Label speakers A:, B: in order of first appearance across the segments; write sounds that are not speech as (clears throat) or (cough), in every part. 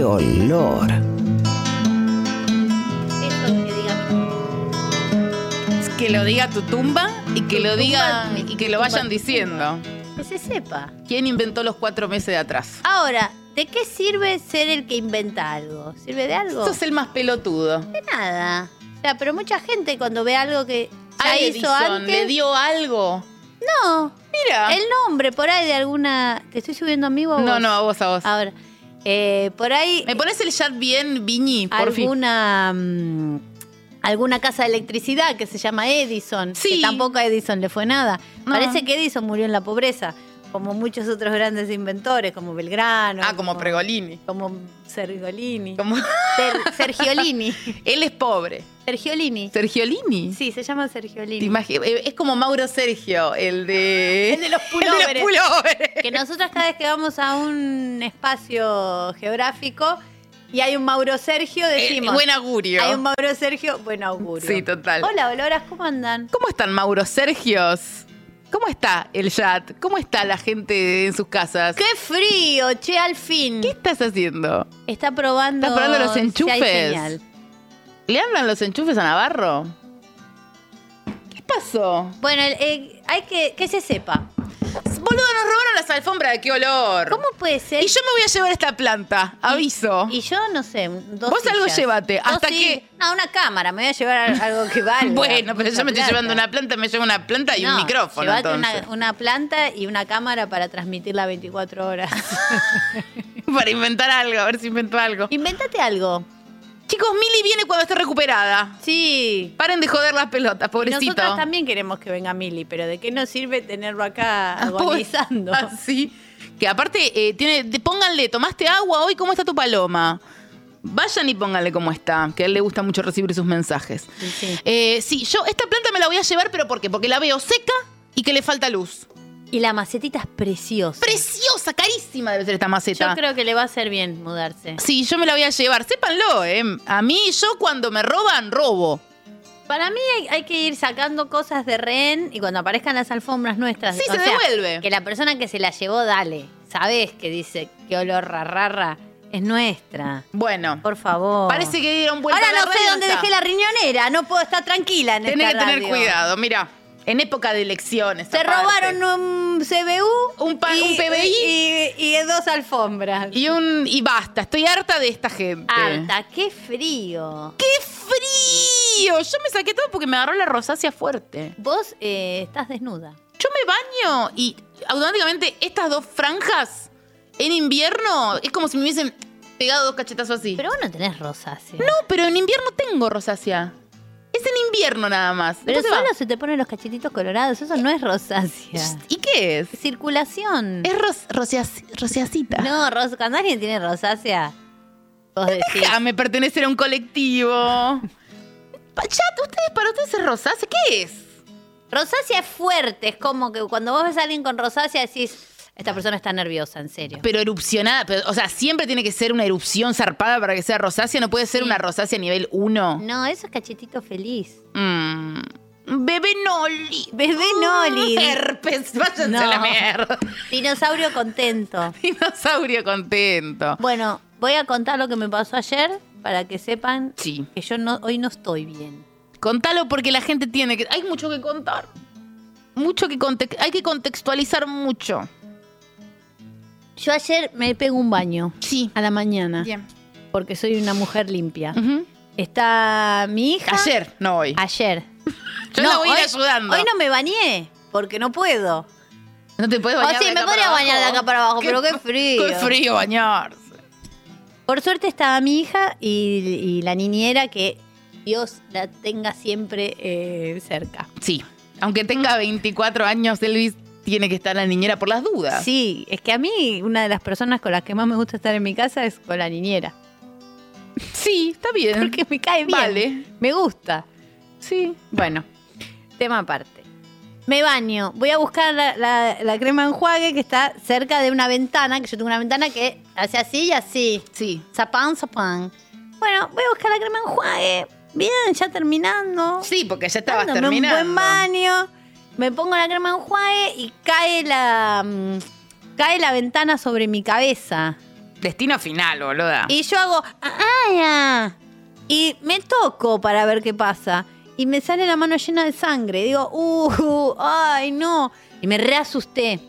A: calor.
B: Eso que diga mi
C: Que lo diga tu tumba y que
B: Tu
C: lo
B: tumba,
C: digan
B: mi-
C: y
B: tu
C: que lo
B: tumba,
C: vayan
B: tu
C: diciendo.
B: Que se sepa.
C: ¿Quién inventó los cuatro meses de atrás?
B: Ahora, ¿de qué sirve ser el que inventa algo? ¿Sirve de algo?
C: Esto es el más pelotudo.
B: De nada. O sea, pero mucha gente cuando ve algo que ya
C: Ay,
B: hizo
C: Edison,
B: antes.
C: ¿Le dio algo?
B: No,
C: Mira.
B: el nombre por ahí de alguna. ¿Te estoy subiendo a mí o a
C: No,
B: vos?
C: no, a vos, a vos.
B: Ahora, eh, por ahí
C: ¿Me pones el chat bien, Viñi? Por fin.
B: alguna mm, alguna casa de electricidad que se llama Edison.
C: Sí.
B: Que tampoco a Edison le fue nada.
C: No.
B: Parece que Edison murió en la pobreza, como muchos otros grandes inventores, como Belgrano.
C: Ah, como Pregolini.
B: Como Sergiolini.
C: Como... (laughs)
B: Ser- Sergiolini.
C: Él es pobre.
B: Sergiolini.
C: (laughs) ¿Sergiolini?
B: Sí, se llama
C: ¿Te
B: Sergiolini.
C: imagi- eh, Es como Mauro Sergio, el de.
B: El de los
C: (laughs) el de los
B: pulóveres.
C: pulóveres.
B: Que nosotras cada vez que vamos a un espacio geográfico y hay un Mauro Sergio, decimos.
C: Eh, Buen augurio.
B: Hay un Mauro Sergio, buen augurio.
C: Sí, total.
B: Hola, Oloras, ¿cómo andan?
C: ¿Cómo están, Mauro Sergios? ¿Cómo está el chat? ¿Cómo está la gente en sus casas?
B: ¡Qué frío! Che, al fin.
C: ¿Qué estás haciendo?
B: Está probando.
C: ¿Estás probando los
B: si hay
C: enchufes?
B: señal.
C: ¿Le hablan los enchufes a Navarro? ¿Qué pasó?
B: Bueno, el- eh, hay que que se sepa.
C: Boludo, nos robaron las alfombras, ¿de qué olor?
B: ¿Cómo puede ser?
C: Y yo me voy a llevar esta planta, aviso.
B: Y yo no sé, un- dos
C: Vos algo
B: sillas.
C: llévate,
B: Dos
C: hasta
B: sillas.
C: que-
B: No, una cámara, me voy a llevar algo que
C: (laughs)
B: valga.
C: bueno, pero yo
B: Mucha
C: me estoy
B: plata.
C: llevando una planta, me llevo una planta y un
B: No,
C: micrófono,
B: llévate una-
C: entonces. (laughs)
B: Una, planta y una cámara para transmitirla 24
C: (laughs)
B: horas.
C: Para inventar algo, a ver si invento algo.
B: Invéntate algo.
C: Chicos, Mili viene cuando esté recuperada.
B: Sí.
C: Paren de joder las pelotas,
B: Nosotros
C: pobrecito.
B: también queremos que venga Mili, pero ¿de qué nos sirve tenerlo
C: (laughs)
B: acá
C: Ah, pobre-
B: agonizando?
C: Ah, sí. Que aparte, eh, tiene, te- pónganle, ¿tomaste agua hoy? ¿Cómo está tu paloma? Vayan y pónganle cómo está, que a él le gusta mucho recibir sus mensajes.
B: Sí, sí.
C: Eh, sí, yo esta planta me la voy a llevar, pero ¿por qué? Porque la veo seca y que le falta luz.
B: Y la macetita es preciosa.
C: Preciosa, carísima debe ser esta maceta.
B: Yo creo que le va a hacer bien mudarse.
C: Sí, yo me la voy a llevar. Sépanlo, ¿eh? A mí, yo cuando me roban, robo.
B: Para mí hay, hay que ir sacando cosas de rehén y cuando aparezcan las alfombras nuestras.
C: Sí,
B: o
C: se
B: sea,
C: devuelve.
B: Que la persona que se la llevó, dale. Sabes que dice que olor rarra es nuestra.
C: Bueno,
B: Por favor.
C: parece que dieron vuelta a
B: Ahora
C: la
B: no sé
C: radio,
B: dónde
C: está.
B: dejé la riñonera, no puedo estar tranquila en
C: Tenés que
B: esta
C: tener
B: radio.
C: cuidado, mira. En época de elecciones.
B: Se
C: aparte.
B: robaron un CBU,
C: Un pa- un PBI.
B: y, y dos alfombras.
C: Y un. Y basta, estoy harta de esta gente.
B: Alta, qué frío.
C: ¡Qué frío! Yo me saqué todo porque me agarró la rosácea fuerte.
B: Vos eh, estás desnuda.
C: Yo me baño y automáticamente estas dos franjas en invierno es como si me hubiesen pegado dos cachetazos así.
B: Pero vos no tenés rosácea.
C: no, pero en invierno tengo rosácea. Es en invierno nada más.
B: Pero
C: Entonces
B: solo
C: va.
B: se te ponen los cachetitos colorados, eso no es rosácea.
C: ¿Y qué es?
B: Circulación.
C: Es ros roseac- roseacita.
B: No, ros cuando alguien tiene rosácea, vos decís.
C: Ah, me pertenecer a un colectivo. Pa- Chat, ustedes, para ustedes es rosácea. ¿Qué es?
B: Rosácea es fuerte, es como que cuando vos ves a alguien con rosácea decís, esta persona está nerviosa, en serio.
C: Pero erupcionada, pero, o sea, siempre tiene que ser una erupción zarpada para que sea rosácea, no puede ser
B: Sí.
C: una rosácea nivel 1.
B: No, eso es cachetito feliz.
C: Mm. Bebé Noli.
B: Bebé Noli.
C: Herpes, (laughs) váyanse
B: No.
C: a la mierda. (laughs)
B: Dinosaurio contento.
C: Dinosaurio contento.
B: Bueno, voy a contar lo que me pasó ayer para que sepan
C: Sí.
B: que yo no, hoy no estoy bien.
C: Contalo porque la gente tiene que. Hay mucho que contar. Mucho que conte- Hay que contextualizar mucho.
B: Yo ayer me pego un baño
C: Sí.
B: a la mañana
C: Bien.
B: porque soy una mujer limpia.
C: Ah. Ujú.
B: Está mi hija.
C: Ayer, no hoy.
B: Ayer.
C: Yo la voy a ir ayudando.
B: Ah. Hoy no me bañé, porque no puedo.
C: No te puedes
B: O
C: bañar.
B: Oh, sí,
C: de
B: me
C: acá
B: podría
C: para
B: bañar de acá para abajo, pero qué frío.
C: Qué frío bañarse.
B: Por suerte estaba mi hija y, y la niñera que Dios la tenga siempre eh, cerca.
C: Sí. Aunque
B: Mm.
C: tenga 24 años, Elvis tiene que estar la niñera por las dudas.
B: Sí, es que a mí una de las personas con las que más me gusta estar en mi casa es con la niñera.
C: Sí, está bien.
B: Porque me cae bien.
C: Mm. Vale.
B: Me gusta.
C: Sí.
B: Bueno, tema aparte. Me baño, voy a buscar la, la- la crema enjuague que está cerca de una ventana, que yo tengo una ventana que hace así y así.
C: Sí.
B: Zapán, zapán. Bueno, voy a buscar la crema enjuague. Bien, ya terminando.
C: Sí, porque ya estabas
B: Dándome un
C: terminando.
B: buen baño. Me pongo la crema enjuague y cae la. mm, cae la ventana sobre mi cabeza.
C: destino final, boluda.
B: Y yo hago, "Ay, ah". Y me toco para ver qué pasa. Y me sale la mano llena de sangre. Digo, uh, ay, no. Y me reasusté.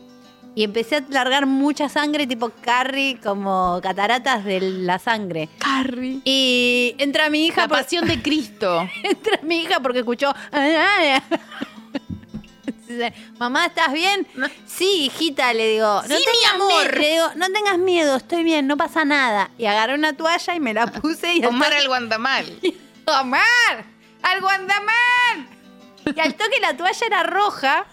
B: Y empecé a largar mucha sangre, tipo carry, como cataratas de la sangre.
C: Carrie.
B: Y entra mi hija.
C: La
B: por-
C: pasión de Cristo.
B: (laughs) Entra mi hija porque escuchó. "Ay, ay". (laughs) Dice, Mamá, ¿estás bien?
C: No.
B: Sí, hijita, le digo.
C: Sí, mi
B: tengas
C: amor".
B: mie-". Le digo, no tengas miedo, estoy bien, no pasa nada. Y agarré una toalla y me la puse y al
C: Omar
B: (laughs)
C: al guandamal.
B: toque- ¡Omar! Oh, ¡Al guandamán! Y al toque la toalla era roja.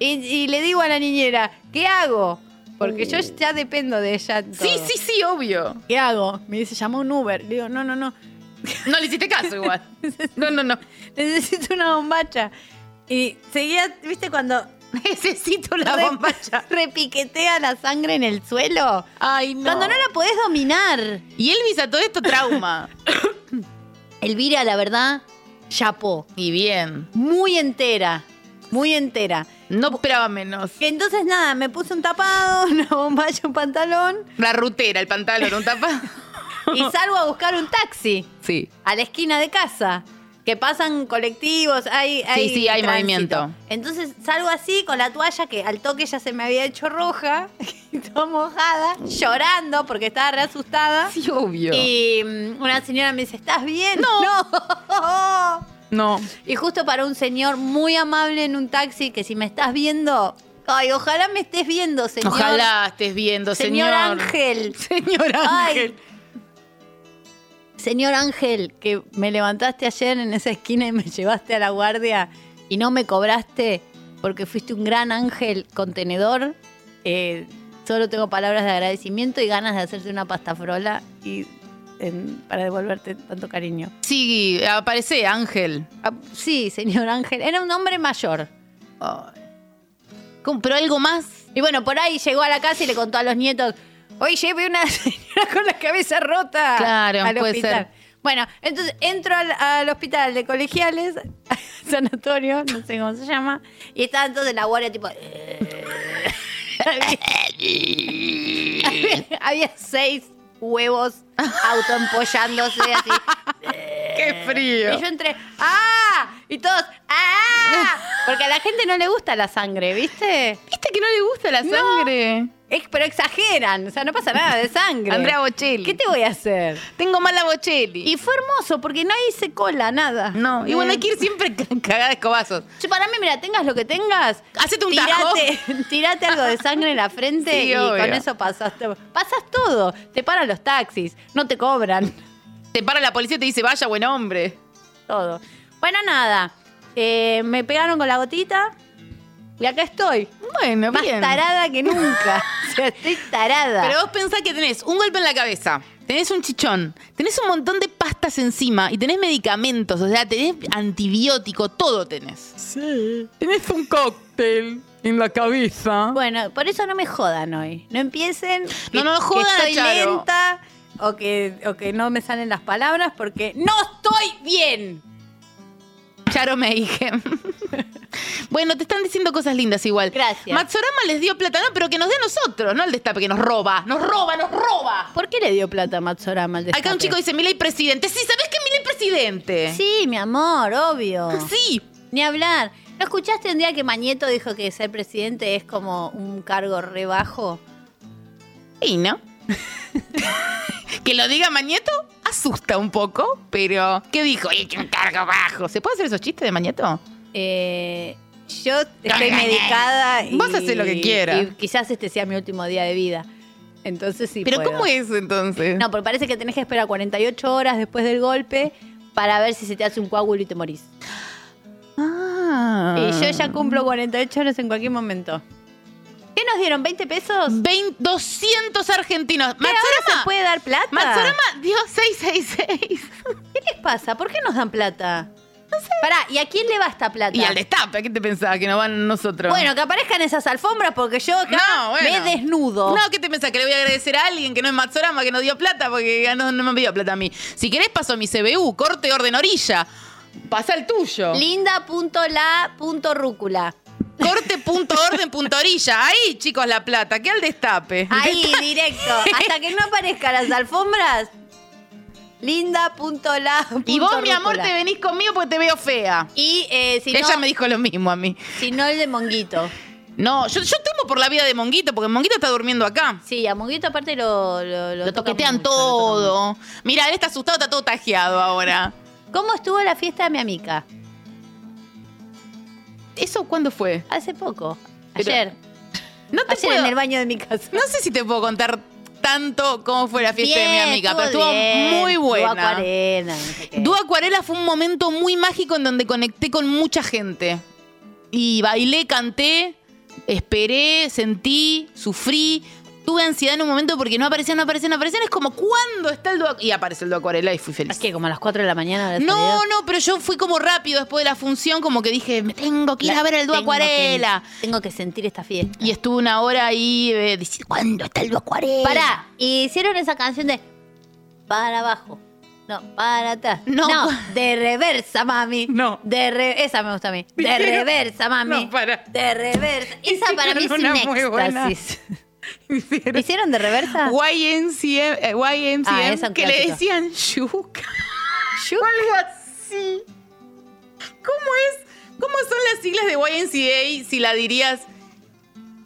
B: Y, y le digo a la niñera, ¿qué hago? Porque yo ya dependo de ella. en
C: Uh. Sí,
B: todo.
C: sí, sí, obvio.
B: ¿Qué hago? Me dice, llamó un Uber. Le digo, no, no, (laughs) no.
C: No le hiciste
B: (laughs)
C: caso igual. No, no, no.
B: Necesito una bombacha. Y seguía, ¿viste cuando
C: Necesito la
B: re-
C: bombacha.
B: repiquetea la sangre en el suelo?
C: Ay, no.
B: Cuando no la podés dominar.
C: Y Elvis a todo esto trauma.
B: Elvira, la verdad, chapó.
C: y bien.
B: Muy entera. Muy entera.
C: No esperaba menos.
B: Que entonces nada, me puse un tapado, (laughs) una bombacha, un pantalón
C: La rutera, el pantalón, un tapa.
B: y salgo a buscar un taxi
C: (laughs) Sí.
B: a la esquina de casa. Que pasan colectivos, hay, hay
C: sí, hay
B: tránsito.
C: movimiento.
B: Entonces salgo así con la toalla que al toque ya se me había hecho roja, (laughs) y toda mojada, llorando porque estaba re asustada.
C: Sí, obvio.
B: Y mm, una señora me dice, ¿estás bien?
C: No.
B: (laughs) "No".
C: No.
B: Y justo para un señor muy amable en un taxi que si me estás viendo, ay, ojalá me estés viendo, señor.
C: Ojalá estés viendo, señor.
B: Señor Ángel.
C: Señor
B: Ay.
C: Ángel.
B: Señor Ángel, que me levantaste ayer en esa esquina y me llevaste a la guardia y no me cobraste porque fuiste un gran ángel contenedor. eh, solo tengo palabras de agradecimiento y ganas de hacerte una pasta frola y, en- para devolverte tanto cariño.
C: Sí, aparece (laughs) Ángel.
B: Ah, sí, señor Ángel, era un hombre mayor.
C: ¿Cómo? Pero algo más.
B: Y bueno, por ahí llegó a la casa y le contó a los nietos, oye, lleve una (laughs) señora con la cabeza rota
C: Claro,
B: al
C: puede
B: hospital.
C: ser.
B: Bueno, entonces entro al, al hospital de colegiales, (laughs) sanatorio, no sé cómo se llama, y estaba entonces la guardia tipo... (laughs) había, había seis
C: (laughs)
B: huevos autoempollándose así.
C: ¡Qué
B: Y
C: frío!
B: yo entré, ¡ah! Y todos, ¡ah! Porque a la gente no le gusta la sangre, ¿viste?
C: ¿Viste que no le gusta la sangre?
B: Ex- pero exageran, o sea, no pasa nada de sangre.
C: Andrea Bocelli.
B: ¿Qué te voy a hacer?
C: Tengo mala Bocelli.
B: Y fue hermoso porque no hice cola, nada.
C: no, y bueno, hay que ir siempre (laughs) ca- cagada de escobazos.
B: Yo, para mí, mira, tengas lo que tengas.
C: Hacete un tajo.
B: tirate, (laughs) tirate algo de sangre en la frente
C: Sí,
B: y
C: obvio.
B: con eso pasas todo. Pasas todo. Te paran los taxis, no te cobran. (laughs)
C: Te para la policía y te dice, vaya buen hombre.
B: Todo. Bueno, nada. Eh, me pegaron con la gotita y acá estoy.
C: Bueno,
B: Más
C: bien.
B: tarada que (laughs) nunca. o sea, estoy tarada.
C: Pero vos pensás que tenés un golpe en la cabeza, tenés un chichón, tenés un montón de pastas encima y tenés medicamentos, o sea, tenés antibiótico, todo tenés. Sí. Tenés un cóctel en la cabeza.
B: Bueno, por eso no me jodan hoy. No empiecen que,
C: No, no,
B: que
C: jodan,
B: estoy
C: Charo.
B: lenta o que, o que no me salen las palabras porque no estoy bien.
C: Charo me dije. (laughs) bueno, te están diciendo cosas lindas igual.
B: Gracias.
C: Matsorama les dio plata, no, pero que nos dé a nosotros, no al destape, que nos roba, nos roba, nos roba.
B: ¿Por qué le dio plata a Matsorama al destape?
C: Acá un chico dice, Milei presidente. Sí, ¿sabés que Milei presidente?
B: Sí, mi amor, (laughs) obvio.
C: Sí.
B: Ni hablar. ¿No escuchaste un día que Mañeto dijo que ser presidente es como un cargo re bajo?
C: Y no. (laughs) que lo diga Mañeto asusta un poco, pero ¿qué dijo? Y que un cargo bajo. ¿Se puede hacer esos chistes de Mañeto?
B: Eh, yo estoy medicada y.
C: Vos hacés lo que quieras.
B: Y quizás este sea mi último día de vida. Entonces sí.
C: pero
B: puedo.
C: ¿cómo es entonces?
B: No, pero parece que tenés que esperar 48 horas después del golpe para ver si se te hace un coágulo y te morís.
C: Ah.
B: Y Eh, yo ya cumplo 48 horas en cualquier momento. ¿Qué nos dieron? ¿20 pesos?
C: Vein- 200 argentinos.
B: ¿Pero ahora se
C: Matsorama.
B: puede dar plata?
C: Matsorama dio 666.
B: ¿Qué les pasa? ¿Por qué nos dan plata? No sé. Pará, ¿y a quién le va esta plata?
C: Y al destape, ¿qué te pensabas? Que no van nosotros.
B: Bueno, que aparezcan esas alfombras porque yo acá
C: No, bueno.
B: me desnudo.
C: No, ¿qué te pensás? Que le voy a agradecer a alguien que no es Matsorama, que nos dio plata, porque no, no me pidió plata a mí. Si querés, paso mi CBU, corte, orden, orilla. Pasa el tuyo.
B: Linda.la.rúcula.
C: Corte.orden.orilla. Ahí, chicos, la plata. Que al destape. (laughs)
B: Ahí, directo. Hasta que no aparezcan las alfombras. Linda.la.
C: Y vos, mi amor, te venís conmigo porque te veo fea.
B: Y eh, si,
C: Ella
B: no,
C: me dijo lo mismo a mí.
B: si no, el de Monguito.
C: No, yo, yo temo por la vida de Monguito, porque Monguito está durmiendo acá.
B: Sí, a Monguito aparte lo... Lo,
C: Lo
B: toca
C: toquetean
B: mucho, lo toca
C: todo. Mira, él está asustado, está todo tajeado ahora.
B: mucho. ¿Cómo estuvo la fiesta de mi amiga?
C: ¿Eso cuándo fue?
B: Hace poco.
C: Pero-
B: Ayer.
C: No te
B: Ayer
C: puedo-
B: en el baño de mi casa.
C: No sé si te puedo contar tanto cómo fue la fiesta de mi
B: Bien,
C: amiga, pero estuvo
B: bien.
C: muy buena.
B: Estuvo acuarela, no sé qué.
C: Dúa Acuarela fue un momento muy mágico en donde conecté con mucha gente. Y bailé, canté, esperé, sentí, sufrí. Tuve ansiedad en un momento porque no aparecían, no aparecían, no aparecían. Es como, ¿cuándo está el Dúa? Y aparece el Dúa Acuarela y fui feliz.
B: Es que como a las 4 de la mañana. habrá salido.
C: No, no, pero yo fui como rápido después de la función, como que dije, me tengo que ir
B: La-
C: a ver el Dúa
B: tengo que-
C: Acuarela.
B: Tengo que sentir esta fiesta.
C: Y estuve una hora ahí eh, diciendo, ¿cuándo está el Dúa Acuarela? (laughs)
B: Pará, y hicieron esa canción de para abajo. No, para atrás.
C: No.
B: de reversa, mami.
C: No.
B: De re- esa me gusta a mí. De
C: Hicieron-
B: reversa, mami.
C: No, pará.
B: De reversa. Esa para mí es
C: Hicieron
B: un
C: una muy buena.
B: éxtasis. ¿Hicieron de reversa?
C: YNCM, eh, YNCM,
B: Ah, esa es un
C: que le
B: clásico. (laughs)
C: decían yuca.
B: Yo-
C: Algo así. ¿Cómo es? ¿Cómo son las siglas de YNCA si la dirías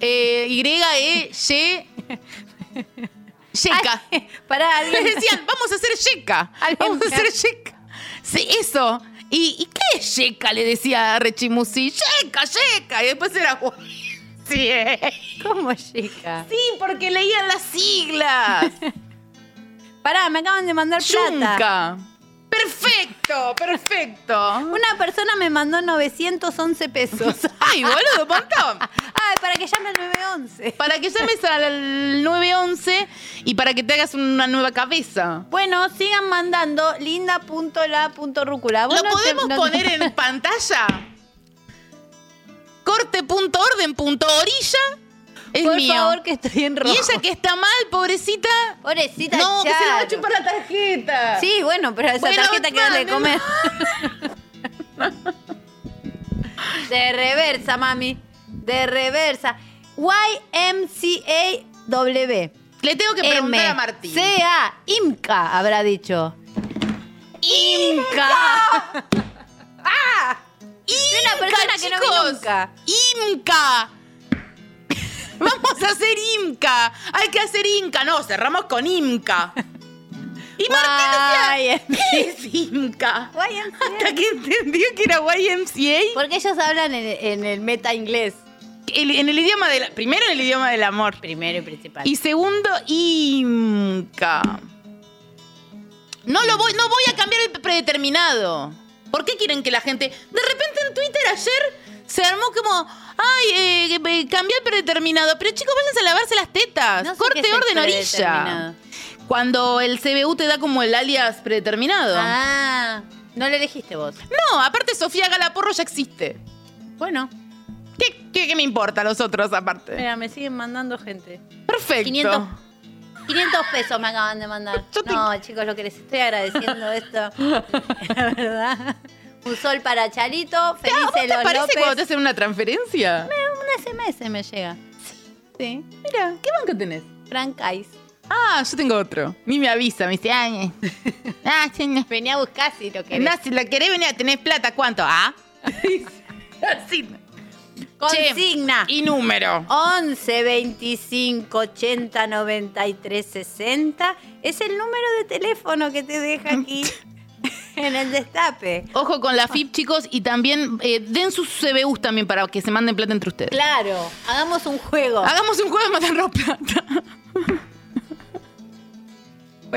C: eh,
B: (laughs)
C: Y, E, Y? Yeca.
B: Ay, (laughs) Pará,
C: Les
B: alguien-
C: decían, vamos a hacer yeca.
B: Alguien
C: Vamos a
B: me-
C: hacer yeca. Sí, eso. ¿Y, y qué es yeca? Le decía Rechimusi. Yeca, yeca. Y después era (laughs) YNCA.
B: ¿Cómo chica?
C: Sí, porque leían las siglas.
B: Pará, me acaban de mandar plata.
C: Yunca. Perfecto, (laughs) perfecto.
B: Una persona me mandó 911
C: (laughs)
B: pesos.
C: Ay, boludo, un montón.
B: Ay, para que llame al 911.
C: Para que llames al 911 y para que te hagas una nueva cabeza.
B: Bueno, sigan mandando linda.la.rúcula. Vos
C: ¿Lo
B: no te-
C: podemos
B: no te- (laughs)
C: poner en (laughs) pantalla? Corte.orden.orilla es
B: Por
C: mío.
B: favor, que estoy en
C: y
B: rojo.
C: ella que está mal, pobrecita.
B: Pobrecita
C: No, que se le va a
B: Charo.
C: chupar la tarjeta.
B: Sí, bueno, pero esa
C: Bueno,
B: tarjeta que de
C: dale,
B: comer. De reversa, mami. De reversa. YMCAW.
C: Le tengo que preguntar a Martín.
B: CA, IMCA, habrá dicho. ¡IMCA! De una persona que no vi
C: chicos.
B: nunca.
C: ¡Imca! (laughs) Vamos a hacer Imca. Hay que hacer Inca. No, cerramos con Imca. (laughs) Y Martín
B: YM-
C: decía, ¿qué (laughs) es Imca?
B: YMCA.
C: Hasta que entendió que era YMCA.
B: Porque ellos hablan en, en el meta inglés.
C: El- en el idioma del... Primero en el idioma del amor.
B: Primero y principal.
C: Y segundo, Imca. No lo voy, no voy a cambiar el predeterminado. ¿Por qué quieren que la gente. De repente en Twitter ayer se armó como. Ay, eh, eh, cambié el predeterminado. Pero chicos, váyanse a lavarse las tetas.
B: No sé
C: Corte
B: qué es el
C: orden orilla.
B: predeterminado.
C: Cuando el CBU te da como el alias predeterminado.
B: Ah, no lo elegiste vos.
C: No, aparte Sofía Galaporro ya existe.
B: Bueno, Eh,
C: ¿Qué, qué, qué me importa a los otros aparte?
B: mira, me siguen mandando gente.
C: Perfecto.
B: 500, 500 pesos me acaban de mandar.
C: Yo te-
B: No, chicos, lo que les estoy agradeciendo esto,
C: (laughs)
B: la verdad. Un sol para Charito,
C: Ah, ¿Vos
B: feliz
C: te
B: los
C: parece
B: López.
C: cuando te hacen una transferencia?
B: Un SMS me llega. Sí,
C: Mira, ¿qué banco tenés?
B: Frank Ice.
C: Ah, yo tengo otro. Ni me avisa, me dice, ay, eh. ah, sí, no.
B: Venía a buscar si lo querés.
C: No, si la querés venir a tener plata, ¿cuánto?
B: (laughs)
C: Ah. Así.
B: Consigna.
C: Y número.
B: 11 25 80 93 60 es el número de teléfono que te deja
C: Mm.
B: aquí (laughs) en el destape.
C: Ojo con la FIP, chicos, y también eh, den sus CBUs también para que se manden plata entre ustedes.
B: Claro, hagamos un juego.
C: Hagamos un juego de
B: (laughs)
C: matarnos plata.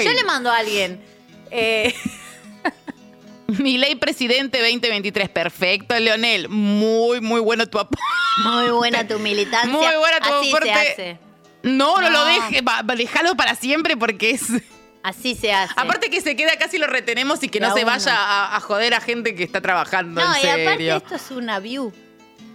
B: Yo le mando a alguien. Eh,
C: Mi ley presidente 2023, perfecto, Leonel. Muy, muy bueno tu apoyo. (laughs)
B: muy buena tu militancia.
C: Muy buena tu
B: Así
C: aporte.
B: se hace.
C: No, no, lo
B: No.
C: deje, va- va- dejalo para siempre porque es...
B: Así se hace.
C: Aparte que se queda casi lo retenemos y que
B: De
C: no
B: a
C: se
B: uno.
C: vaya a, a joder a gente que está trabajando,
B: no,
C: en
B: y aparte
C: serio.
B: esto es una view.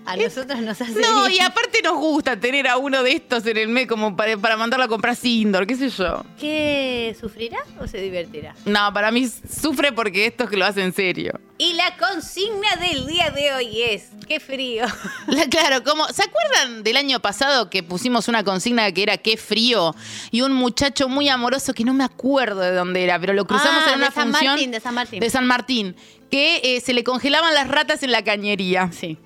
B: A nosotros nos hace
C: No,
B: bien.
C: y aparte nos gusta tener a uno de estos en el mes como para, para mandarlo a comprar Sindor, qué sé yo.
B: ¿Qué? ¿Sufrirá o se divertirá?
C: No, para mí sufre porque estos que lo hacen serio.
B: Y la consigna del día de hoy es, qué frío.
C: La- claro, como, ¿se acuerdan del año pasado que pusimos una consigna que era qué frío? Y un muchacho muy amoroso que no me acuerdo de dónde era, pero lo (laughs) cruzamos
B: Ah,
C: en una
B: de San
C: función
B: Martín, de San Martín.
C: de San Martín, que eh, se le congelaban las ratas en la cañería.
B: Sí.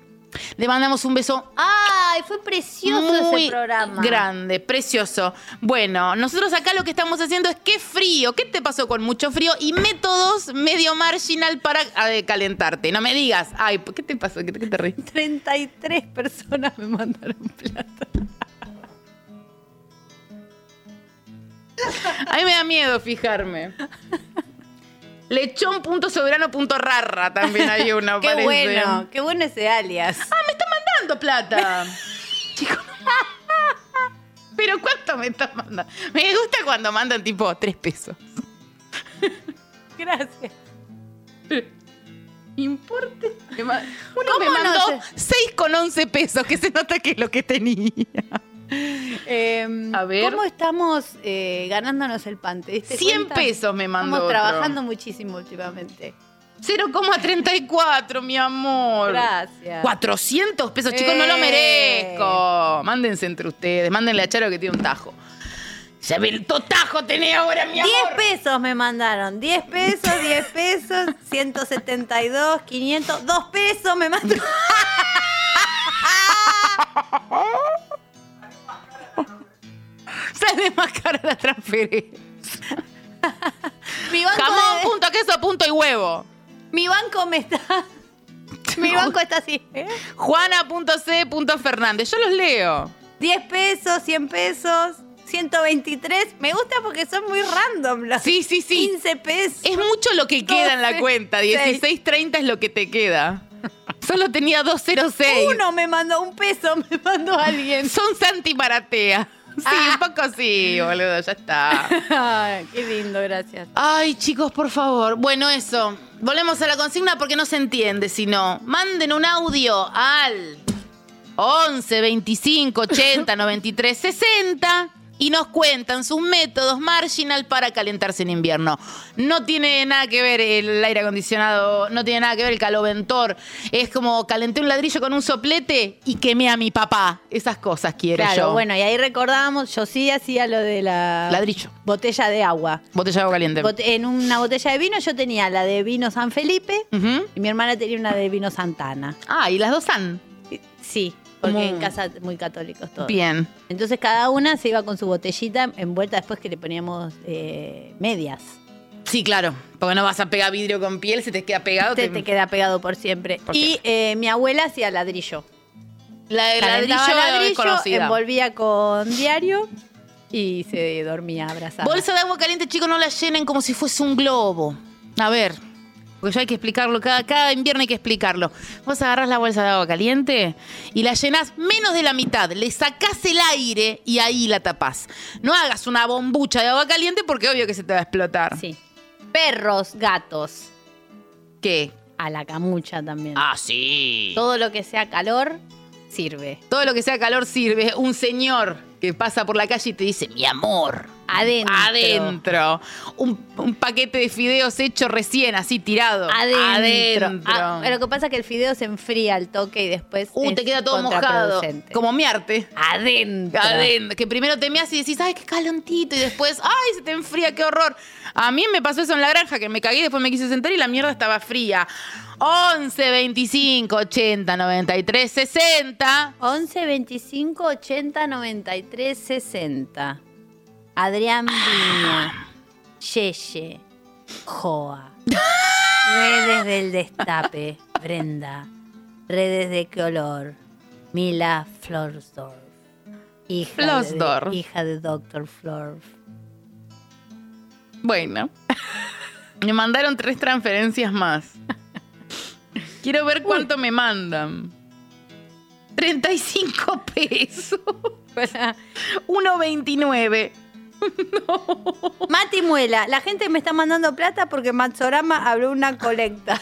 C: Le mandamos un beso
B: Ay, fue precioso
C: muy
B: ese programa.
C: grande, precioso. Bueno, nosotros acá lo que estamos haciendo es qué frío, qué te pasó con mucho frío y métodos medio marginal para eh, calentarte. No me digas, ay, ¿qué te pasó? ¿Qué te, qué te reís?
B: 33 personas me mandaron plata.
C: A mí me da miedo
B: (laughs)
C: fijarme. Lechón.soberano.rarra también hay uno,
B: qué
C: parece.
B: bueno, qué bueno ese alias.
C: (laughs) mandando plata. (laughs) Chico. Pero ¿cuánto me estás mandando? Me gusta cuando mandan tipo tres pesos.
B: Gracias.
C: Importe. Me ma- Uno
B: ¿Cómo
C: me
B: no
C: mandó
B: sé?
C: 6 con 11 pesos, que se nota que es lo que tenía.
B: Eh,
C: A ver.
B: ¿Cómo estamos eh, ganándonos el pan? ¿Te diste
C: 100
B: cuenta?
C: pesos me mandó.
B: Estamos
C: otro.
B: trabajando muchísimo últimamente.
C: 0,34, mi amor.
B: Gracias.
C: 400 pesos, chicos, no lo
B: Eh.
C: merezco. Mándense entre ustedes, mándenle a Charo que tiene un tajo. Ya ve el totajo tenés ahora, mi
B: 10
C: amor.
B: pesos me mandaron. 10 pesos, 10 pesos, 172, 500, 2 pesos me mandaron.
C: Ah. Sale más cara la transferencia.
B: Mi banco,
C: Jamón,
B: de-
C: punto, queso, punto y huevo.
B: mi banco me
C: (laughs)
B: está. Mi banco está así. ¿eh?
C: Juana.c.fernández. Yo los leo.
B: 10 pesos, 100 pesos, 123. Me gusta porque son muy random los
C: Sí, sí, sí.
B: 15 pesos.
C: Es mucho lo que queda en la
B: 12,
C: cuenta. 16.30 es lo que te queda. Solo tenía 206.
B: Uno me mandó, un peso me mandó alguien.
C: Son Santi Maratea. Sí,
B: Ah.
C: un poco sí, boludo, ya está.
B: Ay, qué lindo, gracias.
C: Ay, chicos, por favor. Bueno, eso. Volvemos a la consigna porque no se entiende, si no. Manden un audio al 11 25 80 93 60 y nos cuentan sus métodos marginal para calentarse en invierno. No tiene nada que ver el aire acondicionado, no tiene nada que ver el caloventor. Es como calenté un ladrillo con un soplete y quemé a mi papá. Esas cosas quiero
B: Claro,
C: yo.
B: bueno, y ahí recordábamos, yo sí hacía lo de la
C: Ladrillo.
B: botella de agua.
C: Botella de agua caliente.
B: Bot- en una botella de vino yo tenía la de vino San Felipe
C: Ujú.
B: y mi hermana tenía una de vino Santana.
C: Ah, y las dos han.
B: Sí, porque
C: Muy-
B: en casa muy católicos todos.
C: Mm. Bien.
B: Entonces cada una se iba con su botellita envuelta después que le poníamos eh, medias.
C: Sí, claro, porque no vas a pegar vidrio con piel, se te queda pegado.
B: Te, te queda pegado por siempre.
C: Ah, Por
B: y eh, mi abuela hacía ladrillo.
C: La de ladrillo,
B: Calentaba
C: desconocida.
B: envolvía con diario y se dormía abrazada.
C: Bolsa de agua caliente, chicos, no la llenen como si fuese un globo. A ver, porque ya hay que explicarlo, cada, cada invierno hay que explicarlo. Vos agarrás la bolsa de agua caliente y la llenás menos de la mitad, le sacás el aire y ahí la tapás. No hagas una bombucha de agua caliente porque obvio que se te va a explotar.
B: Sí. Perros, gatos,
C: ¿Qué?
B: a la camucha también.
C: Ah, sí.
B: Todo lo que sea calor sirve.
C: Todo lo que sea calor sirve. Un señor que pasa por la calle y te dice, mi amor,
B: Adentro.
C: Adentro. Un, un paquete de fideos hecho recién, así tirado.
B: Adentro.
C: Adentro.
B: Ah, lo que pasa es que el fideo se enfría al toque y después.
C: Uh,
B: es
C: te queda todo mojado.
B: contraproducente.
C: Como miarte.
B: Adentro.
C: Adentro. Que primero te meas y decís, ay, qué calentito. Y después, ay, se te enfría, qué horror. A mí me pasó eso en la granja, que me cagué, después me quise sentar y la mierda estaba fría. 11, 25, 80, 93, 60.
B: 11 25 80 93 60. Adrián Viña. Yeye. Joa. Redes del Destape. Brenda. Redes de color. Mila Florsdorf. Hija de,
C: Florsdorf.
B: hija de Dr. Florf.
C: Bueno. Me mandaron tres transferencias más. Quiero ver cuánto me mandan. 35 pesos. 1.29.
B: Mati Muela, la gente me está mandando plata porque Matsorama (laughs) habló una colecta.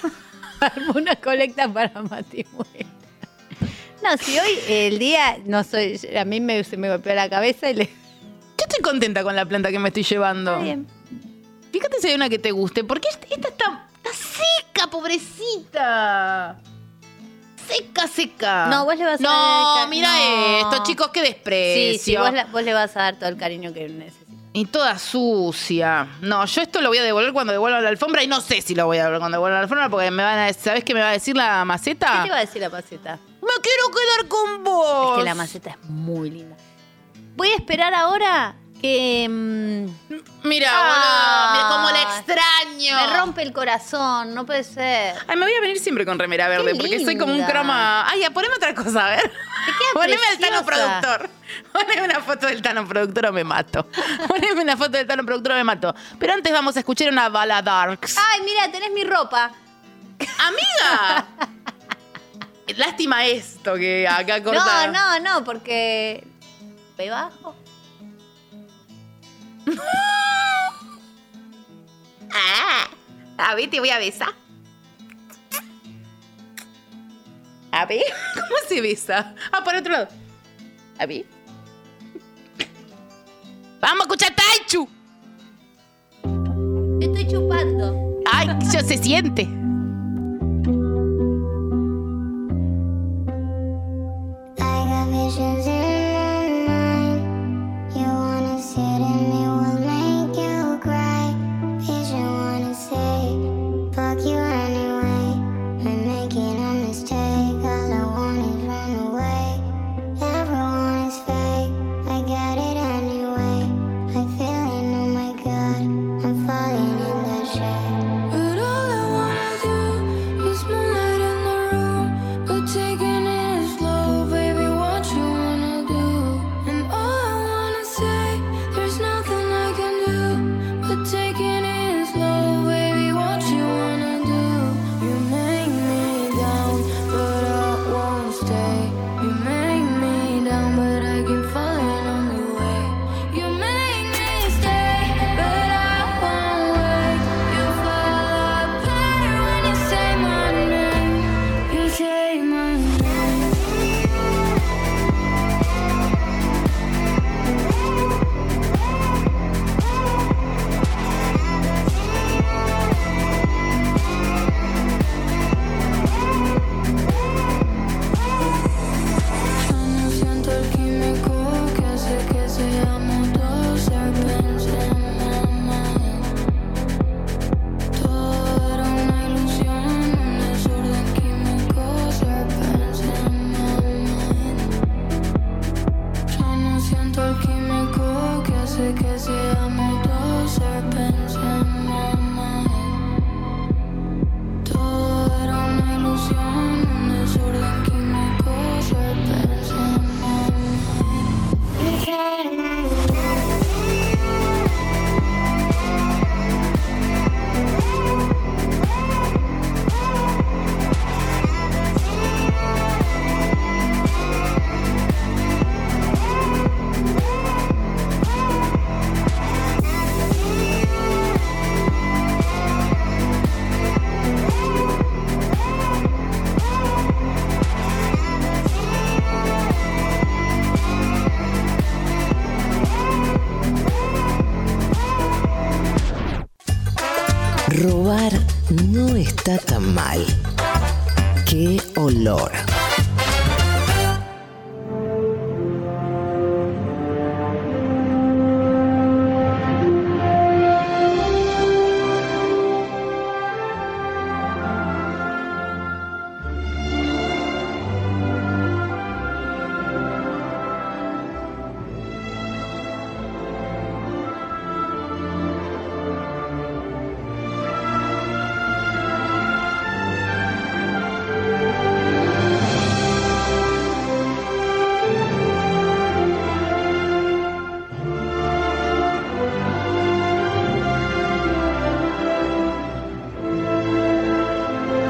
B: Armó una colecta para Mati Muela. No, si hoy eh, el día, no soy, a mí me, se me golpeó la cabeza y le...
C: Yo estoy contenta con la planta que me estoy llevando.
B: Está bien.
C: Fíjate si hay una que te guste, porque esta esta está, está seca, pobrecita. Seca, seca.
B: No, vos le vas a
C: No,
B: dedicar-
C: mira
B: no.
C: esto, chicos, qué
B: Sí,
C: desprecio.
B: sí, vos, la- vos le vas a dar todo el cariño que necesitas.
C: Y toda sucia. No, yo esto lo voy a devolver cuando devuelva la alfombra y no sé si lo voy a devolver cuando devuelva la alfombra porque me van a ¿sabes qué me va a decir la
B: ¿Qué
C: maceta?
B: te iba a decir la maceta?
C: Me quiero quedar con vos.
B: Es que la maceta es muy linda. Voy a esperar ahora que... mm,
C: Mira,
B: Ah.
C: boludo, mira cómo la extraño.
B: me rompe el corazón, no puede ser.
C: Ay, me voy a venir siempre con remera verde
B: Qué
C: porque soy como un
B: linda.
C: croma. Ay, ya, poneme otra cosa, a ver.
B: Te queda
C: Poneme al Tano
B: preciosa.
C: productor. Poneme una foto del Tano productor o
B: (laughs)
C: me mato. Poneme una foto del Tano productor o me mato. Pero antes vamos a escuchar una bala darks.
B: Ay, mira, tenés mi ropa.
C: ¡Amiga! Lástima esto que acá corta.
B: No, no, no, porque. ¿Me bajo?
C: Ah, a ver, te voy a besar. A ver, (laughs) ¿cómo se besa? Ah, para otro lado. A ver. Vamos a escuchar Taichu.
B: Te estoy chupando.
C: Ay, ya se siente.
A: I got visions in my mind. You wanna sit in me, we'll make you cry. Vision wanna say, fuck you anyway. I'm making a mistake, all I want is run away. Everyone is fake, I got it anyway. I feel it, oh my god, I'm falling in that shade.
D: But all I wanna do is moonlight in the room. But taking it slow, baby, what you wanna do? And all I wanna say, there's nothing I can do. But taking it slow, baby, what you wanna do? You make me down, but I won't stay. You make me down, but I keep falling on the way. You make me stay, but I won't wait. You fall apart when you say my name. You say my name. no siento el químico que hace que seamos dos serpents in my mind. Todo era una ilusión, un desorden químico, serpents in my mind. Yo no siento el químico que hace que seamos dos serpents in my mind. Todo era una ilusión, un desorden químico, serpents in my mind.
A: You tried my
E: Robar no está tan mal. ¡Qué olor!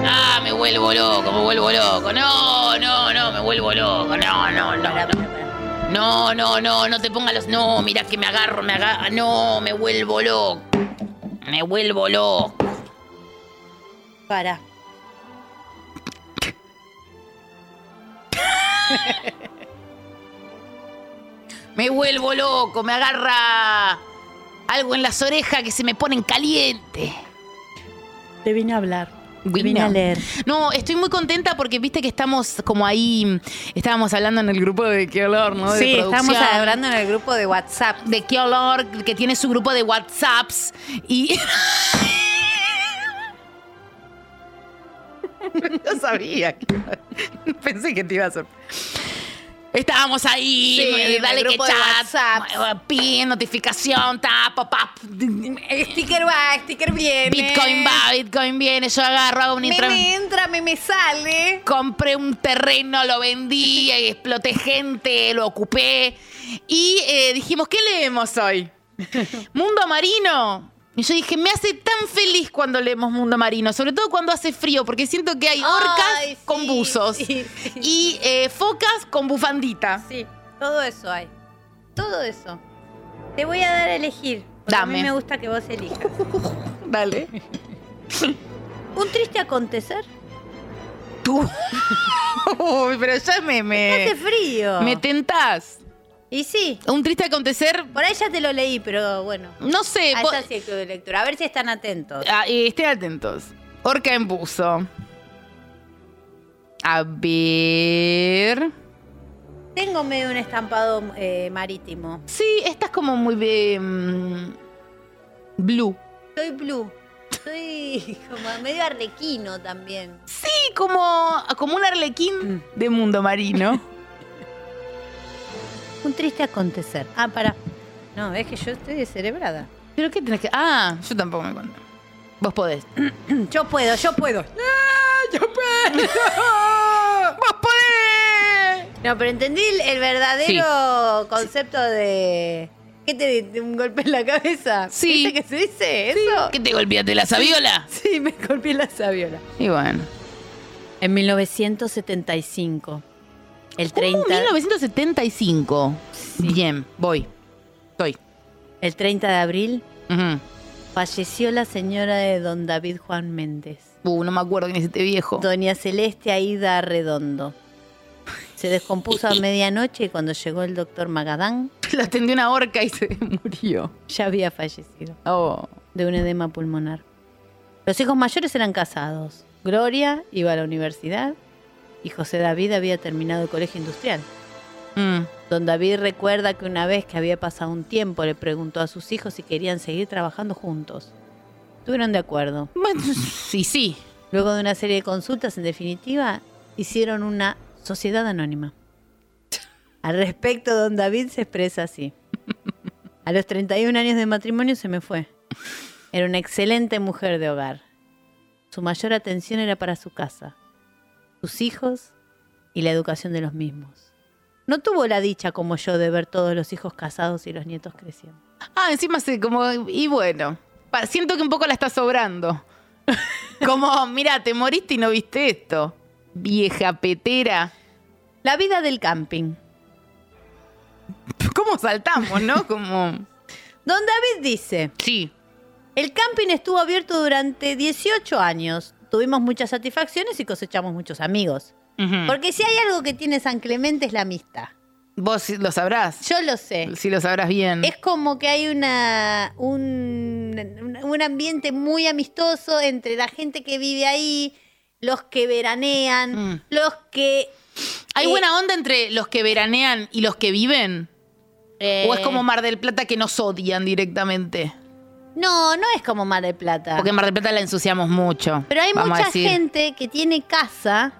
C: Ah, me vuelvo loco, me vuelvo loco. No, no, no, me vuelvo loco. No, no, no.
B: Pará, pará,
C: no.
B: pará.
C: No, no, no, no te pongas los. No, mira que me agarro, me agarro. No, me vuelvo loco. Me vuelvo loco.
B: Pará.
C: Me vuelvo loco, me agarra algo en las orejas que se me ponen caliente.
B: Te vine a hablar. Te
C: Vino.
B: vine a leer.
C: No, estoy muy contenta porque viste que estamos como ahí, estábamos hablando en el grupo de qué olor, ¿no? De
B: Sí, estamos
C: producción.
B: hablando en el grupo de WhatsApp.
C: de qué olor, que tiene su grupo de WhatsApps y... (laughs) No sabía. que- Pensé que te iba a sorprender. Estábamos ahí,
B: Sí,
C: eh,
B: en
C: dale
B: el
C: que
B: grupo de
C: chat,
B: WhatsApps.
C: eh, pin, notificación, tap, pop, up,
B: Sticker va, sticker viene.
C: Bitcoin va, Bitcoin viene, yo agarro hago un
B: Me,
C: intra-
B: me entra, me, me sale.
C: compré un terreno, lo vendí,
B: (laughs)
C: eh, exploté gente, lo ocupé. Y eh, dijimos, ¿qué leemos
B: (laughs)
C: hoy? Mundo Marino. Y yo dije, me hace tan feliz cuando leemos Mundo Marino, sobre todo cuando hace frío, porque siento que hay orcas
B: Ay, sí,
C: con buzos
B: sí, sí.
C: y eh, focas con bufandita.
B: Sí, todo eso hay. Todo eso. Te voy a dar a elegir. porque A
C: Dame.
B: mí me gusta que vos elijas.
C: Dale.
B: Un triste acontecer.
C: Tú. (laughs) Uy, pero ya me,
B: Hace
C: me,
B: frío.
C: Eh, me tentás.
B: Y sí.
C: Un triste acontecer,
B: Por ahí ya te lo leí, pero bueno.
C: no sé.
B: Ah,
C: po-
B: esa sí el club de lectura. A ver si están atentos.
C: Ah, eh, estén atentos. Orca en buzo. A ver.
B: Tengo medio un estampado eh, marítimo.
C: Sí, esta es como muy de. mm, blue.
B: Soy blue. Soy (laughs) como medio arlequino también.
C: Sí, como, como un arlequín de mundo marino.
B: Un triste acontecer. Ah, para. No, es que yo estoy descerebrada.
C: (laughs) ¿Pero qué tenés que.? Ah, yo tampoco me cuento. Vos (laughs) podés.
B: (clears throat) Yo puedo, yo puedo.
C: ¡Yo puedo! ¡Vos podés!
B: No, pero entendí el- el verdadero concepto de. ¿Qué te di? ¿Un golpe en la cabeza?
C: Sí.
B: ¿Viste que se dice eso?
C: ¿Qué te golpeaste la sabiola?
B: Sí, me golpeé la sabiola.
C: Y bueno.
B: En 1975. El 30,
C: Uh, 1975. Bien, voy. Estoy.
B: el 30 de abril
C: Ujú.
B: falleció la señora de don David Juan Méndez.
C: Uh, no me acuerdo quién es este viejo.
B: Doña Celeste Aida Redondo. Se descompuso a medianoche y cuando llegó el doctor Magadán
C: (laughs) Lo tendió una horca y se (laughs) murió.
B: ya había fallecido
C: Oh.
B: de un edema pulmonar. Los hijos mayores eran casados. Gloria iba a la universidad y José David había terminado el colegio industrial.
C: Mm.
B: Don David recuerda que una vez que había pasado un tiempo le preguntó a sus hijos si querían seguir trabajando juntos. Estuvieron de acuerdo.
C: Bueno, sí, sí.
B: Luego de una serie de consultas, en definitiva, hicieron una sociedad anónima. Al respecto, don David se expresa así. A los 31 años de matrimonio se me fue. Era una excelente mujer de hogar. Su mayor atención era para su casa, sus hijos y la educación de los mismos. No tuvo la dicha como yo de ver todos los hijos casados y los nietos creciendo.
C: Ah, encima se como. Y bueno. Pa- siento que un poco la está sobrando. (laughs) Como, mira, te moriste y no viste esto. Vieja petera.
B: La vida del camping.
C: ¿Cómo saltamos, (laughs) no? Como.
B: Don David dice,
C: Sí.
B: El camping estuvo abierto durante 18 años. Tuvimos muchas satisfacciones y cosechamos muchos amigos.
C: Mm.
B: Porque si hay algo que tiene San Clemente es la amistad.
C: Vos sí lo sabrás.
B: Yo lo sé.
C: Sí lo sabrás bien.
B: Es como que hay una un, un- un ambiente muy amistoso entre la gente que vive ahí, los que veranean,
C: Mm.
B: los que...
C: ¿Hay
B: eh,
C: buena onda entre los que veranean y los que viven? ¿O es
B: eh,
C: como Mar del Plata que nos odian directamente?
B: No, no es como Mar del Plata.
C: Porque en Mar del Plata la ensuciamos mucho.
B: Pero hay
C: vamos a
B: mucha
C: decir.
B: gente que tiene casa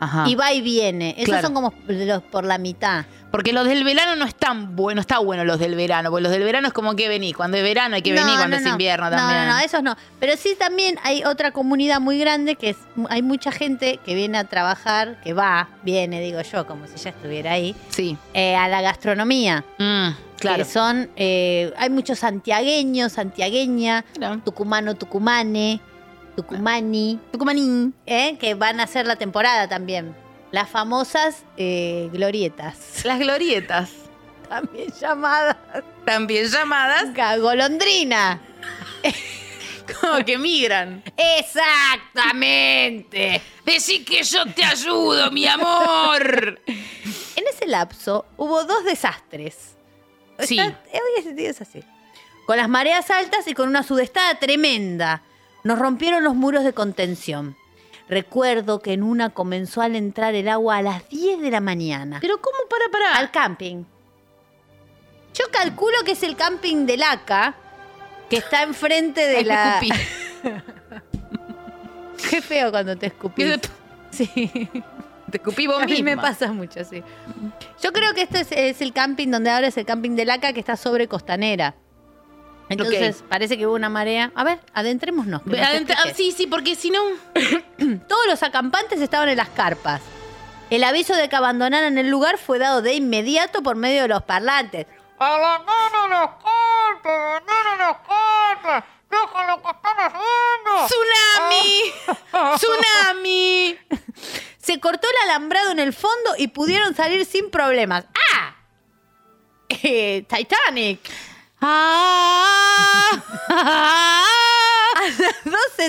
C: Ajá.
B: y va y viene. Esos
C: Claro.
B: son como los por la mitad.
C: Porque los del verano no están bueno, está bueno los del verano, porque los del verano es como que venís, cuando es verano hay que venir, cuando es invierno también.
B: No, no, no, esos no. Pero sí también hay otra comunidad muy grande que es, hay mucha gente que viene a trabajar, que va, viene, digo yo, como si ya estuviera ahí,
C: Sí.
B: eh, a la gastronomía.
C: Mm, claro.
B: Que son, eh, hay muchos santiagueños, santiagueña,
C: Claro.
B: tucumano, tucumane, tucumani,
C: Tucumaní.
B: eh, que van a hacer la temporada también. Las famosas eh, glorietas, (laughs)
C: Las glorietas,
B: también llamadas
C: también llamadas,
B: golondrina.
C: como que migran.
B: Exactamente.
C: Decí que yo te ayudo, mi amor.
B: ese lapso hubo dos desastres.
C: Sí.
B: Está- hoy es- es así. Con las mareas altas y con una sudestada tremenda. Nos rompieron los muros de contención. Recuerdo que en una comenzó al entrar el agua a las 10 de la mañana.
C: Pero ¿cómo para para?
B: Al camping. Yo calculo que es el camping de Laca, que está enfrente de
C: Ay, me
B: la.
C: escupí.
B: (laughs) Qué feo cuando te escupís. Sí.
C: Te escupí vos
B: A mí me
C: misma.
B: pasa mucho, sí. Yo creo que este es, es el camping donde ahora es el camping de Laca que está sobre Costanera. Entonces, parece que hubo una marea. A ver, adentrémonos. que
C: Ve,
B: nos
C: adentro-
B: explique.
C: ah, sí, sí, porque si no.
B: Oh. Todos los acampantes estaban en las carpas. El aviso de que abandonaran el lugar fue dado de inmediato por medio de los parlantes.
F: Abandonen los cortes, abandonen los cortes. Dejen lo que están haciendo.
C: ¡Tsunami!
B: Oh.
C: ¡Tsunami!
B: Se cortó el alambrado en el fondo y pudieron salir sin problemas. ¡Ah! Eh, Titanic.
C: ¡Ah!
B: (laughs) A las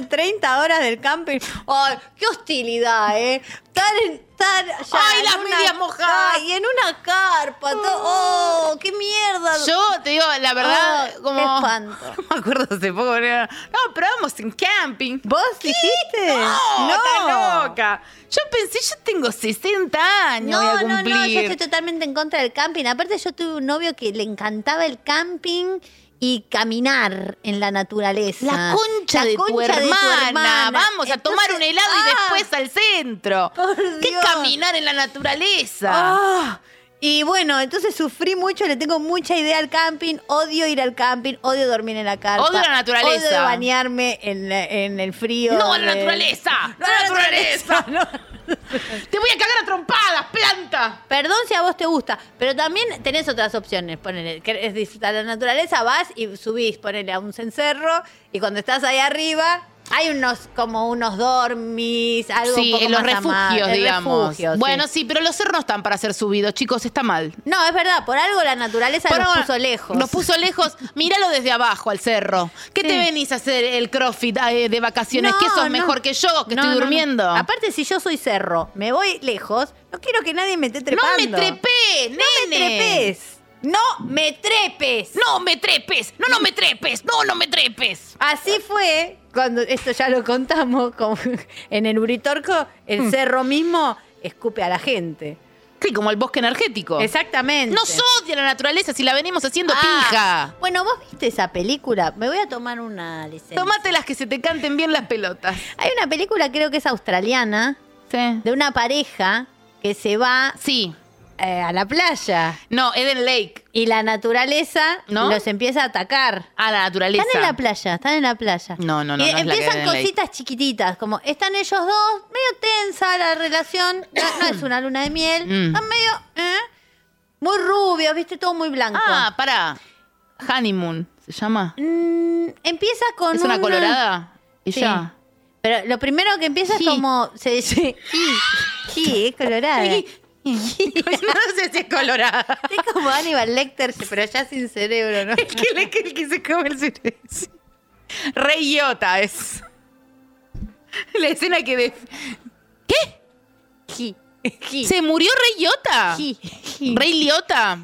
B: 12.30 horas del camping. ¡Ay, qué hostilidad, eh! Estar en. estar allá
C: Ay,
B: en
C: las
B: una-
C: medias mojadas.
B: Ay, en una carpa. to- ¡Oh, qué mierda!
C: Yo te digo, la
B: Ah,
C: verdad,
B: qué
C: como.
B: espanto.
C: (laughs) No me acuerdo hace poco. era, No, pero vamos en camping.
B: ¿Vos dijiste?
C: No,
B: no.
C: está loca. Yo pensé, yo tengo 60 años.
B: No,
C: voy a
B: no,
C: cumplir.
B: no, yo estoy totalmente en contra del camping. Aparte, yo tuve un novio que le encantaba el camping y caminar en la naturaleza.
C: La concha,
B: La
C: de, tu
B: concha
C: hermana.
B: hermana.
C: Vamos a tomar
B: Entonces,
C: un helado
B: ¡ah!
C: y después al centro.
B: Por
C: ¿Qué
B: Dios.
C: caminar en la naturaleza?
B: Ah. Y bueno, entonces sufrí mucho, le tengo mucha idea al camping, odio ir al camping, odio dormir en la carpa.
C: Odio la naturaleza.
B: Odio bañarme en, la- en el frío.
C: ¡No a la
B: de-
C: naturaleza! ¡No a la naturaleza!
B: (laughs)
C: ¡Te voy a cagar a trompadas, planta!
B: Perdón si a vos te gusta, pero también tenés otras opciones. Ponele, querés disfrutar de la naturaleza, vas y subís, ponele a un cencerro y cuando estás ahí arriba hay unos como unos dormis, algo un
C: Sí,
B: poco
C: en los
B: más
C: refugios,
B: amable. El
C: digamos.
B: refugio, sí.
C: Bueno, sí, pero los cerros no están para ser subidos, chicos, está mal.
B: no, es verdad, por algo la naturaleza
C: Por
B: nos
C: ahora,
B: puso lejos.
C: Nos puso lejos. Míralo desde abajo al cerro. ¿Qué te venís a hacer el crossfit eh, de vacaciones?
B: No,
C: ¿Qué sos
B: no.
C: mejor que yo que
B: No, no,
C: estoy
B: no.
C: durmiendo? No,
B: Aparte, si yo soy cerro, me voy lejos, no quiero que nadie me esté trepando.
C: me trepé, nene.
B: ¡No me trepes! ¡No me trepes!
C: No me trepes, no, no me trepes, no, no me trepes.
B: Así fue, cuando esto ya lo contamos, con- en el Uritorco, el cerro mismo escupe a la gente.
C: Sí, como el bosque energético.
B: Exactamente.
C: Nos odia la naturaleza si la venimos haciendo
B: Ah,
C: pija.
B: Bueno, vos viste esa película. Me voy a tomar una licencia.
C: Tomate las que se te canten bien las pelotas.
B: Hay una película, creo que es australiana,
C: Sí.
B: de una pareja que se va
C: Sí.
B: eh, a la playa.
C: No, Eden Lake.
B: Y la naturaleza
C: ¿No?
B: los empieza a atacar.
C: A Ah, la naturaleza.
B: Están en la playa, están en la playa.
C: No, no, no,
B: Y
C: no es la que
B: empiezan
C: ven en la
B: cositas chiquititas, como están ellos dos, medio tensa la relación, no, no es una luna de miel,
C: Mm.
B: están medio, ¿eh? Muy rubios, viste, todo muy blanco.
C: Ah, pará. Honeymoon, ¿se llama?
B: Mm, empieza con
C: ¿Es una
B: un-
C: colorada?
B: Sí.
C: Ella.
B: Pero lo primero que empieza
C: Sí.
B: es como se dice, sí, sí, es colorada.
C: (laughs) no sé si es (laughs) colorada.
B: Es (laughs) como Aníbal Lecter, pero ya sin cerebro, (laughs) ¿no?
C: que le que, el que se come el cerebro. Re idiota es. La escena que de-
B: Sí, sí,
C: ¿Se murió Rey Idiota?
B: sí, sí.
C: ¿Rey Idiota?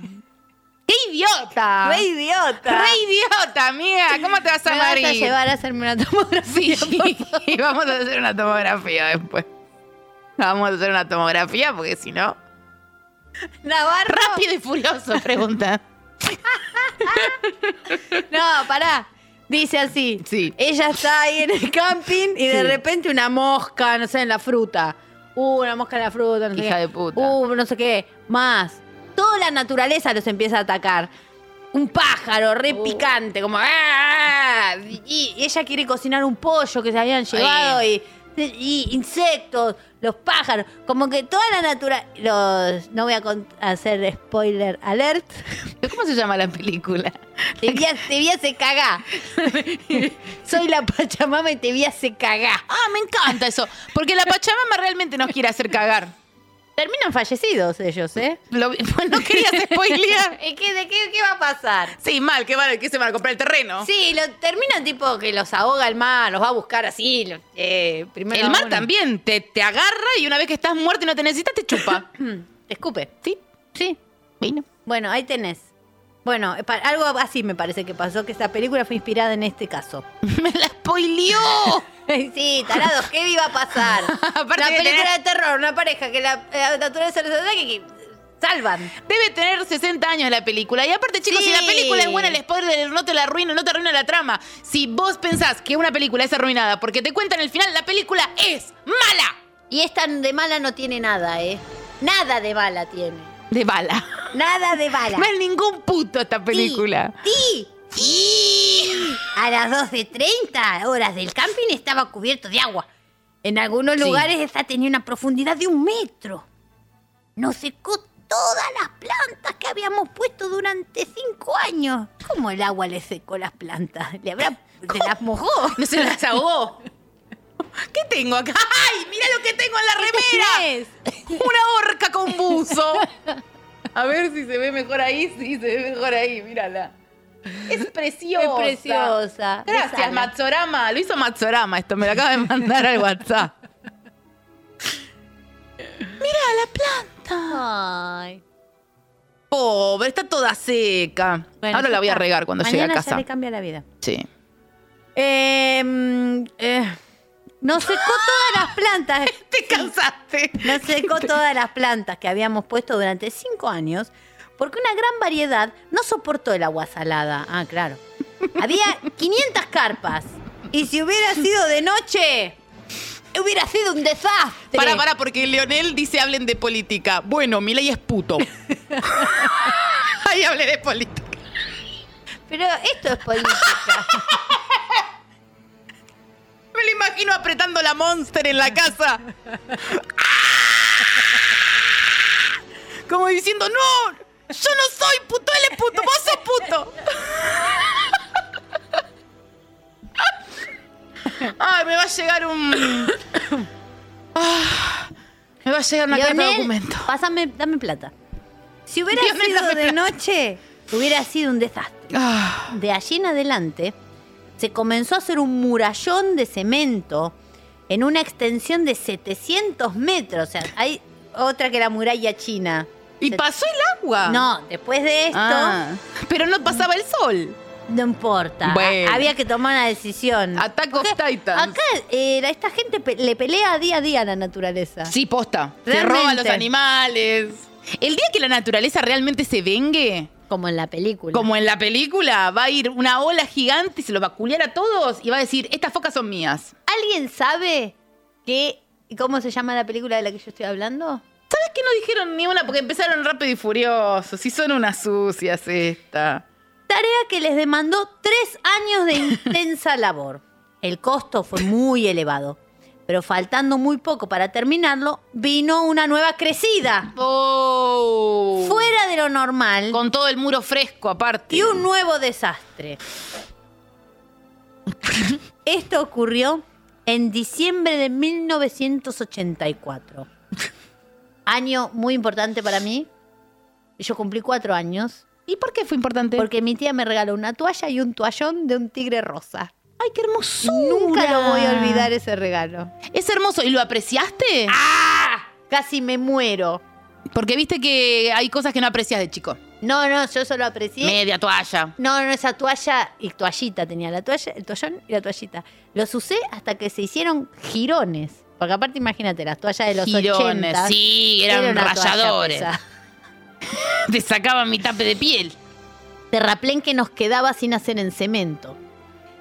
C: ¡Qué idiota!
B: Re idiota.
C: Ah. ¡Re idiota, amiga! ¿Cómo te vas a
B: Me vas
C: morir?
B: a llevar a hacerme una
C: (laughs)
B: tomografía. por favor.
C: y vamos a hacer una tomografía después. Vamos a hacer una tomografía porque si no...
B: Navarro.
C: Rápido y furioso, pregunta.
B: No, pará. Dice así.
C: Sí.
B: Ella está ahí en el camping y de repente una mosca, no sé, en la fruta. Uh, una mosca en la fruta, no sé
C: Hija
B: qué.
C: de puta.
B: Uh, no sé qué. Más. Toda la naturaleza los empieza a atacar. Un pájaro re
C: Uh.
B: picante, como. ¡ah! Y y ella quiere cocinar un pollo que se habían llevado y, y insectos, los pájaros. Como que toda la naturaleza. No voy a cont- hacer spoiler alert.
C: (laughs) ¿Cómo se llama la película?
B: Te vi, a- te vi a se
C: (laughs)
B: cagá. Soy la Pachamama y te vi a se cagá.
C: Ah, me encanta eso. Porque la Pachamama realmente nos quiere hacer cagar.
B: Terminan fallecidos ellos, ¿eh?
C: Lo- (laughs) no querías spoilear.
B: (laughs) ¿Y qué, de qué, qué va a pasar?
C: Sí, mal, que mal, que se van a comprar el terreno.
B: Sí, lo, terminan tipo que los ahoga el mar, los va a buscar así. lo- eh, primero
C: el
B: a
C: mar
B: uno.
C: Mm. también te, te agarra y una vez que estás muerto y no te necesitas, te chupa.
B: Te escupe.
C: ¿Sí?
B: Sí.
C: Bueno.
B: Bueno, ahí tenés. Bueno, eh, pa- algo así me parece que pasó, que esta película fue inspirada en este
C: (laughs)
B: caso.
C: (laughs) ¡Me la spoileó!
B: Sí, tarados, ¿qué iba a pasar?
C: (laughs) Aparte
B: una
C: de
B: película de terror, una pareja que la eh, naturaleza los ataca y que salvan.
C: Debe tener 60 años la película. Y aparte, chicos,
B: Sí.
C: si la película es buena, el spoiler no te la arruina, no te arruina la trama. Si vos pensás que una película es arruinada porque te cuentan el final, la película es mala.
B: Y esta de mala no tiene nada, ¿eh? Nada de mala tiene.
C: De bala.
B: Nada de
C: (laughs)
B: bala.
C: No es ningún puto esta película.
B: Sí, A las 12.30 horas del camping estaba cubierto de agua. En algunos
C: Sí.
B: lugares esta tenía una profundidad de un metro. Nos secó todas las plantas que habíamos puesto durante cinco años. ¿Cómo el agua le secó las plantas? ¿Le
C: (laughs)
B: habrá, se las mojó?
C: No se las ahogó. ¿Qué tengo acá? (laughs) ¡Ay! ¡Mira lo que tengo en la remera!
B: ¿Qué
C: ¡Una horca con buzo! (laughs) A ver si se ve mejor ahí. Sí, se ve mejor ahí. Mírala. Es preciosa.
B: preciosa.
C: Gracias,
B: Besala.
C: Matsorama. Lo hizo Matsorama esto. Me lo acaba de mandar al WhatsApp.
B: Ay.
C: (laughs) Pobre, está toda seca.
B: Bueno,
C: Ahora
B: ya
C: la voy a
B: está.
C: regar cuando llegue
B: Mañana
C: a
B: ya
C: casa.
B: le cambia la vida.
C: Sí.
B: Eh,
C: Em,
B: mm, eh, nos secó todas las
C: (laughs)
B: plantas.
C: Te cansaste.
B: Nos secó todas las plantas que habíamos puesto durante cinco años porque una gran variedad no soportó el agua salada. Ah, claro. Había 500 carpas y si hubiera sido de noche, hubiera sido un desastre.
C: Para, para, porque Leonel dice hablen de política. Bueno, mi ley es (laughs) puto. Ahí hablé de política.
B: Pero esto es
C: (laughs)
B: política.
C: Me lo imagino apretando la monster en la casa. Como diciendo, no, yo no soy puto, él es puto, vos sos puto. Ay, me va a llegar un... Ah, me va a llegar una carta de
B: Leonel,
C: documento.
B: Pásame, dame plata. Si hubiera
C: Leonel,
B: sido
C: dame
B: de
C: plata.
B: noche, hubiera sido un desastre.
C: Ah,
B: De allí en adelante, se comenzó a hacer un murallón de cemento en una extensión de 700 metros. O sea, hay otra que la muralla china.
C: y pasó el agua.
B: No, después de esto,
C: Ah, pero no pasaba el sol.
B: no importa.
C: Bueno.
B: Ha- Había que tomar una decisión.
C: Attack of
B: Porque
C: Titans.
B: Acá eh, la- esta gente pe- le pelea día a día a la naturaleza.
C: Sí, posta. Se
B: Realmente.
C: roba los animales. El día que la naturaleza realmente se vengue,
B: Como en la película.
C: como en la película, va a ir una ola gigante y se los va a culiar a todos y va a decir, estas focas son mías.
B: ¿Alguien sabe que, cómo se llama la película de la que yo estoy hablando?
C: ¿Sabes qué no dijeron ni una? Porque empezaron rápido y furiosos. Y son unas sucias esta.
B: Tarea que les demandó tres años de intensa labor. El costo fue muy elevado, pero faltando muy poco para terminarlo, vino una nueva crecida,
C: Oh.
B: fuera de lo normal
C: Con todo el muro fresco aparte.
B: y un nuevo desastre. Esto ocurrió en diciembre de 1984. Año muy importante para mí. Yo cumplí cuatro años
C: ¿Y por qué fue importante?
B: porque mi tía me regaló una toalla y un toallón de un tigre rosa.
C: ¡Ay, qué hermosura!
B: Nunca lo voy a olvidar Ah. ese regalo.
C: Es hermoso. ¿Y lo apreciaste?
B: Casi me muero.
C: Porque viste que hay cosas que no aprecias de chico.
B: No, no, yo solo aprecié.
C: Media toalla.
B: No, no, esa toalla y toallita tenía la toalla, el toallón y la toallita. Los usé hasta que se hicieron girones. Porque aparte, imagínate, las toallas de los
C: Girones,
B: 80
C: sí,
B: era
C: eran
B: una toalla
C: rayadores.
B: pesada.
C: Te sacaban mi tape de piel.
B: terraplén que nos quedaba sin hacer en cemento.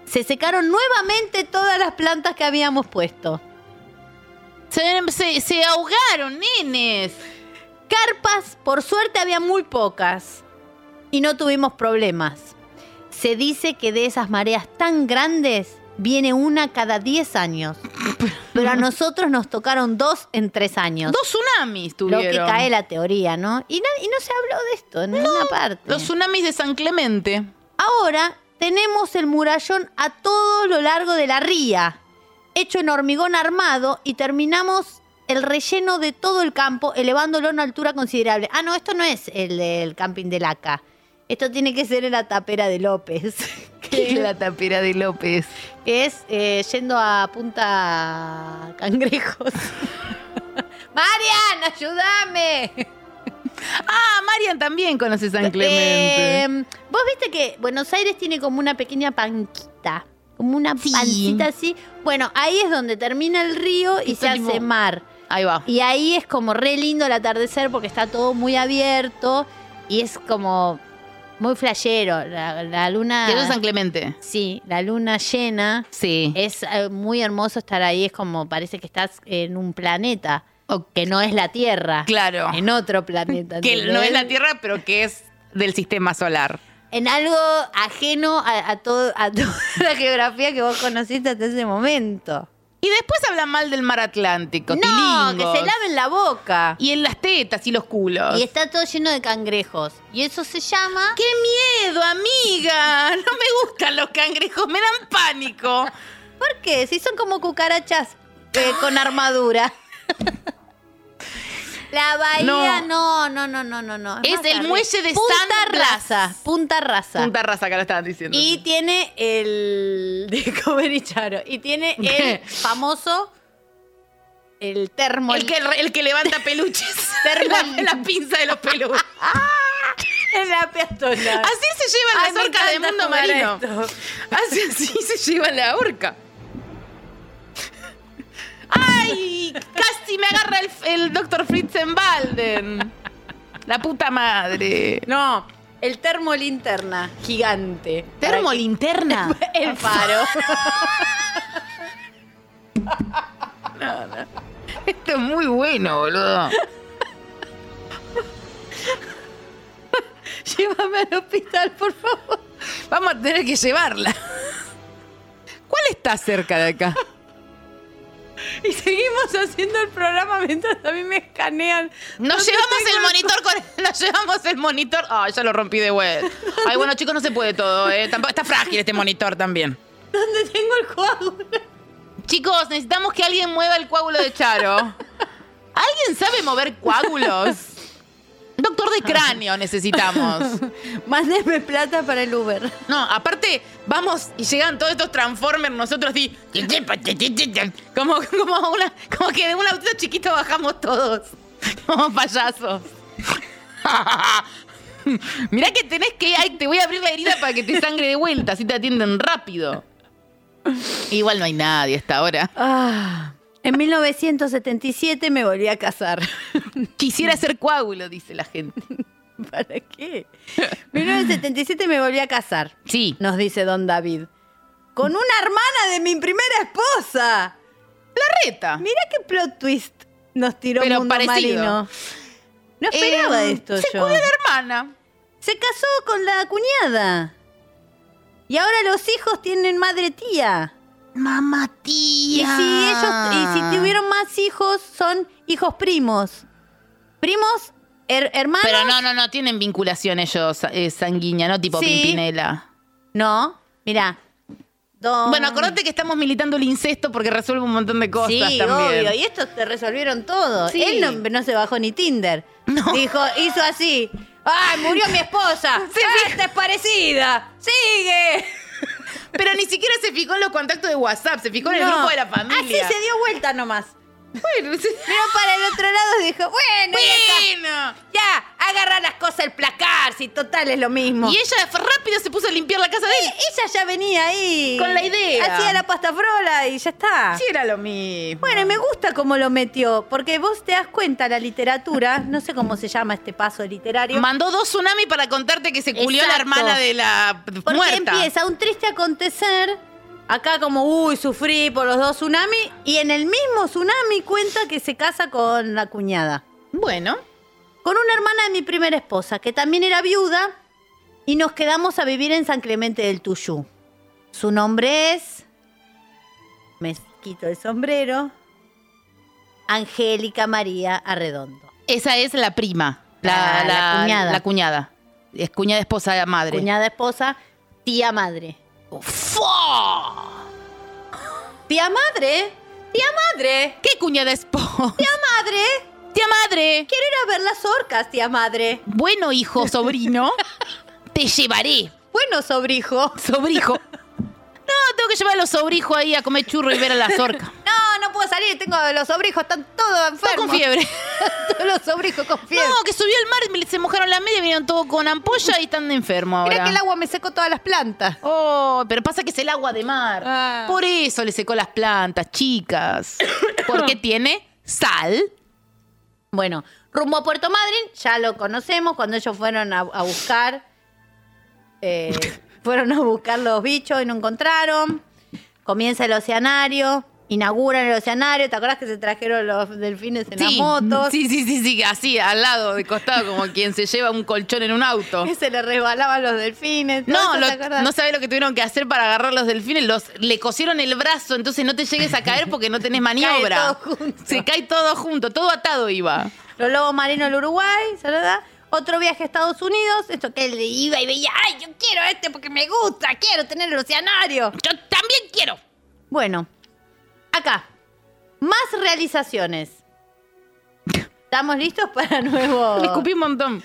B: Se secaron nuevamente todas las plantas que habíamos puesto.
C: Se, se- se ahogaron, nenes.
B: Carpas, por suerte, había muy pocas y no tuvimos problemas. Se dice que de esas mareas tan grandes viene una cada 10 años, pero a nosotros nos tocaron dos en tres años.
C: Dos tsunamis
B: Lo
C: tuvieron.
B: que cae la teoría, ¿no? Y, na- y no se habló de esto en ninguna parte.
C: Los tsunamis de San
B: (laughs)
C: Clemente.
B: Ahora tenemos el murallón a todo lo largo de la ría, hecho en hormigón armado y terminamos el relleno de todo el campo, elevándolo a una altura considerable. Ah, no, esto no es el del camping de Laca. Esto tiene que ser en la tapera de López, (laughs) que,
C: tapera de López?
B: que es eh, yendo a Punta Cangrejos. Marian, ayúdame.
C: Ah, Marian también conoce San Clemente.
B: Eh, Vos viste que Buenos Aires tiene como una pequeña panquita, como una
C: Sí.
B: pancita así. Bueno, ahí es donde termina el río y
C: Está
B: se
C: tipo-
B: hace mar.
C: Ahí va.
B: Y ahí es como re lindo el atardecer porque está todo muy abierto y es como muy flayero. La, la luna.
C: Y eso es San Clemente.
B: Sí, la luna llena.
C: Sí.
B: Es eh, muy hermoso estar ahí, es como parece que estás en un planeta
C: Ok.
B: que no es la Tierra.
C: Claro.
B: En otro planeta.
C: (laughs) Que no es
B: ¿entendés?
C: la Tierra, pero que es del sistema solar.
B: En algo ajeno a, a todo, a toda (laughs) la geografía que vos conociste hasta ese momento.
C: Y después hablan mal del mar Atlántico.
B: No, que
C: tilingos.
B: se laven la boca.
C: Y en las tetas y los culos.
B: Y está todo lleno de cangrejos. Y eso se llama...
C: ¡Qué miedo, amiga! No me gustan los cangrejos, me dan pánico.
B: ¿Por qué? Si son como cucarachas eh, con armadura. (laughs) La bahía, no, no, no, no, no, no.
C: Es
B: más
C: el
B: arriba.
C: muelle de
B: punta
C: San Blas.
B: raza, punta raza.
C: Punta raza, acá lo estaban diciendo.
B: Y tiene el de (laughs) comer y charo. Y tiene el
C: ¿Qué?
B: famoso el termo.
C: el, que, el que levanta
B: (laughs)
C: peluches.
B: Termo-
C: la, (laughs) la pinza de los peluches.
B: (laughs) en la piastola.
C: Así se llevan
B: Ay,
C: las
B: me
C: orcas del
B: encanta
C: mundo
B: jugar a
C: marino.
B: esto.
C: Así, así se lleva la orca. ¡Ay! Casi me agarra el, el doctor Fritz en Balden. La puta madre.
B: No, el termo linterna gigante.
C: Termolinterna.
B: Para que- (laughs) El faro.
C: (laughs) Esto es muy bueno, (laughs) boludo.
B: Llévame al hospital, por favor.
C: Vamos a tener que llevarla. ¿Cuál está cerca de acá?
B: Y seguimos haciendo el programa mientras a mí me escanean.
C: Nos
B: ¿Dónde
C: llevamos
B: tengo
C: el monitor con. Nos llevamos el monitor. Ah, ya lo rompí de web. Ay, bueno, chicos, no se puede todo, ¿eh? Tampoco, está frágil este monitor también.
B: ¿Dónde tengo el coágulo? (laughs)
C: Chicos, necesitamos que alguien mueva el coágulo de Charo. ¿Alguien sabe mover coágulos? Doctor de cráneo necesitamos.
B: Mándeme plata para el Uber.
C: No, aparte, vamos y llegan todos estos Transformers, nosotros y. Como, como, una, como que de un autito chiquito bajamos todos. Como payasos. (laughs) Mirá que tenés que. ay, te voy a abrir la herida para que te sangre de vuelta, así te atienden rápido. Igual no hay nadie hasta ahora.
B: Ah. En 1977 me volví a casar. (laughs)
C: Quisiera ser coágulo, dice la gente.
B: ¿Para qué? 1977 me volví a casar,
C: Sí.
B: nos dice don David. Con una hermana de mi primera esposa.
C: Reta.
B: Mira qué plot twist nos tiró
C: Pero
B: Mundo
C: parecido.
B: Marino. No esperaba
C: Eh,
B: esto
C: Se
B: yo.
C: cuida la hermana.
B: Se casó con la cuñada. Y ahora los hijos tienen madre tía.
C: Mamá
B: Y
C: tía.
B: si ellos y si tuvieron más hijos son hijos primos. Primos her- hermanos.
C: Pero Ah, no, no, no tienen vinculación ellos eh, sanguínea, no tipo
B: Sí.
C: Pimpinela.
B: No, mira. Don...
C: Bueno, acordate que estamos militando el incesto porque resuelve un montón de cosas
B: Sí,
C: también.
B: obvio. Y estos te resolvieron todo.
C: Sí.
B: Él no, no se bajó ni Tinder. Dijo, hizo así. ¡Ay, murió mi
C: (laughs)
B: esposa! ¡Ah, esta es parecida! ¡Sigue!
C: Pero ni siquiera se fijó en los contactos de WhatsApp, se fijó en el
B: No.
C: grupo de la
B: Así
C: familia.
B: se dio vuelta nomás.
C: Bueno, se-
B: Miró para el otro lado y dijo, bueno, y acá,
C: Bueno.
B: ya, agarra las cosas al placar, si total es lo mismo.
C: Y ella fue- rápido se puso a limpiar la casa de él.
B: Ella ya venía ahí.
C: Con la idea.
B: Hacía la pasta frola y ya está.
C: Sí, era lo mismo.
B: Bueno, y me gusta cómo lo metió, porque vos te das cuenta, la literatura, no sé cómo se llama este paso literario.
C: Mandó dos tsunamis para contarte que se culió la
B: Exacto.
C: hermana de la
B: porque
C: muerta.
B: empieza un triste acontecer, acá como, uy, sufrí por los dos tsunamis, y en el mismo tsunami cuenta que se casa con la cuñada.
C: Bueno.
B: con una hermana de mi primera esposa, que también era viuda, y nos quedamos a vivir en San Clemente del Tuyú. Su nombre es... Me quito el sombrero. Angélica María Arredondo.
C: Esa es la prima.
B: Ah,
C: La,
B: la
C: la-
B: cuñada.
C: la cuñada. Es cuñada esposa de madre.
B: Cuñada esposa, tía madre.
C: ¡Fua!
B: ¿Tía madre? ¿Tía madre?
C: ¿Qué cuñada esposa?
B: ¿Tía madre?
C: Tía madre.
B: Quiero ir a ver las orcas, tía madre.
C: Bueno, hijo, sobrino. te llevaré,
B: Bueno, sobrijo.
C: sobrijo. No, tengo que llevar a los sobrijos ahí a comer churro y ver a las orcas.
B: No, no puedo salir, tengo los sobrijos, están todos
C: Todo
B: enfermos.
C: con fiebre.
B: (laughs) Todos los estaba sobrio y con fiebre.
C: No, que subió el mar, me- se mojaron la media, vinieron todos con ampolla y están enfermos ahora.
B: Mirá que el agua me secó todas las plantas.
C: Oh, pero pasa que es el agua de mar.
B: Ah.
C: Por eso le secó las plantas,
B: (coughs)
C: chicas. Porque tiene sal.
B: Bueno, rumbo a Puerto Madryn, ya lo conocemos, cuando ellos fueron a, a buscar, (laughs) eh, fueron a buscar los bichos y no encontraron. Comienza el oceanario, inauguran el oceanario, ¿te acuerdas que se trajeron los delfines en
C: Sí,
B: la moto?
C: Sí, sí, sí, sí, así, al lado, de costado, como quien se lleva un colchón en un
B: (laughs)
C: auto.
B: Que se le resbalaban los delfines. todo
C: No,
B: eso,
C: lo-
B: ¿te acordás?
C: no sabés lo que tuvieron que hacer para agarrar los delfines. Los, le cosieron el brazo, entonces no te llegues a caer porque
B: (laughs)
C: no tenés maniobra.
B: todo junto.
C: Se cae todo junto, todo atado iba.
B: Los lobos marinos del Uruguay, ¿verdad? Otro viaje a Estados Unidos, esto que él iba y veía, ay, yo quiero este porque me gusta, quiero tener el oceanario.
C: Yo también quiero.
B: Bueno, acá. Más realizaciones.
C: (laughs)
B: ¿Estamos listos para
C: Le
B: nuevos?
C: escupí un montón.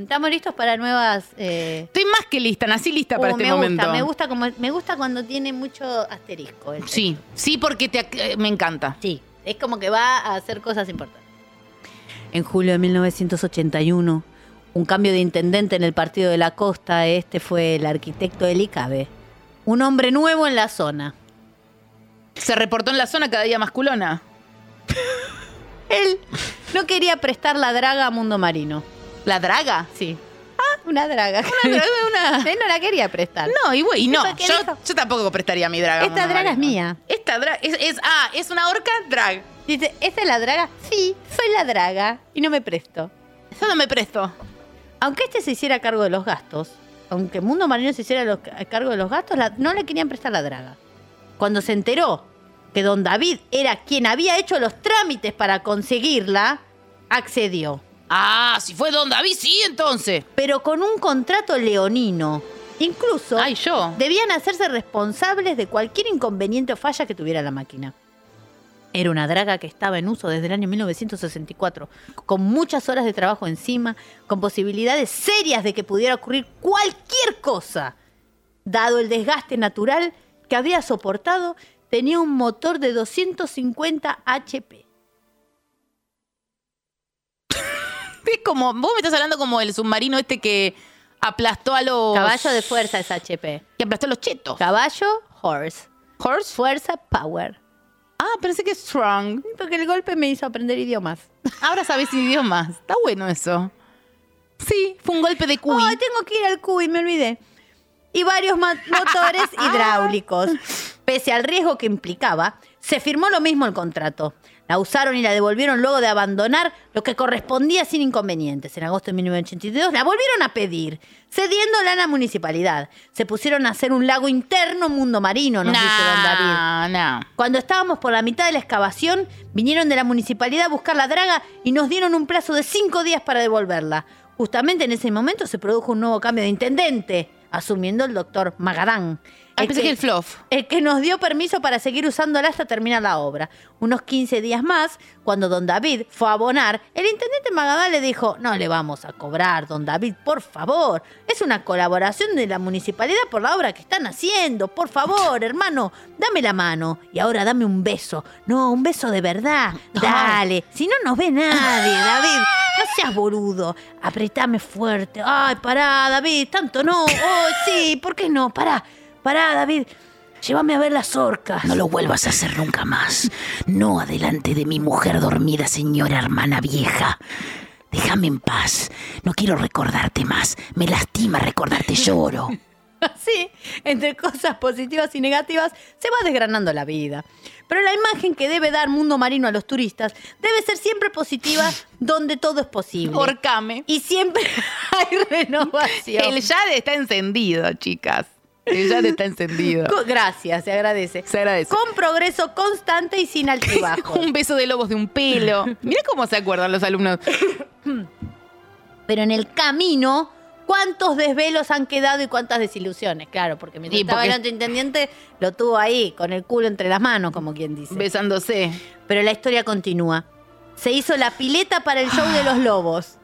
B: Estamos listos para nuevas. eh,
C: Estoy más que lista, nací lista para
B: uh,
C: este
B: me
C: momento.
B: gusta, me gusta como me gusta cuando tiene mucho asterisco. este. el-
C: Sí, sí, porque te, ac- eh, me encanta.
B: Sí, es como que va a hacer cosas importantes. En julio de 1981, un cambio de intendente en el partido de la costa, este fue el arquitecto del ICABE. Un hombre nuevo en la zona.
C: Se reportó en la zona cada día masculona.
B: Él no quería prestar la draga a Mundo Marino.
C: ¿La draga?
B: Sí. Ah, una draga.
C: Una draga,
B: (laughs)
C: una-
B: Él no la quería prestar.
C: No, y güey, y no.
B: ¿Por qué
C: Yo,
B: dijo?
C: yo tampoco prestaría mi draga.
B: Esta
C: mamá,
B: draga es
C: no.
B: mía.
C: Esta draga es, es- Ah, es una orca drag.
B: Dice, ¿esa es la draga? Sí, soy la draga y no me presto.
C: Eso no me presto.
B: Aunque este se hiciera cargo de los gastos, aunque Mundo Marino se hiciera los- a cargo de los gastos, la- no le querían prestar la draga. Cuando se enteró que don David era quien había hecho los trámites para conseguirla, accedió.
C: Ah, si fue Don David, sí, entonces.
B: Pero con un contrato leonino. Incluso
C: Ay, yo.
B: debían hacerse responsables de cualquier inconveniente o falla que tuviera la máquina. Era una draga que estaba en uso desde el año 1964, con muchas horas de trabajo encima, con posibilidades serias de que pudiera ocurrir cualquier cosa. Dado el desgaste natural que había soportado, tenía un motor de 250 HP.
C: Es como. Vos me estás hablando como el submarino este que aplastó a los.
B: Caballo de fuerza es HP.
C: Que aplastó a los chetos.
B: Caballo, horse.
C: Horse.
B: Fuerza, power.
C: Ah, pensé que strong.
B: Porque el golpe me hizo aprender idiomas.
C: Ahora sabés idiomas. Está bueno eso. Sí, fue un golpe de cuy.
B: Ay, tengo que ir al cuy, me olvidé. Y varios ma-
C: (laughs)
B: motores hidráulicos. Pese al riesgo que implicaba, se firmó lo mismo el contrato. La usaron y la devolvieron luego de abandonar lo que correspondía sin inconvenientes. En agosto de 1982 la volvieron a pedir, cediéndola a la municipalidad. Se pusieron a hacer un lago interno mundo marino, nos dice don David.
C: nah, nah.
B: Cuando estábamos por la mitad de la excavación, vinieron de la municipalidad a buscar la draga y nos dieron un plazo de cinco días para devolverla. Justamente en ese momento se produjo un nuevo cambio de intendente, asumiendo el doctor Magadán.
C: Ah,
B: El
C: pensé que
B: que-
C: el fluff.
B: el que nos dio permiso para seguir usándola hasta terminar la obra. Unos 15 días más, cuando don David fue a abonar, el intendente Magadán le dijo, no le vamos a cobrar, don David, por favor. Es una colaboración de la municipalidad por la obra que están haciendo. Por favor, hermano, dame la mano. Y ahora dame un beso. No, un beso de verdad. Dale. Si no nos ve nadie, David. No seas boludo. Apretame fuerte. Ay, pará, David. Tanto no. Oh, sí. ¿Por qué no? Pará. Pará, David. Llévame a ver las orcas.
G: No
B: (laughs)
G: lo vuelvas a hacer nunca más. No adelante de mi mujer dormida, señora hermana vieja. Déjame en paz. No quiero recordarte más. Me lastima recordarte. Lloro.
B: Así, entre cosas positivas y negativas, se va desgranando la vida. Pero la imagen que debe dar Mundo Marino a los turistas debe ser siempre positiva, donde todo es posible.
C: Horcame.
B: y siempre (laughs) hay renovación.
C: El Yade está encendido, chicas. El Yade está encendido.
B: Co- Gracias, se agradece.
C: Se agradece.
B: Con progreso constante y sin altibajos.
C: (laughs) Un beso de lobos de
B: (laughs)
C: un pelo. Mira cómo se acuerdan los alumnos.
B: Pero en el camino, ¿cuántos desvelos han quedado y cuántas desilusiones? Claro, porque mientras
C: Y
B: estaba
C: porque-
B: el otro intendente, lo tuvo ahí, con el culo entre las manos, como quien dice.
C: Besándose.
B: Pero la historia continúa. Se hizo la pileta para el show de los lobos.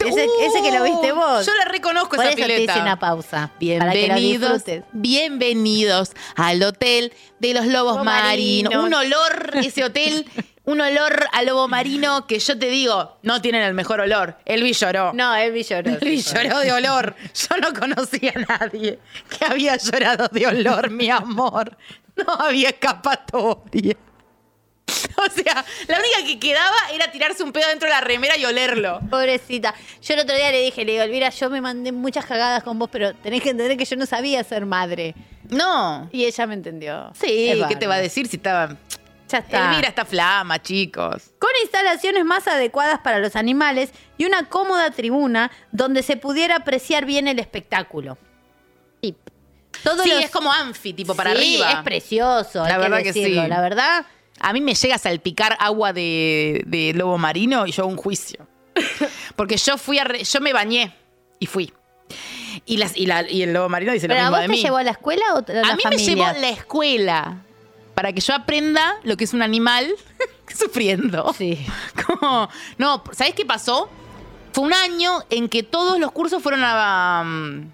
B: Ese,
C: Ah. Uh,
B: ese que lo viste vos.
C: Yo la reconozco
B: Por
C: esa
B: eso te hice
C: pileta.
B: una pausa. Para que lo
C: Bienvenidos,
B: disfrutes.
C: bienvenidos al hotel de los lobos
B: Lobos
C: marinos.
B: marinos.
C: Un olor, ese hotel un olor a lobo marino que yo te digo, no tienen el mejor olor. Elvi lloró.
B: No, Elvi lloró. (laughs)
C: Elvi lloró de olor. Yo no conocía a nadie que había llorado de olor, mi amor. No había escapatoria. O sea, la única que quedaba era tirarse un pedo dentro de la remera y olerlo.
B: Pobrecita. Yo el otro día le dije, le digo, Elvira, yo me mandé muchas cagadas con vos, pero tenés que entender que yo no sabía ser madre.
C: No.
B: Y ella me entendió.
C: Sí,
B: Es
C: ¿qué te
B: bárbaro.
C: va Eh, a decir si estaba...
B: Ya está.
C: Elvira está flama, chicos.
B: con instalaciones más adecuadas para los animales y una cómoda tribuna donde se pudiera apreciar bien el espectáculo. Tip. Todos
C: Sí,
B: los-
C: es como anfi, tipo para
B: Sí,
C: arriba.
B: Es precioso,
C: La
B: hay
C: verdad
B: que
C: que
B: decirlo.
C: sí.
B: La verdad,
C: A mí me llega a salpicar agua de, de lobo marino y yo hago un
B: (laughs)
C: juicio. Porque yo fui a re- yo me bañé y fui. Y, las, y, la- y el lobo marino dice
B: ¿Pero
C: lo
B: a vos
C: mismo de
B: te
C: mí.
B: llevó a la escuela o te- a la
C: a mí
B: familia?
C: me llevó a la escuela para que yo aprenda lo que es un
B: (laughs)
C: animal (laughs) sufriendo.
B: Sí.
C: (laughs) Como- no, ¿sabés qué pasó? Fue un año en que todos los cursos fueron a, um,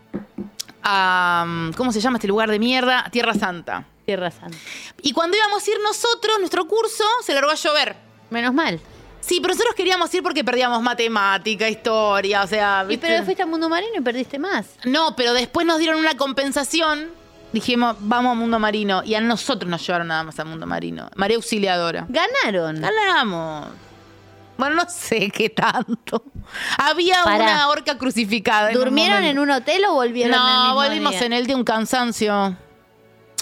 C: a um, ¿cómo se llama este lugar de mierda? Tierra Santa.
B: Tierra Santa.
C: Y cuando íbamos a ir nosotros, nuestro curso se largó a llover.
B: Menos mal.
C: Sí, pero nosotros queríamos ir porque perdíamos matemática, historia, o sea,
B: Y
C: ¿viste?
B: pero fuiste a Mundo Marino y perdiste más.
C: No, pero después nos dieron una compensación. Dijimos, vamos a Mundo Marino. Y a nosotros nos llevaron nada más a Mundo Marino. María Auxiliadora.
B: Ganaron.
C: Ganamos. Bueno, no sé qué tanto. Había
B: Pará.
C: una horca crucificada. en un
B: ¿Durmieron
C: momento.
B: en un hotel o volvieron al
C: No,
B: mismo
C: volvimos
B: día?
C: en el de un cansancio.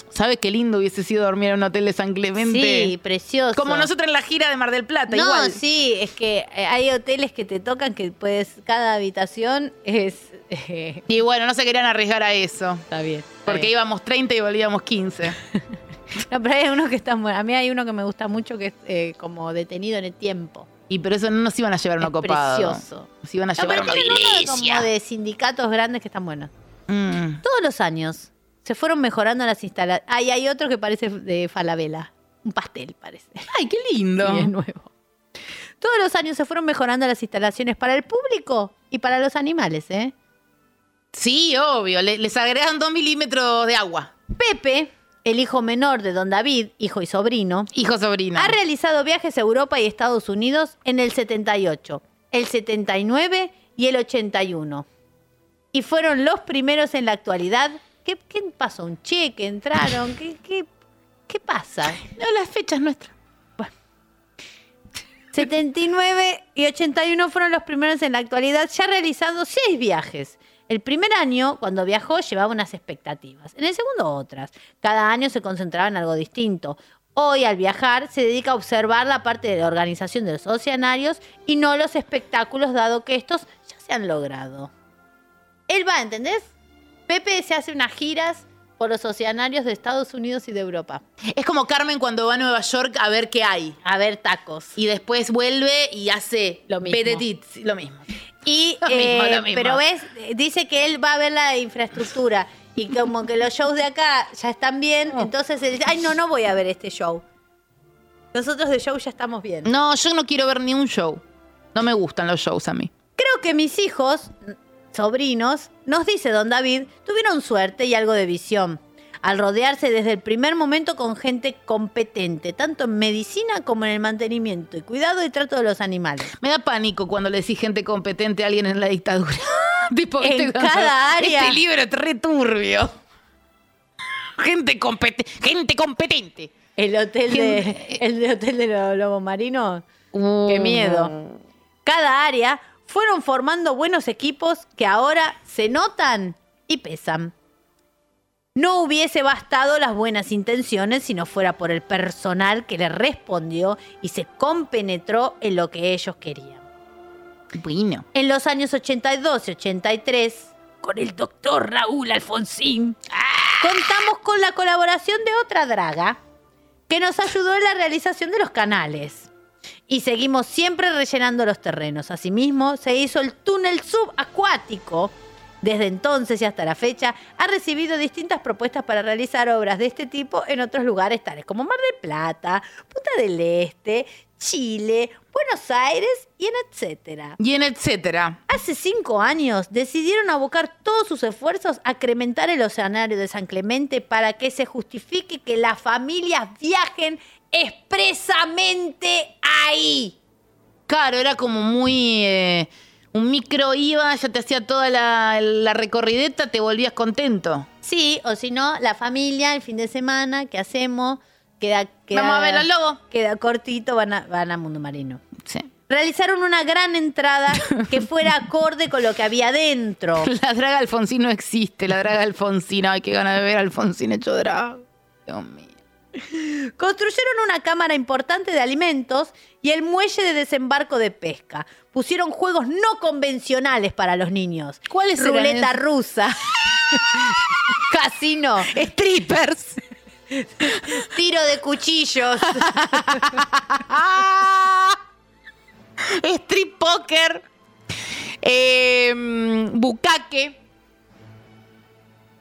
C: ¿Sabes qué lindo hubiese sido dormir en un hotel de San Clemente?
B: Sí, precioso.
C: Como nosotros en la gira de Mar del Plata,
B: No,
C: igual.
B: sí, es que eh, hay hoteles que te tocan que puedes, cada habitación es... (laughs) eh,
C: Y bueno, no se querían arriesgar a eso.
B: está bien.
C: Porque íbamos 30 y volvíamos 15.
B: No, pero hay unos que están buenos. A mí hay uno que me gusta mucho que es eh, como detenido en el tiempo.
C: Y pero eso no nos iban a llevar a
B: Es
C: uno copado.
B: precioso.
C: Nos iban a
B: No,
C: llevar a
B: pero
C: una
B: tienen uno de,
C: iglesia.
B: como de sindicatos grandes que están buenos.
C: Mm.
B: Todos los años se fueron mejorando las instalaciones. Ah, y hay otro que parece de Falabella. Un pastel, parece. (laughs)
C: Ay, qué lindo.
B: Y es nuevo. Todos los años se fueron mejorando las instalaciones para el público y para los animales, ¿eh?
C: Sí, obvio. le- les agregan 2 milímetros de agua.
B: Pepe, el hijo menor de Don David, hijo y sobrino,
C: Hijo sobrino.
B: ha realizado viajes a Europa y Estados Unidos en el 78, el 79 y el 81. Y fueron los primeros en la actualidad. ¿Qué, qué pasó? ¿Un cheque? ¿Entraron? ¿Qué, qué, qué pasa?
C: No, las fechas nuestras.
B: 79 y 81 fueron los primeros en la actualidad, ya realizando seis viajes. El primer año, cuando viajó, llevaba unas expectativas. En el segundo, otras. Cada año se concentraba en algo distinto. Hoy, al viajar, se dedica a observar la parte de la organización de los oceanarios y no los espectáculos, dado que estos ya se han logrado. Él va, ¿entendés? Pepe se hace unas giras por los oceanarios de Estados Unidos y de Europa.
C: Es como Carmen cuando va a Nueva York a ver qué hay.
B: A ver tacos.
C: Y después vuelve y hace
B: Lo mismo.
C: vedetit- lo mismo.
B: Y,
C: (laughs) Lo mismo,
B: eh,
C: lo mismo.
B: pero ves, dice que él va a ver la infraestructura y como que los shows de acá ya están bien, entonces él dice, ay, no, no voy a ver este show. Nosotros de show ya estamos bien.
C: No, yo no quiero ver ni un show. No me gustan los shows a mí.
B: Creo que mis hijos, sobrinos, nos dice don David, tuvieron suerte y algo de visión al rodearse desde el primer momento con gente competente, tanto en medicina como en el mantenimiento y cuidado y trato de los animales.
C: Me da pánico cuando le decís gente competente a alguien en la dictadura. (laughs) tipo,
B: En
C: ¿viste?
B: cada área.
C: Este libro es re turbio. Gente competente. Gente competente.
B: El hotel
C: (laughs)
B: de, el de hotel de los lobos marinos.
C: Uh.
B: Qué
C: Mm.
B: miedo. Cada área fueron formando buenos equipos que ahora se notan y pesan. No hubiese bastado las buenas intenciones si no fuera por el personal que le respondió y se compenetró en lo que ellos querían.
C: Bueno.
B: En los años 82 y 83, con el doctor Raúl Alfonsín, contamos con la colaboración de otra draga que nos ayudó en la realización de los canales. Y seguimos siempre rellenando los terrenos. Asimismo, se hizo el túnel subacuático. Desde entonces y hasta la fecha, ha recibido distintas propuestas para realizar obras de este tipo en otros lugares tales como Mar del Plata, Punta del Este, Chile, Buenos Aires y en etcétera.
C: Y en etcétera.
B: Hace cinco años decidieron abocar todos sus esfuerzos a incrementar el oceanario de San Clemente para que se justifique que las familias viajen expresamente ahí.
C: Claro, era como muy. eh, un micro iba, ya te hacía toda la, la recorrideta, te volvías contento.
B: Sí, o si no, la familia, el fin de semana, ¿qué hacemos? Queda, queda-
C: Vamos a ver al lobo.
B: Queda cortito, van a, van a Mundo Marino.
C: Sí. (laughs)
B: Realizaron una gran entrada que fuera acorde con lo que había
C: (laughs)
B: dentro.
C: La draga Alfonsín no existe, la draga Alfonsina. Ay, qué ganas de ver a Alfonsín hecho draga. Dios mío.
B: Construyeron una cámara importante de alimentos y el muelle de desembarco de pesca. Pusieron juegos no convencionales para los niños.
C: ¿Cuáles eran
B: Ruleta
C: esos?
B: rusa. (laughs) Casino.
C: (laughs) Strippers.
B: Tiro de cuchillos.
C: Ah. Strip poker. Eh, mm, bucaque.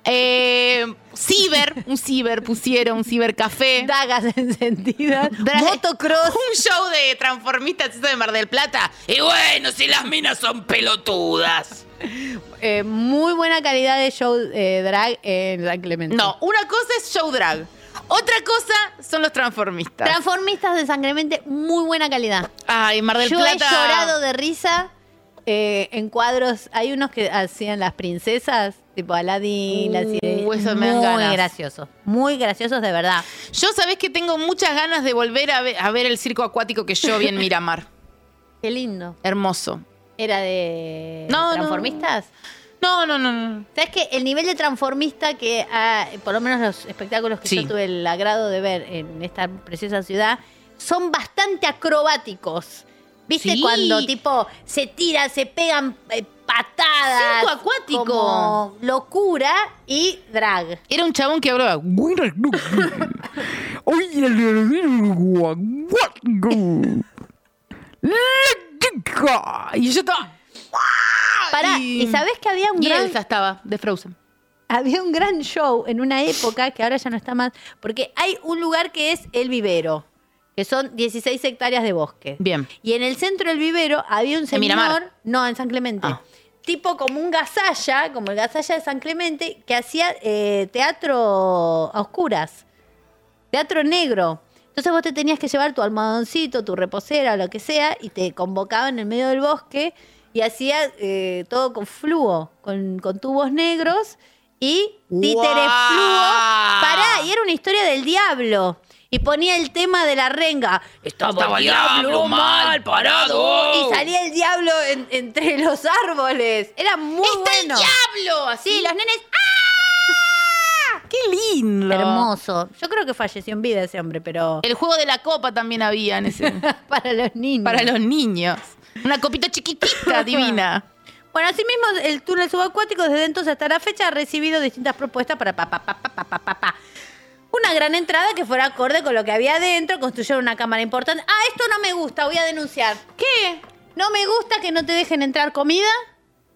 C: Eh, ciber. Un ciber pusieron, un cibercafé.
B: Dagas (laughs) encendidas.
C: Dra-
B: Motocross.
C: (laughs) Un show de transformistas eso de Mar del Plata. Y bueno, si las minas son pelotudas.
B: Eh, muy buena calidad de show eh, drag en San Clemente.
C: No, una cosa es show drag. Otra cosa son los transformistas.
B: Transformistas de San Clemente, muy buena calidad.
C: Ay, Mar del
B: Yo
C: Plata.
B: he llorado de risa eh, en cuadros. Hay unos que hacían las princesas, tipo Aladdin, la
C: Uh,
B: sirenita.
C: eso me dan
B: muy
C: ganas.
B: graciosos. Muy graciosos de verdad.
C: Yo sabés que tengo muchas ganas de volver a ver, a ver el circo acuático que yo vi en Miramar.
B: Qué lindo.
C: Hermoso.
B: Era de
C: No, no.
B: transformistas.
C: No, no, no, no.
B: ¿Sabes que El nivel de transformista que, ah, por lo menos los espectáculos que
C: Sí.
B: yo tuve el agrado de ver en esta preciosa ciudad, son bastante acrobáticos. ¿Viste
C: Sí.
B: cuando tipo se tiran, se pegan eh, patadas?
C: Circo acuático.
B: como locura y drag.
C: Era un chabón que hablaba. "Buenas noches. Hoy el acuático. La chica". Y yo estaba.
B: Pará,
C: y-
B: y, sabés que había un
C: Y
B: gran
C: Elsa estaba, de Frozen.
B: había un gran show en una época que ahora ya no está más, porque hay un lugar que es el vivero, que son 16 hectáreas de bosque.
C: Bien.
B: Y en el centro del vivero había un
C: En Miramar.
B: señor, no, en San Clemente,
C: Ah.
B: tipo como un gazalla, como el gazalla de San Clemente, que hacía eh, teatro a oscuras, teatro negro. Entonces vos te tenías que llevar tu almohadoncito, tu reposera, lo que sea, y te convocaban en el medio del bosque y hacías eh, todo con fluo, con, con tubos negros y títeres
C: ¡Guau!
B: fluo. Pará, y era una historia del diablo. Y ponía el tema de la renga.
G: Estaba el diablo mal parado.
B: Y salía el diablo en- entre (laughs) los árboles. Era muy bueno.
C: diablo!
B: Sí, los nenes.
C: ¡Qué lindo!
B: ¡ah! Hermoso. Yo creo que falleció en vida ese hombre, pero
C: El juego de la copa también había en ese.
B: (laughs)
C: (laughs)
B: para los niños.
C: para los niños. Una copita chiquitita, divina.
B: Bueno, asimismo, el túnel subacuático desde entonces hasta la fecha ha recibido distintas propuestas para pa, pa, pa, pa, pa, pa, pa, pa. Una gran entrada que fuera acorde con lo que había adentro, construyeron una cámara importante. Ah, esto no me gusta, voy a denunciar. ¿Qué? No me gusta que no te dejen entrar comida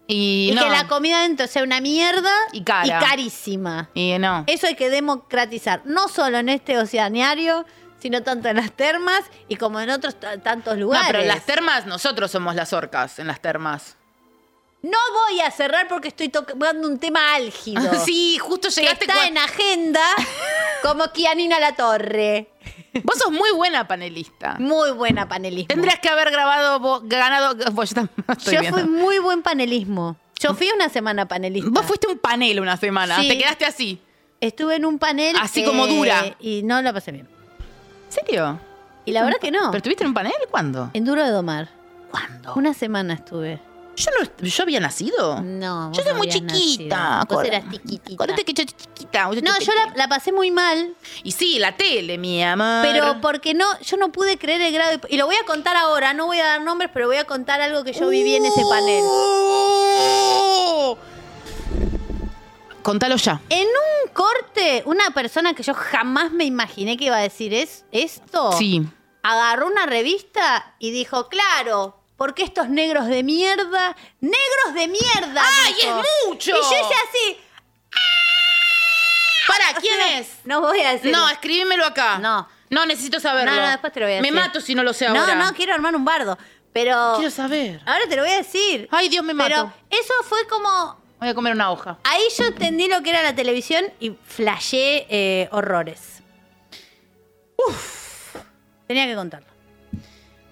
C: Y,
B: y,
C: no.
B: que la comida adentro sea una mierda
C: Y cara.
B: y carísima.
C: Y no.
B: Eso hay que democratizar, no solo en este oceanario, sino tanto en las termas y como en otros t- tantos
C: No,
B: lugares.
C: pero en las termas, nosotros somos las orcas en las termas.
B: No voy a cerrar porque estoy tocando un tema álgido.
C: Ah, (laughs) Sí, justo
B: que
C: llegaste.
B: está
C: cua-
B: en agenda como Kianina La Torre.
C: Vos sos muy buena panelista.
B: Muy buena panelismo.
C: Tendrías que haber grabado, vos- ganado. (laughs) vos, yo también estoy
B: Yo
C: viendo.
B: fui muy buen panelismo. Yo fui una semana panelista.
C: Vos fuiste un panel una semana.
B: Sí.
C: Te quedaste así.
B: Estuve en un panel.
C: Así como dura.
B: Y no la pasé bien.
C: ¿En serio?
B: Y la verdad que no. Eh.
C: ¿Pero estuviste en un panel? ¿Cuándo?
B: En Duro de Domar.
C: ¿Cuándo?
B: Una semana estuve.
C: Yo, no, yo había nacido.
B: No. vos
C: Yo soy
B: no
C: muy
B: habías
C: chiquita.
B: nacido. Vos
C: Acor-
B: eras chiquitita.
C: Acordate que yo era chiquita.
B: No, yo la, la pasé muy mal,
C: Y sí, la tele, mi amor.
B: pero porque no, yo no pude creer el grado. de- y lo voy a contar ahora, no voy a dar nombres, pero voy a contar algo que yo viví en ese
C: Uh.
B: panel.
C: ¡Oh! Contalo ya.
B: En un corte, una persona que yo jamás me imaginé que iba a decir es esto,
C: Sí.
B: agarró una revista y dijo, claro, porque estos negros de mierda, negros de mierda.
C: ¡Ay,
B: dijo.
C: es mucho!
B: Y yo hice así.
C: ¿Para quién es?
B: No voy a decir.
C: No, escribímelo acá.
B: No.
C: No, necesito saberlo.
B: No, no, después te lo voy a
C: Me
B: decir.
C: mato si no lo sé
B: no,
C: ahora.
B: no, quiero armar un bardo. Pero
C: Quiero saber.
B: ahora te lo voy a decir.
C: Ay, Dios, me
B: Pero
C: mato.
B: eso fue como...
C: Voy a comer una hoja.
B: Ahí yo entendí lo que era la televisión y flashé eh, horrores. Tenía que contarlo.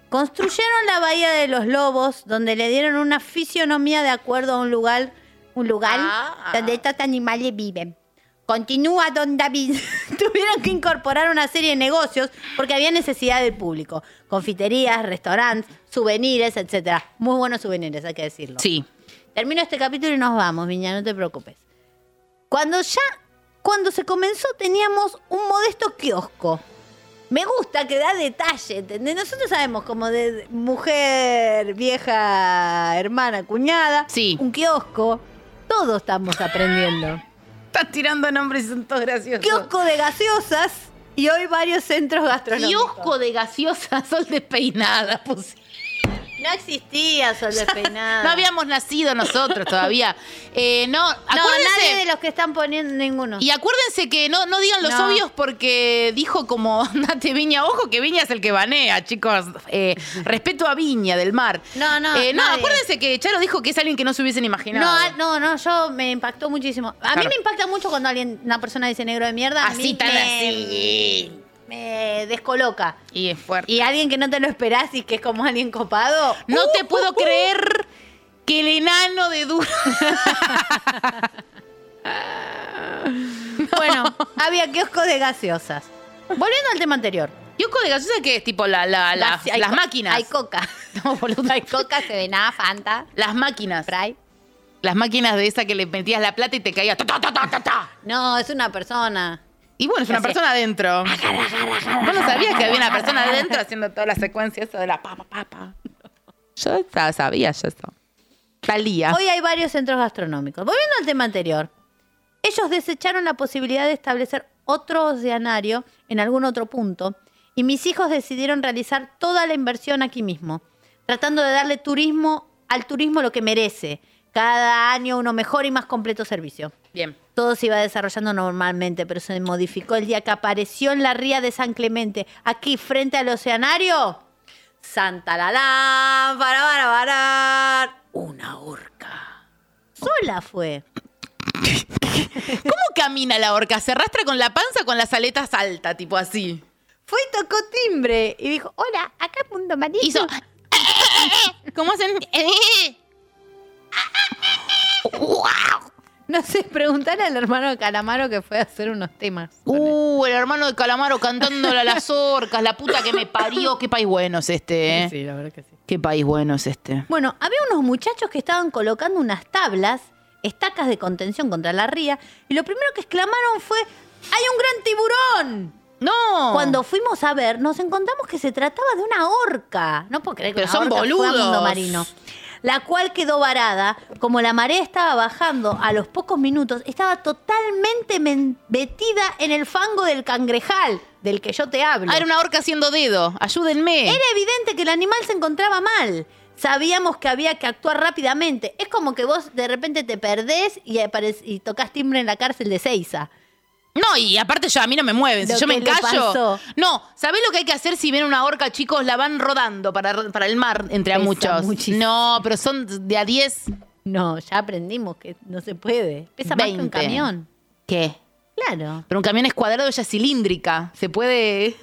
B: Construyeron la bahía de los lobos, donde le dieron una fisionomía de acuerdo a un lugar, un lugar
C: Ah.
B: donde estos animales viven. Continúa Don David. (laughs) Tuvieron que incorporar una serie de negocios porque había necesidad del público. Confiterías, restaurantes, souvenirs, etc. Muy buenos souvenirs, hay que decirlo.
C: Sí.
B: Termino este capítulo y nos vamos, Viña, no te preocupes. Cuando ya, cuando se comenzó, teníamos un modesto kiosco. Me gusta que da detalle, ¿entendés? Nosotros sabemos como de mujer, vieja, hermana, cuñada,
C: Sí.
B: un kiosco. Todos estamos
C: (laughs)
B: aprendiendo.
C: Estás tirando nombres y son todos graciosos.
B: kiosco de gaseosas y hoy varios centros gastronómicos.
C: Kiosco de gaseosa, (laughs) sol despeinada. puse.
B: No existía Sol Despeinada.
C: No habíamos nacido nosotros todavía. Eh, no,
B: Ah. No,
C: acuérdense.
B: nadie de los que están poniendo ninguno.
C: Y acuérdense que no, no digan los
B: No.
C: obvios porque dijo como, (laughs) andate Viña, ojo que Viña es el que banea, chicos. Eh, respeto a Viña del Mar.
B: No, no,
C: Eh, no,
B: nadie.
C: acuérdense que Charo dijo que es alguien que no se hubiesen imaginado.
B: No, a- no, no, yo me impactó muchísimo. A mí
C: Claro.
B: me impacta mucho cuando alguien, una persona dice negro de mierda. a
C: Así,
B: mí
C: tan
B: me-
C: así.
B: Me descoloca.
C: Y es fuerte.
B: Y alguien que no te lo esperás y que es como alguien copado.
C: no
B: ¡uh!
C: te puedo creer que el enano de Duro. (laughs)
B: (laughs) Bueno, había kioscos de gaseosas. Volviendo al tema anterior.
C: Kiosco de gaseosa que es tipo la, la- la-
B: Gase- hay
C: las
B: co-
C: máquinas.
B: Hay coca. (laughs)
C: No, boluda.
B: Hay coca, se ve nada, Fanta,
C: Las máquinas.
B: Sprite.
C: Las máquinas de esa que le metías la plata y te caía. ta, ta, ta, ta, ta, ta.
B: No, es una persona.
C: Y bueno, es una persona adentro. Vos no sabías que había una persona adentro haciendo toda la secuencia esa de la pa, pa, pa, pa. Yo sa- sabía yo eso. Talía.
B: Hoy hay varios centros gastronómicos. Volviendo al tema anterior, ellos desecharon la posibilidad de establecer otro oceanario en algún otro punto y mis hijos decidieron realizar toda la inversión aquí mismo, tratando de darle turismo al turismo lo que merece, cada año uno mejor y más completo servicio.
C: Bien.
B: Todo se iba desarrollando normalmente, pero se modificó el día que apareció en la ría de San Clemente, aquí frente al oceanario. Santa la la, para para para. Una horca. Sola fue.
C: ¿Cómo camina la orca? ¿Se arrastra con la panza o con las aletas alta, tipo así?
B: Fue y tocó timbre y dijo, hola, acá Mundo Marino.
C: Hizo. (laughs) ¿Cómo hacen?
B: No sé, preguntarle al hermano de Calamaro que fue a hacer unos temas.
C: (laughs) Uh, el hermano de Calamaro cantándole a las orcas, la puta que me parió. Qué país bueno es este, ¿eh?
B: la verdad que sí.
C: Qué país bueno es este.
B: Bueno, había unos muchachos que estaban colocando unas tablas, estacas de contención contra la ría, y lo primero que exclamaron fue, ¡hay un gran tiburón!
C: ¡No!
B: Cuando fuimos a ver, nos encontramos que se trataba de una horca. No puedo creer que
C: Pero
B: una
C: son
B: orca fue a
C: boludos.
B: Mundo marino. La cual quedó varada. Como la marea estaba bajando a los pocos minutos, estaba totalmente men- metida en el fango del cangrejal, del que yo te hablo.
C: Ah, era una orca haciendo dedo. Ayúdenme.
B: Era evidente que el animal se encontraba mal. Sabíamos que había que actuar rápidamente. Es como que vos de repente te perdés y, apare- y tocas timbre en la cárcel de Seiza.
C: No, y aparte yo, a mí no me mueven.
B: Lo
C: Si yo me
B: que le
C: callo.
B: pasó.
C: No, ¿sabés lo que hay que hacer si ven una orca, chicos? La van rodando para, para el mar, entre a
B: Pesa
C: muchos.
B: muchísimo.
C: No, pero son de a 10.
B: No, ya aprendimos que no se puede. Pesa más que un
C: 20.
B: camión.
C: ¿Qué?
B: Claro.
C: Pero un camión es cuadrado, ella es cilíndrica. Se puede.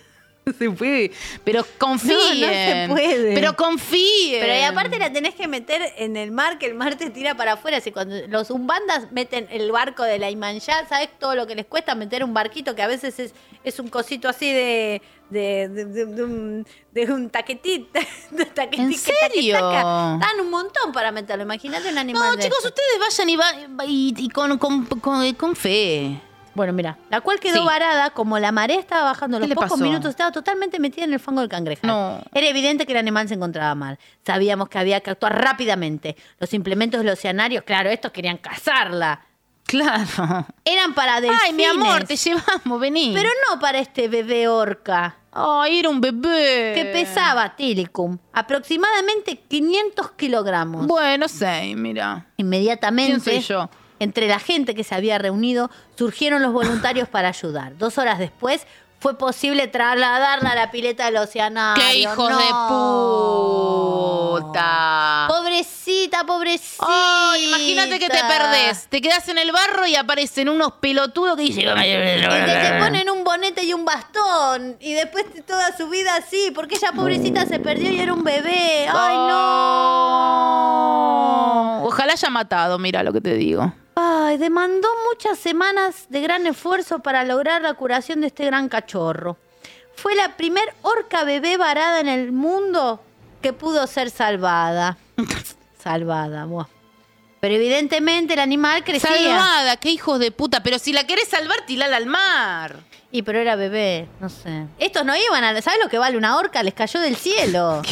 C: (laughs) Se puede. Pero confíen.
B: No, no se puede.
C: Pero confíen.
B: Pero y aparte la tenés que meter en el mar, que el mar te tira para afuera. Así cuando los umbandas meten el barco de la Imanjá, ¿sabes todo lo que les cuesta meter un barquito que a veces es, es un cosito así de. de, de, de- de un, de un taquetita. (laughs) De taquetí-
C: ¿En
B: que
C: serio?
B: taquetaca. Dan un montón para meterlo. Imagínate un
C: No,
B: animal. de
C: chicos,
B: estos.
C: ustedes vayan y, va- y, y con, con- con- eh, con fe.
B: Bueno, mira, la cual quedó
C: Sí.
B: varada, como la marea estaba bajando a
C: ¿Qué
B: los
C: le
B: pocos
C: pasó?
B: minutos, estaba totalmente metida en el fango del cangrejo.
C: No.
B: Era evidente que el animal se encontraba mal. Sabíamos que había que actuar rápidamente. Los implementos de los oceanarios, claro, estos querían cazarla.
C: Claro.
B: Eran para delfines.
C: Ay, mi amor, te llevamos, vení.
B: Pero no para este bebé orca,
C: Ay, era un bebé.
B: que pesaba, Tilicum, aproximadamente 500 kilogramos.
C: Bueno, sé, mira. ¿Quién
B: Inmediatamente,
C: soy yo?
B: entre la gente que se había reunido, surgieron los voluntarios para ayudar. Dos horas después, fue posible trasladarla a la pileta del oceanario.
C: ¡Qué hijos
B: ¡No!
C: de puta!
B: Pobrecita, Ah, pobrecita.
C: Oh, imagínate que te perdés. Te quedas en el barro y aparecen unos pelotudos que dicen.
B: Y te, te ponen un bonete y un bastón. Y después te- toda su vida así, porque ella pobrecita se perdió y era un bebé. Ay, no.
C: Oh. Ojalá haya matado, mira lo que te digo.
B: Ay, demandó muchas semanas de gran esfuerzo para lograr la curación de este gran cachorro. Fue la primer orca bebé varada en el mundo que pudo ser salvada. (laughs) salvada, buah. Pero evidentemente el animal crecía.
C: Salvada, qué hijos de puta. Pero si la querés salvar, tirala al mar.
B: Y pero era bebé, no sé. Estos no iban a... ¿Sabes lo que vale una orca? Les cayó del cielo.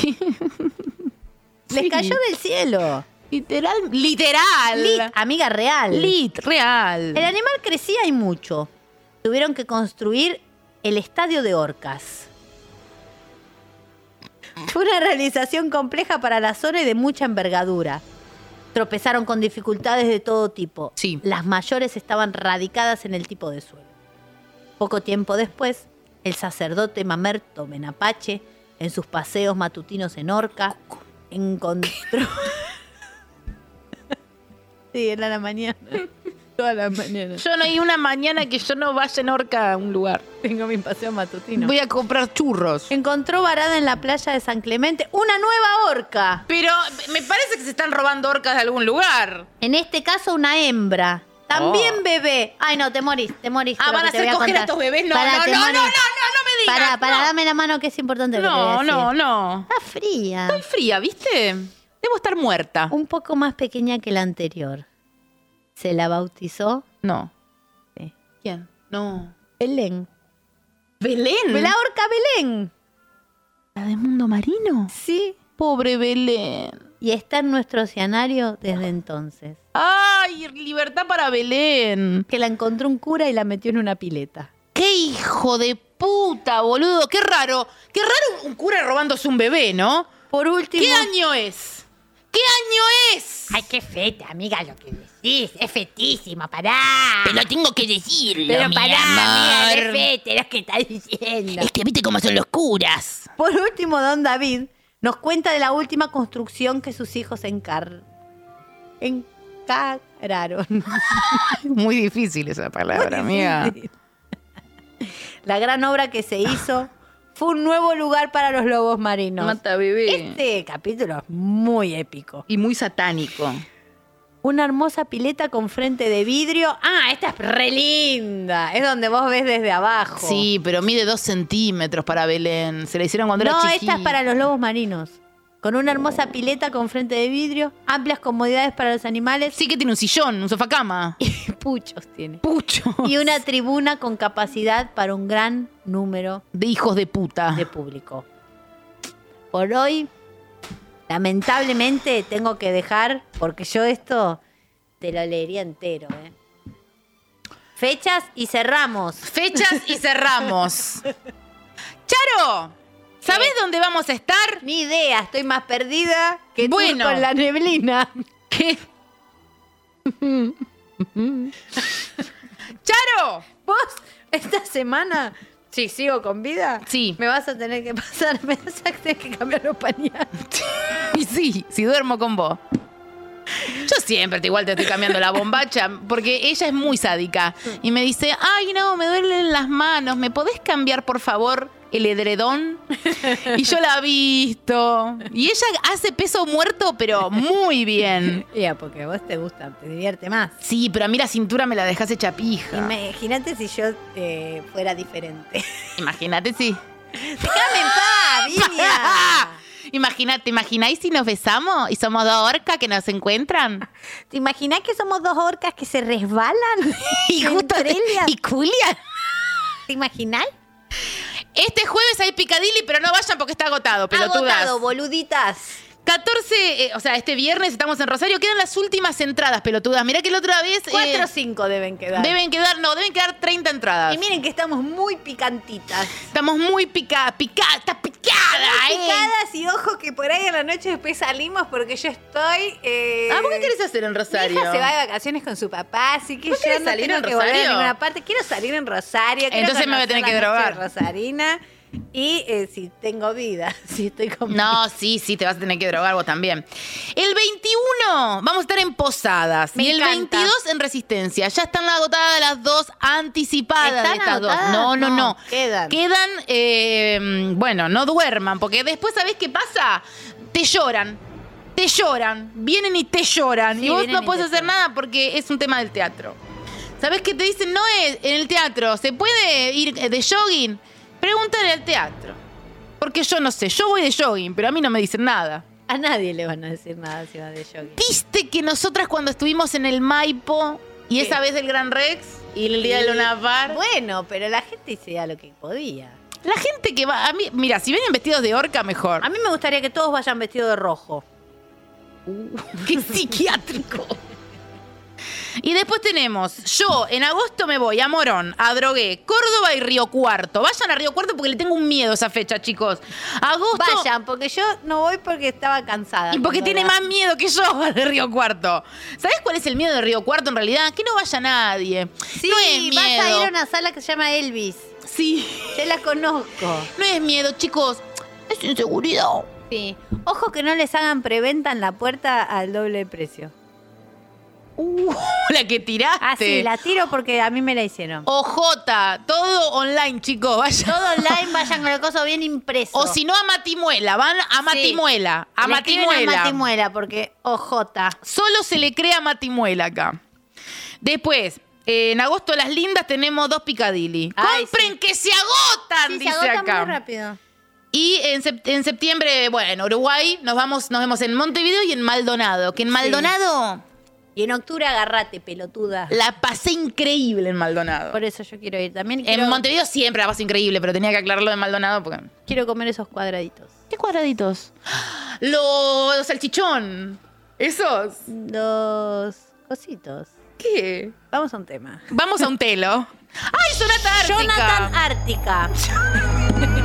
B: Les cayó del cielo.
C: Literal. Literal.
B: Lit, amiga real.
C: Lit, real.
B: El animal crecía y mucho. Tuvieron que construir el estadio de orcas. (laughs) Fue una realización compleja para la zona y de mucha envergadura. Tropezaron con dificultades de todo tipo.
C: Sí.
B: Las mayores estaban radicadas en el tipo de suelo. Poco tiempo después, el sacerdote Mamerto Menapache, en sus paseos matutinos en Orca, encontró... (laughs) sí, era la (laughs) mañana. Toda la mañana.
C: Yo no hay una mañana que yo no vaya en orca a un lugar.
B: Tengo mi paseo matutino.
C: Voy a comprar churros.
B: Encontró varada en la playa de San Clemente una nueva orca.
C: Pero me parece que se están robando orcas de algún lugar.
B: En este caso, una hembra. También
C: Oh.
B: bebé. Ay, no, te morís, te morís.
C: Ah,
B: con lo
C: van a
B: que te
C: hacer
B: voy
C: coger a
B: contar.
C: estos bebés. No,
B: Pará,
C: no,
B: te
C: no, no,
B: morís.
C: no, no, no me digas.
B: Pará, pará,
C: no.
B: dame la mano que es importante. lo que te voy a
C: No,
B: decir.
C: no, no.
B: Está fría.
C: Estoy fría, ¿viste? Debo estar muerta.
B: Un poco más pequeña que la anterior. Se la bautizó
C: No.
B: Sí.
C: ¿Quién? No.
B: Belén.
C: ¿Belén?
B: La orca Belén.
C: ¿La de Mundo Marino?
B: Sí.
C: Pobre Belén.
B: Y está en nuestro oceanario desde entonces.
C: Ay, libertad para Belén.
B: Que la encontró un cura y la metió en una pileta.
C: ¡Qué hijo de puta, boludo! ¡Qué raro! ¡Qué raro un cura robándose un bebé, ¿no?
B: Por último.
C: ¿Qué año es? ¿Qué año es?
H: Ay, qué feta, amiga, lo que decís. Es fetísimo, pará.
G: Pero tengo que decirlo,
H: Pero
G: mi
H: pará, amiga,
G: amor.
H: es feta lo que estás diciendo.
G: Es que viste cómo son los curas.
B: Por último, don David nos cuenta de la última construcción que sus hijos encar... encararon.
C: Muy difícil esa palabra, amiga.
B: La gran obra que se hizo fue un nuevo lugar para los lobos marinos.
C: bebé.
B: este capítulo es muy épico.
C: Y muy satánico.
B: Una hermosa pileta con frente de vidrio. Ah, esta es re linda. Es donde vos ves desde abajo.
C: Sí, pero mide dos centímetros para Belén. Se la hicieron cuando era
B: No,
C: chiquita.
B: esta es para los lobos marinos. Con una hermosa pileta con frente de vidrio, amplias comodidades para los animales.
C: Sí que tiene un sillón, un sofá cama.
B: (laughs) puchos tiene.
C: Pucho.
B: Y una tribuna con capacidad para un gran número
C: De hijos de puta.
B: de público. Por hoy, lamentablemente, tengo que dejar, porque yo esto te lo leería entero. ¿eh? Fechas y cerramos.
C: Fechas y
B: (laughs)
C: cerramos. Charo, ¿sabés dónde vamos a estar?
B: Ni idea, estoy más perdida que tú
C: Bueno.
B: con la neblina.
C: ¿Qué? Charo,
B: (laughs) Vos, esta semana, si sigo con vida,
C: Sí.
B: me vas a tener que pasar, (laughs) me vas a tener que cambiar los pañales.
C: (laughs) Y sí, si duermo con vos. Yo siempre te- igual te estoy cambiando la bombacha, porque ella es muy sádica. Y me dice, ay no, me duelen las manos, ¿me podés cambiar por favor el edredón? Y yo la he visto. Y ella hace peso muerto, pero muy bien.
B: Ya, porque a vos te gusta, te divierte más.
C: Sí, pero a mí la cintura me la dejás hecha pija.
B: Imagínate si yo eh, fuera
C: (laughs)
B: diferente.
C: Imagínate, sí.
B: ¡Déjame en (laughs) paz, Vivian!
C: (laughs) Imagínate, ¿te imagináis si nos besamos y somos dos orcas que nos encuentran?
B: ¿Te imaginas que somos dos orcas que se resbalan?
C: (laughs) Y justo
B: entre ellas?
C: y Julia.
B: ¿Te imaginas?
C: Este jueves hay picadilly, pero no vayan porque está agotado, pelotudas.
B: Agotado, boluditas.
C: 14, eh, o sea, este viernes estamos en Rosario, quedan las últimas entradas, pelotudas. Mirá que la otra vez eh,
B: Cuatro o cinco deben quedar.
C: deben quedar, no, deben quedar 30 entradas.
B: Y miren que estamos muy picantitas.
C: Estamos muy picadas, picadas, está picada, eh.
B: Picadas y ojo que por ahí a la noche después salimos porque yo estoy... eh,
C: Ah, ¿vos qué querés hacer en
B: Mi
C: Rosario?
B: hija se va de vacaciones con su papá, así que yo
C: ¿Vos querés
B: no
C: salir
B: tengo
C: en
B: que volver a
C: Rosario?
B: ninguna parte. Quiero salir en Rosario. quiero
C: Entonces me voy a
B: conocer
C: tener
B: la
C: que
B: noche
C: drogar.
B: rosarina. Y eh, si tengo vida, (laughs) si estoy con
C: No, sí, sí, te vas a tener que drogar vos también. El 21 vamos a estar en Posadas.
B: Me
C: y el
B: encanta.
C: 22 en Resistencia. Ya están agotadas las dos anticipadas
B: ¿Están
C: de estas
B: agotadas?
C: dos. No, no,
B: No,
C: no.
B: quedan.
C: Quedan, eh, bueno, no duerman, porque después, ¿sabés qué pasa? Te lloran. Te lloran. Vienen y te lloran.
B: Sí,
C: y vos
B: vienen
C: no
B: y
C: podés
B: te
C: hacer
B: lloran.
C: nada porque es un tema del teatro. ¿Sabés qué te dicen? No es en el teatro. ¿Se puede ir de jogging? Pregúntale al teatro. Porque yo no sé, yo voy de jogging, pero a mí no me dicen nada.
B: A nadie le van a decir nada si va de jogging.
C: ¿Viste que nosotras cuando estuvimos en el Maipo y
B: ¿Qué?
C: esa vez del Gran Rex y el día de Luna Par?
B: Bueno, pero la gente hacía lo que podía.
C: La gente que va, a mí, mira, si vienen vestidos de orca mejor.
B: A mí me gustaría que todos vayan vestidos de rojo.
C: ¡Qué psiquiátrico! Y después tenemos, yo en agosto me voy a Morón, a Drogué, Córdoba y Río Cuarto. Vayan a Río Cuarto porque le tengo un miedo a esa fecha, chicos. Agosto.
B: Vayan, porque yo no voy porque estaba cansada.
C: Y porque
B: cuando
C: tiene
B: era-
C: más miedo que yo (laughs) de Río Cuarto. ¿Sabés cuál es el miedo de Río Cuarto en realidad? Que no vaya nadie.
B: Sí,
C: no es miedo.
B: vas a ir a una sala que se llama Elvis.
C: Sí.
B: Te la conozco.
C: No es miedo, chicos. Es inseguridad. (laughs)
B: Sí. Ojo que no les hagan preventa en la puerta al doble precio.
C: Uh, la que tiraste.
B: Ah, sí, la tiro porque a mí me la hicieron.
C: OJ, todo online, chicos. Vayan.
B: Todo online vayan con el coso bien impreso.
C: O si no, a Matimuela. Van a Matimuela. A
B: Le escriben
C: Matimuela.
B: A Matimuela, porque OJ.
C: Solo se le crea a Matimuela acá. Después, eh, en agosto las lindas tenemos dos picadilly.
B: Ay,
C: Compren que se agotan,
B: Sí, se
C: dice
B: agota
C: acá.
B: muy rápido.
C: Y en, sep- en septiembre, bueno, Uruguay, nos vamos, nos vemos en Montevideo y en Maldonado. Que en Maldonado
B: Y en octubre agarrate, pelotuda.
C: la pasé increíble en Maldonado.
B: Por eso yo quiero ir también. Quiero,
C: En Montevideo siempre la pasé increíble, pero tenía que aclararlo de Maldonado porque.
B: quiero comer esos cuadraditos.
C: ¿Qué cuadraditos? Los, salchichón. ¿Esos?
B: Dos cositos.
C: ¿Qué?
B: Vamos a un tema.
C: Vamos a un telo. ¡Ay, Sonata Ártica!
B: Jonathan Ártica.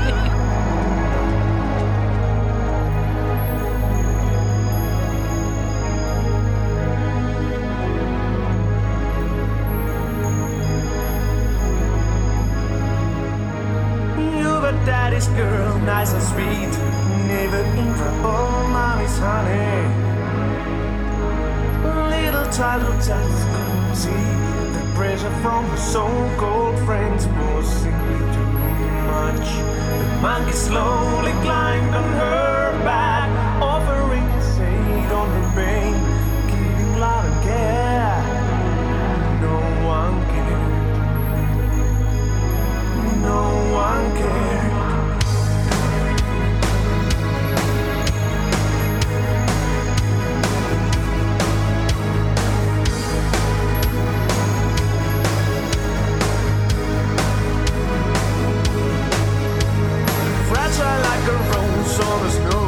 I: You're the daddy's girl, nice and sweet. Never incredible, mommy's honey. Little childhood just couldn't see the pressure from her so called friends was simply too much. The monkey slowly climbed on her back, offering a shade on her brain, giving love and care. No one cared no one cared. Fragile like a rose on the snow.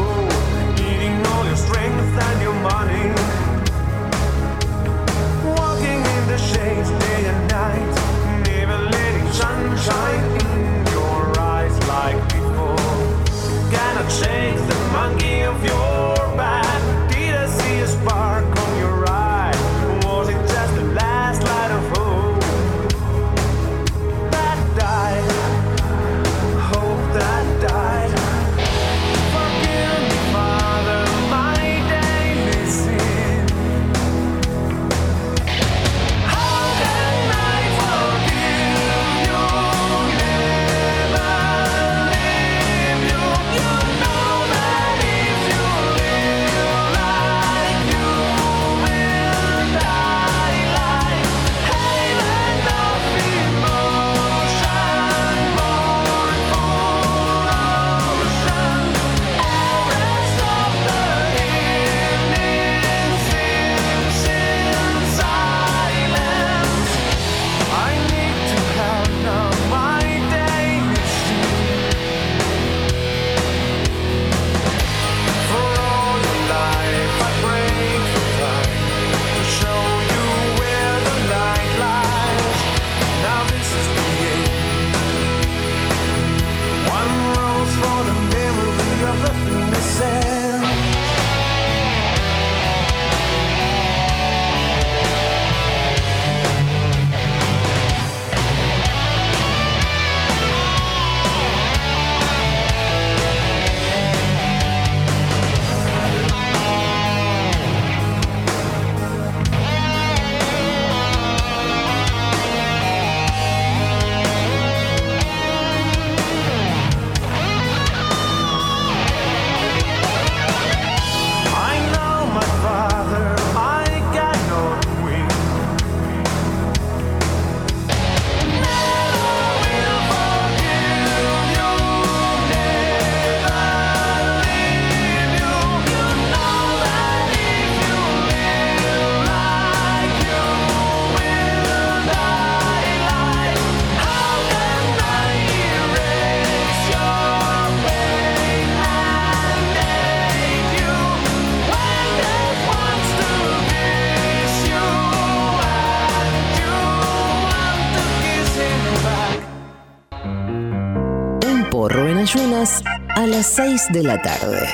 E: Lunes a las 6 de la tarde.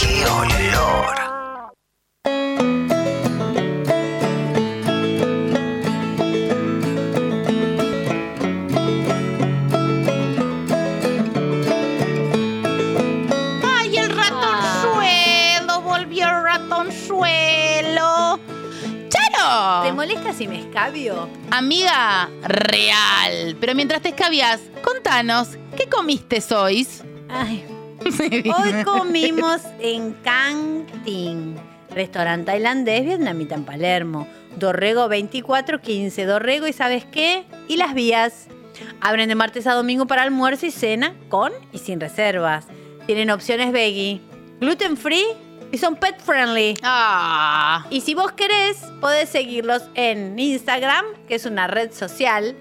E: ¡Qué olor!
C: ¡Ay, el Ah. ratonzuelo! ¡Volvió el ratonzuelo!
B: ¿Te
C: ¡Charo!
B: molesta si me escabio?
C: Amiga real. Pero mientras te escabias, contanos, ¿qué comiste hoy?
B: Ay, Hoy comimos en Cang Tin, restaurante tailandés vietnamita en Palermo. Dorrego 2415. Dorrego y ¿sabes qué? Y las vías. Abren de martes a domingo para almuerzo y cena con y sin reservas. Tienen opciones veggie, gluten free y son pet friendly.
C: ¡Ah!
B: Y si vos querés, podés seguirlos en Instagram, que es una red social,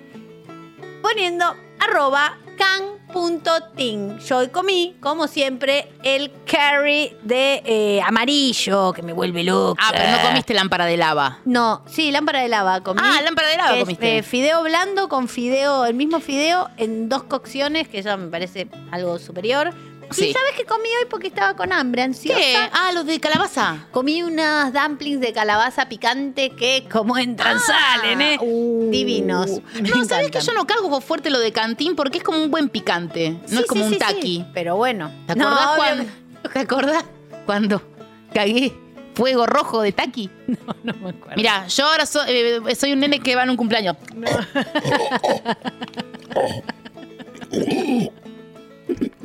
B: poniendo arroba can.ting. Yo hoy comí, como siempre, el curry de eh, amarillo, que me vuelve loca.
C: Ah, pero no comiste lámpara de lava.
B: No, sí, lámpara de lava comí.
C: Ah, lámpara de lava
B: Es,
C: comiste.
B: eh, fideo blando con fideo, el mismo fideo, en dos cocciones, que ya me parece algo superior.
C: Sí.
B: ¿Y sabes qué comí hoy? Porque estaba con hambre, ansiosa.
C: ¿Qué? Ah, los de calabaza.
B: Comí unas dumplings de calabaza picante que como entran
C: Ah.
B: salen, ¿eh?
C: Uh,
B: Divinos.
C: No, sabes que yo no cargo fuerte lo de cantín porque es como un buen picante. No es como un taqui.
B: pero bueno.
C: ¿Te
B: No,
C: acordás
B: obvio
C: cuando? ¿Te acordás cuando cagué fuego rojo de taqui? (laughs) No, no me acuerdo. Mirá, yo ahora so- eh, soy un nene que va en un cumpleaños. (laughs)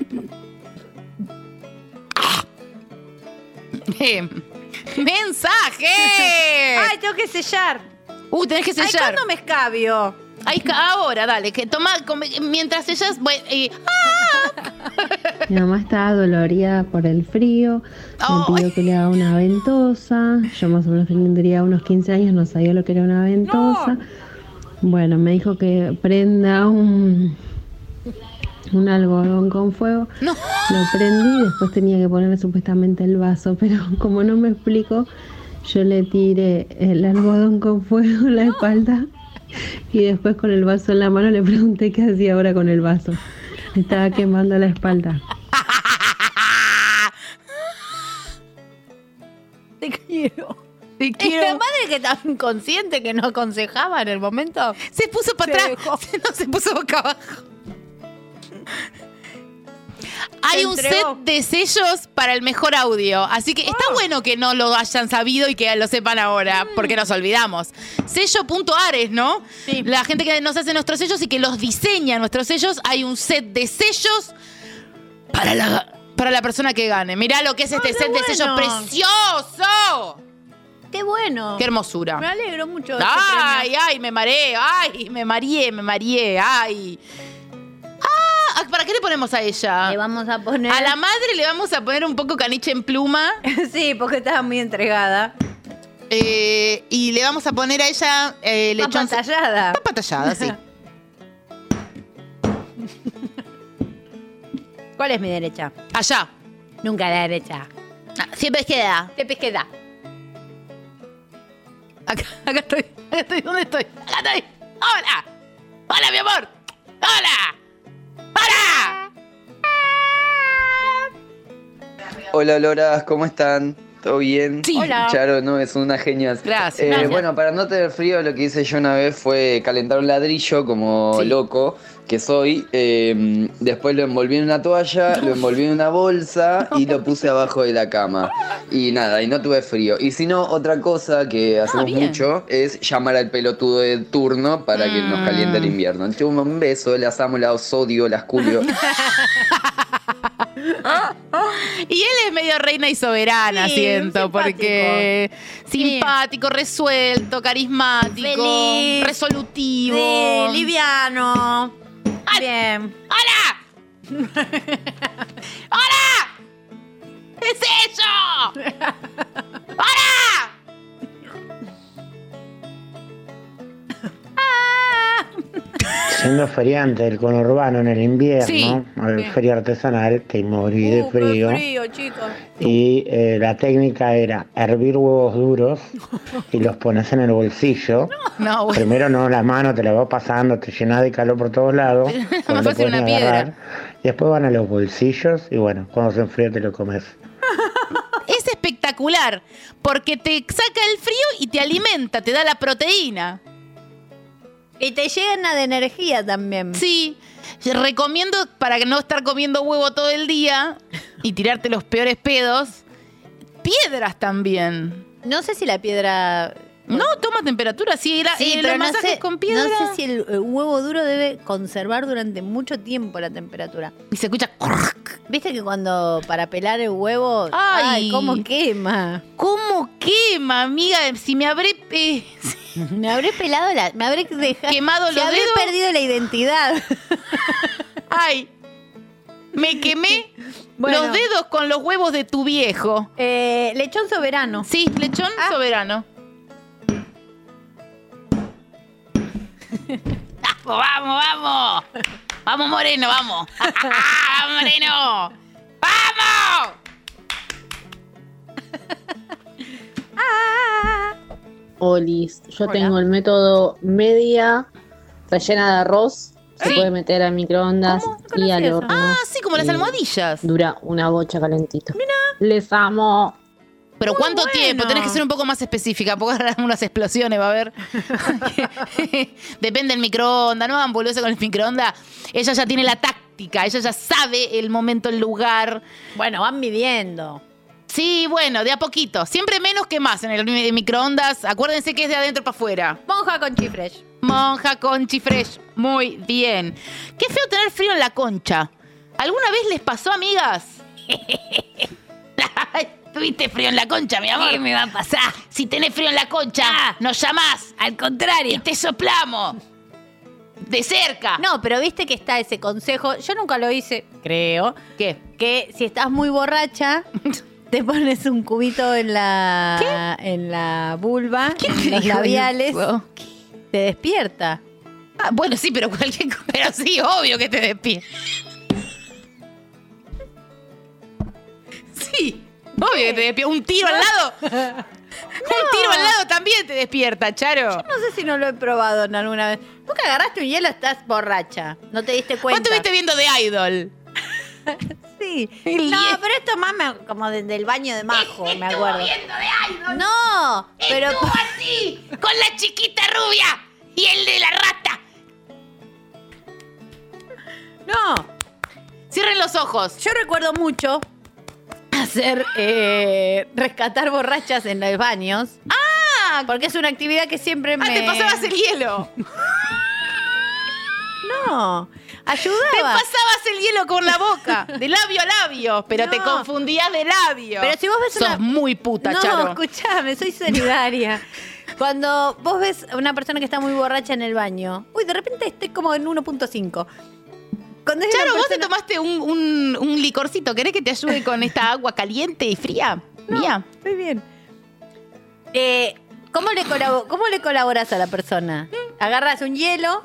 C: Eh,
B: que-
C: (laughs) ¡Mensaje!
B: Ay, tengo que sellar.
C: Uh, tenés que
B: Ay,
C: sellar.
B: ¿cuándo me escabio?
C: Ahí ca- ahora, dale, que toma, come- mientras ellas. bueno, eh, ¡ah!
J: Mi mamá está dolorida por el frío,
C: ¡Ay!
J: me pidió que le haga una ventosa. Yo más o menos tendría unos 15 años, no sabía lo que era una ventosa. Bueno, me dijo que prenda un, un algodón con fuego. Lo prendí, después tenía que poner supuestamente el vaso, pero como no me explico, yo le tiré el algodón con fuego en la espalda y después con el vaso en la mano le pregunté qué hacía ahora con el vaso. Me estaba quemando la espalda.
B: Te quiero.
C: te
B: Es la
C: quiero.
B: madre que tan inconsciente que no aconsejaba en el momento.
C: Se puso para
B: Oh. Se dejó.
C: atrás. (laughs) No, se puso boca abajo. Hay un set
B: entregó. Oh.
C: de sellos para el mejor audio. Así que está bueno que no lo hayan sabido y que lo sepan
B: Mm.
C: ahora, porque nos olvidamos. Sello.ares, ¿no?
B: Sí.
C: La gente que nos hace nuestros sellos y que los diseña nuestros sellos. Hay un set de sellos para la, para la persona que gane. Mirá lo que es este
B: qué
C: set de sellos.
B: bueno.
C: ¡Precioso!
B: Qué bueno.
C: ¡Qué hermosura!
B: me alegro (laughs) mucho. de este
C: Ay,
B: premio.
C: ay, me mareé, ay, me mareé, me mareé, ay. Ah, ¿para qué le ponemos a ella?
B: Le vamos a poner.
C: A la madre le vamos a poner un poco caniche en pluma
B: (laughs) sí, porque estaba muy entregada.
C: eh, y le vamos a poner a ella eh, lechón.
B: Papa tallada.
C: Papa tallada, sí.
B: (laughs) ¿Cuál es mi derecha?
C: Allá. Ah,
B: Nunca la derecha.
C: siempre queda.
B: Te pesqueda.
C: Acá, acá estoy, acá estoy, ¿dónde estoy? Acá estoy. Hola. Hola, mi amor. Hola. ¡Para!
K: Hola Loras, ¿cómo están? ¿Todo bien?
C: Sí. Hola.
K: Charo, no, es una genia.
C: Gracias.
K: Eh,
C: Gracias.
K: Bueno, para no tener frío, lo que hice yo una vez fue calentar un ladrillo, como
C: Sí.
K: loco que soy. Eh, después lo envolví en una toalla, lo envolví en una bolsa y
C: (laughs)
K: lo puse abajo de la cama. Y nada, y no tuve frío. Y si no, otra cosa que hacemos
C: Ah, bien.
K: mucho es llamar al pelotudo de turno para que nos caliente
C: Ah.
K: el invierno. Chum, un beso, las amo, las odio,
C: (laughs)
K: las culio.
C: Y él es medio reina y soberana,
B: Sí,
C: siento,
B: simpático.
C: porque simpático, resuelto, carismático,
B: Feliz.
C: resolutivo.
B: Sí, liviano. Bien.
C: ¡Hola! (laughs) ¡Hola! ¡Es eso! ¡Hola!
L: Siendo feriante del conurbano en el invierno,
C: Sí,
L: al feria artesanal, que morí de
B: Uh, qué
L: frío.
B: frío, chicos.
L: Y eh, la técnica era hervir huevos duros y los pones en el bolsillo.
C: No, bueno.
L: Primero no, la mano te la va pasando, te llenas de calor por todos lados.
C: Pero
L: no
C: más (laughs)
L: lo
C: fácil
L: podés
C: una
L: ni agarrar.
C: piedra.
M: Después van a los bolsillos y bueno, cuando se enfría te lo comes.
C: Es espectacular, porque te saca el frío y te alimenta, te da la proteína.
B: Y te llena de energía también.
C: Sí, recomiendo para no estar comiendo huevo todo el día y tirarte los peores pedos, piedras también.
B: No sé si la piedra...
C: No, toma temperatura, sí, la- eh, los masajes con piedra.
B: No sé si el eh, huevo duro debe conservar durante mucho tiempo la temperatura.
C: Y se escucha. (laughs)
B: Viste que cuando para pelar el huevo.
C: Ay.
B: Ay, cómo quema.
C: ¿Cómo quema, amiga? Si me habré. (laughs) eh,
B: me habré pelado la. Me habré dejado. (laughs)
C: Quemado
B: se
C: los
B: habré
C: dedos.
B: perdido la identidad.
C: Ay. (laughs) Me quemé
B: Bueno.
C: los dedos con los huevos de tu viejo.
B: Eh, lechón soberano.
C: Sí, lechón (laughs) soberano. ¡Vamos, Ah, vamos, vamos! ¡Vamos, Moreno, vamos! (laughs) Ah, ¡Vamos, Moreno! ¡Vamos!
N: Olis, Oh, yo tengo el método media rellena de arroz. Se puede meter al microondas y al horno.
C: Ah, sí, como las
N: Y
C: almohadillas.
N: Dura una bocha calentita. Les amo.
C: Pero ¿cuánto tiempo? Tenés que ser un poco más específica, porque ahora unas explosiones va a haber. Depende del microondas, no hagan boludeces con el microondas. Ella ya tiene la táctica, ella ya sabe el momento, el lugar.
B: Bueno, van midiendo.
C: Sí, bueno, de a poquito. Siempre menos que más en el mi- microondas. Acuérdense que es de adentro para afuera.
B: Monja con chifres.
C: Monja Conchi Fresh. Muy bien. Qué feo tener frío en la concha. ¿Alguna vez les pasó, amigas? (laughs) Tuviste frío en la concha, mi amor.
B: ¿Qué me va a pasar?
C: Si tenés frío en la concha, nos llamás. Ah. Al contrario. Y te soplamos. De cerca.
B: No, pero viste que está ese consejo. Yo nunca lo hice, creo.
C: ¿Qué?
B: Que si estás muy (laughs) borracha, te pones un cubito en la. En la vulva, en los
C: dijo
B: labiales.
C: eso?
B: Te despierta.
C: Ah, bueno, sí, pero cualquier co- Pero sí, obvio que te despides. Sí, obvio que te despierta. Un tiro al lado. Un tiro al lado también te despierta, Charo.
B: No sé si no lo he probado en alguna vez. Nunca agarraste un hielo, estás borracha. No te diste cuenta.
C: Vos estuviste viendo de Idol.
B: Sí. No, pero esto más me- como desde el baño de Majo, me acuerdo.
C: de Idol.
B: No, pero
C: Estuvo así, con la chiquita rubia y el de la rata.
B: no.
C: Cierren los ojos.
B: Yo recuerdo mucho hacer eh, rescatar borrachas en los baños.
C: ¡Ah!
B: Porque es una actividad que siempre me.
C: te pasabas el hielo.
B: No, ayudaba.
C: Te pasabas el hielo con la boca, de labio a labio, pero te
B: No.
C: confundías de labio.
B: Pero si vos ves
C: Sos
B: una-
C: muy puta,
B: no,
C: Charo.
B: escuchame, soy
C: (laughs)
B: solidaria. Cuando vos ves a una persona que está muy borracha en el baño, uy, de repente estoy como en 1.5. Cuando es una
C: Charo, vos te
B: persona-
C: tomaste un, un- un licorcito. ¿Querés que te ayude con esta agua caliente y fría? Mía.
B: Muy bien. Eh, ¿cómo, le colabo- ¿Cómo le colaboras a la persona? ¿Agarras un hielo?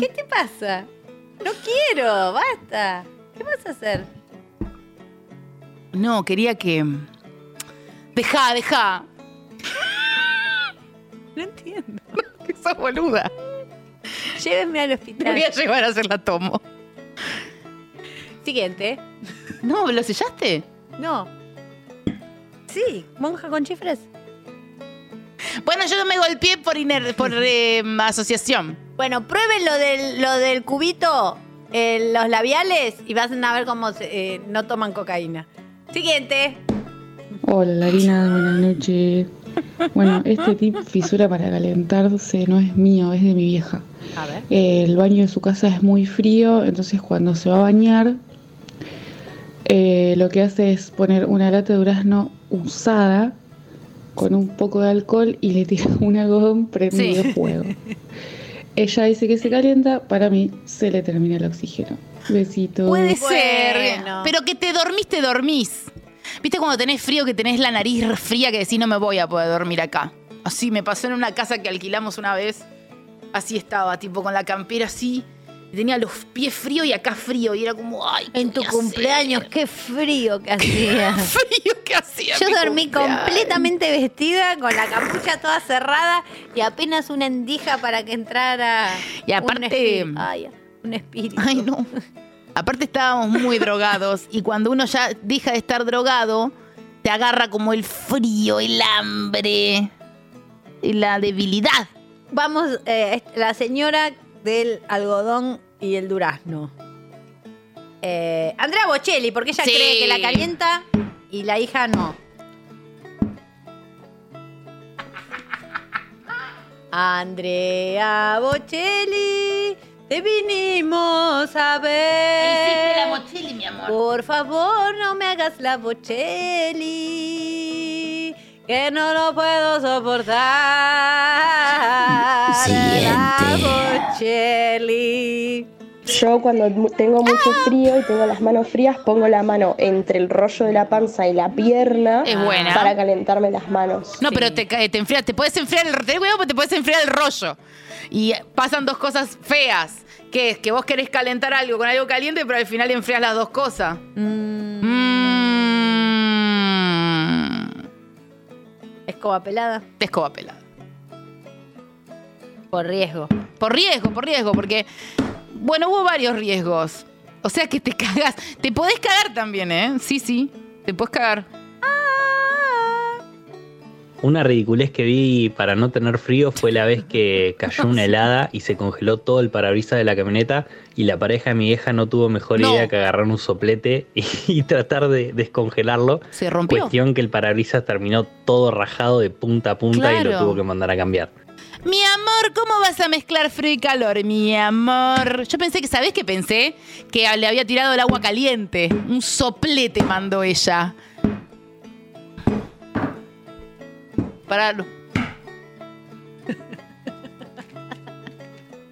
B: ¿Qué te pasa? No quiero, basta. ¿Qué vas a hacer?
C: No, quería que. Dejá, dejá.
B: No entiendo.
C: Que sos boluda.
B: Llévenme al
C: Te voy a
B: hospital.
C: llevar a hacer la tomo.
B: Siguiente.
C: No, ¿lo sellaste?
B: No. Sí, monja con chifres.
C: Bueno, yo me golpeé por, iner- (laughs) por eh, asociación.
B: Bueno, prueben lo del, lo del cubito, eh, los labiales y vas a ver cómo se- eh, no toman cocaína. Siguiente.
L: Hola Larina, buenas noches. Bueno, este tip fisura para calentarse no es mío, es de mi vieja.
B: A ver.
L: Eh, El baño de su casa es muy frío, entonces cuando se va a bañar, eh, lo que hace es poner una lata de durazno usada con un poco de alcohol y le tira (laughs) un algodón prendido
O: Sí.
L: fuego. Ella dice que se calienta, para mí se le termina el oxígeno. Besitos.
C: Puede ser. Pero que te dormís, te dormís. ¿Viste cuando tenés frío que tenés la nariz fría que decís no me voy a poder dormir acá? Así me pasó en una casa que alquilamos una vez. Así estaba, tipo con la campera así. y Tenía los pies fríos y acá frío. Y era como, ay, ¿qué
B: En tu
C: voy a
B: cumpleaños, qué frío (laughs) que hacía.
C: (laughs) frío que hacía.
B: Yo
C: mi
B: dormí
C: cumpleaños?
B: completamente vestida, con la capucha toda cerrada y apenas una endija para que entrara.
C: Y aparte-
B: Un, espi- ay, un espíritu.
C: Ay, no. Aparte estábamos muy drogados y cuando uno ya deja de estar drogado, te agarra como el frío, el hambre, y la debilidad.
B: Vamos, eh, est- la señora del algodón y el durazno. Eh, Andrea Bocelli, porque ella
C: Sí.
B: cree que la calienta y la hija no. Andrea Bocelli, te vinimos a ver.
P: Hiciste la Bocelli, mi amor.
B: Por favor, no me hagas la Bocelli, que no lo puedo soportar. La Bocelli.
L: Yo cuando mu- tengo mucho
C: Ah.
L: frío y tengo las manos frías, pongo la mano entre el rollo de la panza y la pierna
C: Es buena.
L: para calentarme las manos.
C: No, pero te, cae- te enfrias, te puedes enfriar el ten cuidado porque te puedes enfriar el rollo. Y eh, pasan dos cosas feas, que es que vos querés calentar algo con algo caliente, pero al final enfrías las dos cosas. Mm.
B: Escoba pelada.
C: Mm. Escoba pelada.
B: Por riesgo.
C: Por riesgo, por riesgo, porque bueno, hubo varios riesgos. O sea que te cagás, te podés cagar también, ¿eh? Sí, sí, te podés cagar.
K: Una ridiculez que vi para no tener frío fue la vez que cayó una helada y se congeló todo el parabrisas de la camioneta y la pareja de mi vieja no tuvo mejor
C: No.
K: idea que agarrar un soplete y, (laughs) y tratar de descongelarlo.
C: Se rompió.
K: Cuestión que el parabrisas terminó todo rajado de punta a punta y lo
C: Claro.
K: tuvo que mandar a cambiar.
C: Mi amor, ¿cómo vas a mezclar frío y calor? Mi amor. Yo pensé que, ¿sabés qué pensé? Que le había tirado el agua caliente. Un soplete mandó ella. Paralo.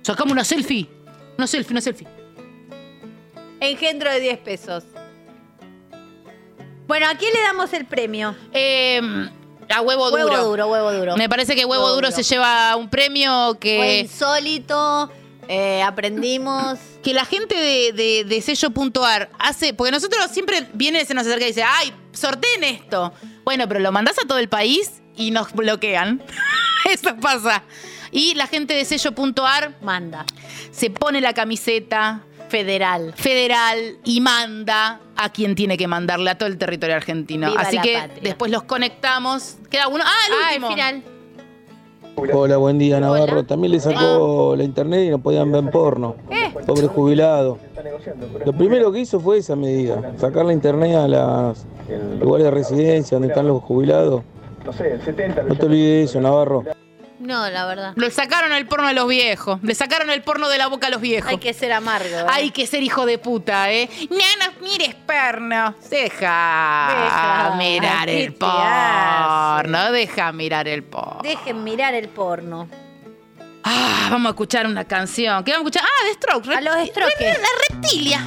C: Sacamos una selfie. Una selfie, una selfie.
B: Engendro de 10 pesos. Bueno, ¿a quién le damos el premio?
C: Eh, a huevo duro.
B: Huevo duro, huevo duro.
C: Me parece que Huevo Duro se lleva un premio que-
B: Fue insólito, eh, aprendimos.
C: que la gente de, de- de sello.ar hace. Porque nosotros siempre viene, se nos acerca y dice, ¡ay, sorteen esto! Bueno, pero lo mandás a todo el país y nos bloquean. (laughs) Eso pasa. Y la gente de sello.ar
B: manda.
C: Se pone la camiseta.
B: Federal.
C: Federal y manda a quien tiene que mandarle a todo el territorio argentino.
B: Viva
C: Así
B: la
C: que
B: patria.
C: después los conectamos. Queda uno. ¡Ah, el último!
Q: Hola, buen día Navarro. También le sacó la internet y no podían ver porno.
C: Eh.
Q: Pobre jubilado. Lo primero que hizo fue esa medida, sacar la internet a los lugares de residencia donde están los jubilados.
R: No sé, el 70.
Q: No te olvides de eso, Navarro.
B: No, la verdad.
C: Le sacaron el porno a los viejos. Le sacaron el porno de la boca a los viejos. Hay
B: que ser amargo. ¿eh?
C: Hay que ser hijo de puta, ¿eh? No nos mires porno. Deja,
B: Deja,
C: mirar
B: ¿qué
C: el
B: te
C: porno. Deja mirar el porno.
B: Dejen mirar el porno.
C: Ah, vamos a escuchar una canción. ¿Qué vamos a escuchar? Ah, de Strokes. A los
B: Strokes.
C: La reptilia.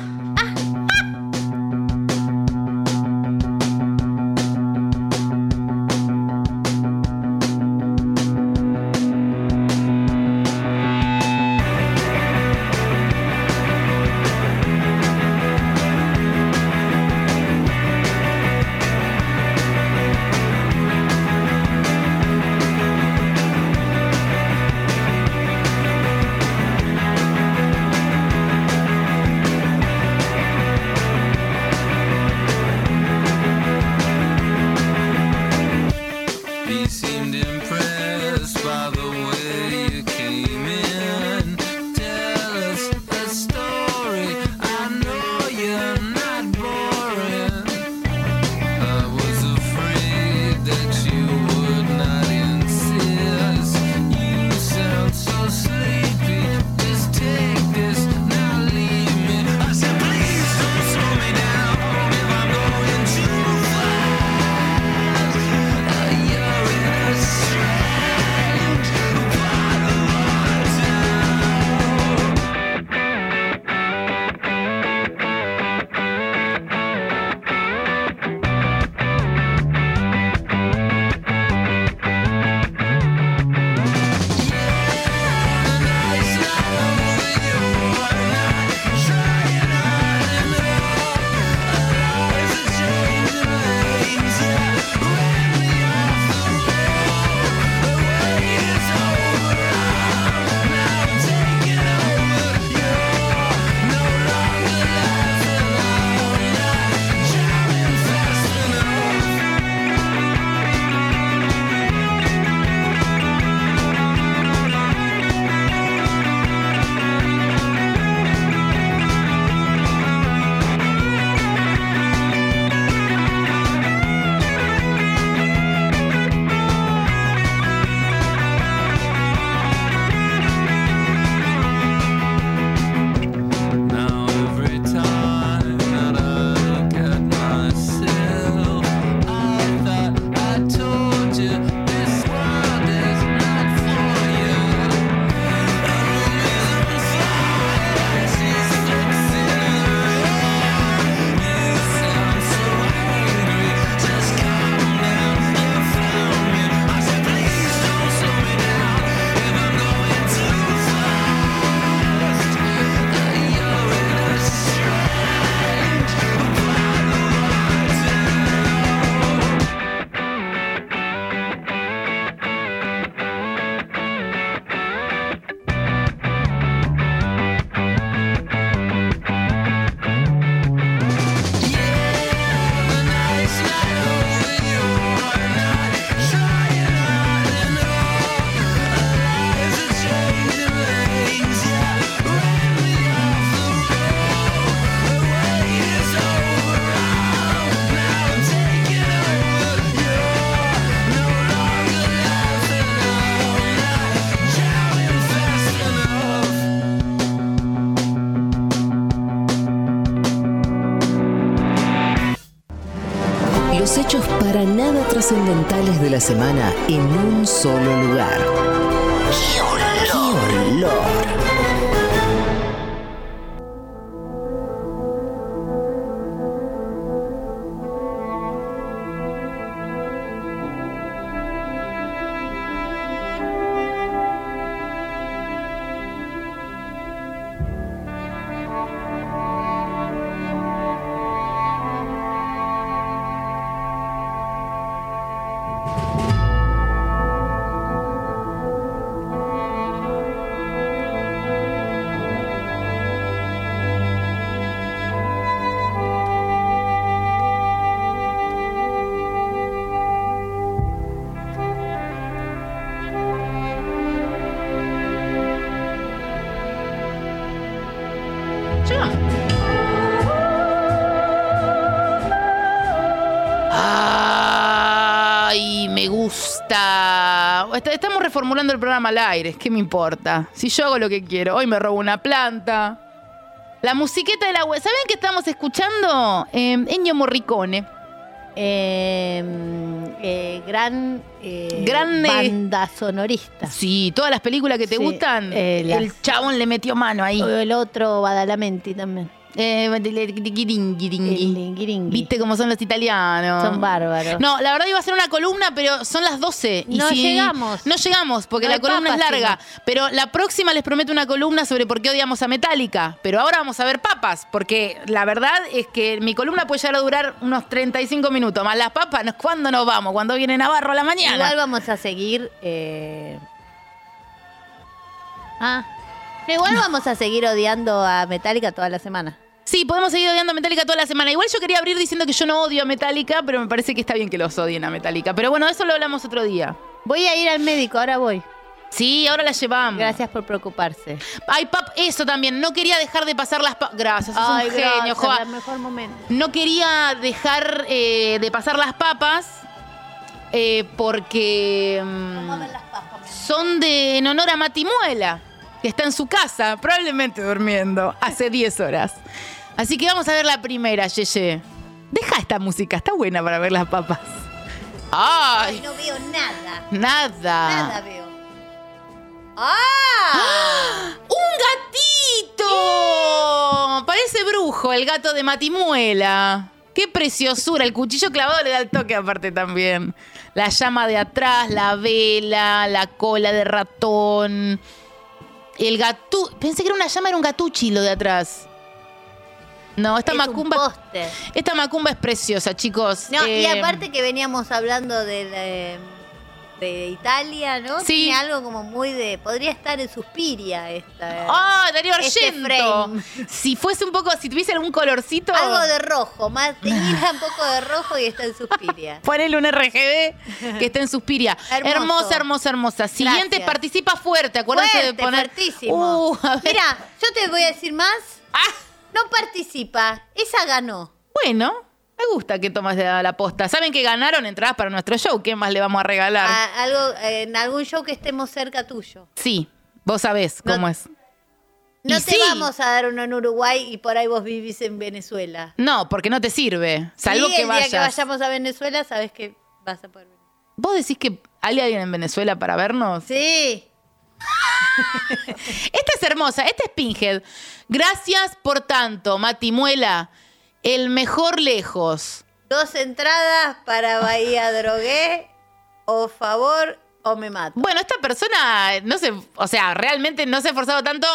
S: Thank
E: trascendentales de la semana en un solo lugar. ¡Qué olor!
C: Ay, me gusta. Est- Estamos reformulando el programa al aire, ¿qué me importa? Si yo hago lo que quiero, hoy me robo una planta. La musiqueta de la web. ¿Saben qué estamos escuchando? Eh, Ennio Morricone.
B: Em, gran eh,
C: Gran, eh,
B: banda sonorista.
C: Sí, todas las películas que te gustan, el chabón le metió mano ahí.
B: El otro Badalamenti también.
C: Eh, ¿Viste cómo son los italianos?
B: Son bárbaros.
C: Ah. No, la verdad iba a ser una columna, pero son las 12.
B: No llegamos.
C: No llegamos, porque
B: No
C: la
B: hay
C: columna
B: papas,
C: es larga. Pero la próxima les prometo una columna sobre por qué odiamos a Metallica. Pero ahora vamos a ver papas, porque la verdad es que mi columna puede llegar a durar unos 35 minutos. Más las papas, ¿no? ¿cuándo nos vamos? Cuando viene Navarro a la mañana.
B: Igual vamos a seguir. eh, Ah. Igual vamos a seguir odiando a Metallica toda la semana.
C: Sí, podemos seguir odiando a Metallica toda la semana. Igual yo quería abrir diciendo que yo no odio a Metallica, pero me parece que está bien que los odien a Metallica. Pero bueno, eso lo hablamos otro día.
B: Voy a ir al médico, ahora voy.
C: Sí, ahora la llevamos.
B: Gracias por preocuparse.
C: Ay, pap, eso también. No quería dejar de pasar las... pa- gracias, es
B: Ay,
C: un genio,
B: gracias,
C: Joa.
B: el mejor momento.
C: No quería dejar eh, de pasar las papas eh, porque mm, son de en honor a Matimuela, que está en su casa, probablemente durmiendo, hace 10 horas. Así que vamos a ver la primera, Yeye. Deja esta música, está buena para ver las papas. ¡Ay!
B: no veo nada.
C: Nada.
B: Nada veo. ¡Ah!
C: ¡Un gatito! Parece brujo, el gato de Matimuela. ¡Qué preciosura! El cuchillo clavado le da el toque aparte también. La llama de atrás, la vela, la cola de ratón. El gatú... Pensé que era una llama, era un gatuchi lo de atrás. No, esta
B: Es un
C: macumba...
B: póster.
C: esta macumba es preciosa, chicos.
B: No, y
C: Eh,
B: aparte que veníamos hablando del, eh, de, Italia, ¿no?
C: Sí.
B: Tiene algo como muy de. Podría estar en Suspiria esta. eh,
C: ¡Ah, Darío
B: este
C: Argento!
B: frame.
C: si fuese un poco, si tuviese algún colorcito...
B: Algo de rojo,
C: (laughs)
B: más teñirla un poco de rojo y está en Suspiria.
C: Ponele un RGB que esté en Suspiria.
B: Hermoso.
C: Hermosa, hermosa, hermosa. Siguiente,
B: Gracias.
C: participa fuerte. Acuérdense
B: Fuerte,
C: de poner.
B: fuertísimo.
C: Uh, a ver. Ah.
B: Mira, yo te voy a decir más. No participa. Esa ganó.
C: Bueno, me gusta que tomas de la posta. Saben que ganaron entradas para nuestro show. ¿Qué más le vamos a regalar?
B: A- algo, eh, en algún show que estemos cerca tuyo.
C: Sí, vos sabés cómo es.
B: No
C: Y
B: te
C: sí.
B: vamos a dar uno en Uruguay y por ahí vos vivís en Venezuela.
C: No, porque no te sirve. Salvo
B: y
C: que
B: el
C: vayas.
B: día que vayamos a Venezuela, sabes que vas a poder venir.
C: ¿Vos decís que hay alguien en Venezuela para vernos?
B: Sí.
C: Esta es hermosa, esta es Pinhead. Gracias por tanto, Matimuela. El mejor lejos.
B: Dos entradas para
C: (laughs)
B: Bahía Drogué. O favor, o me mato.
C: Bueno, esta persona, no se, o sea, realmente no se ha esforzado tanto.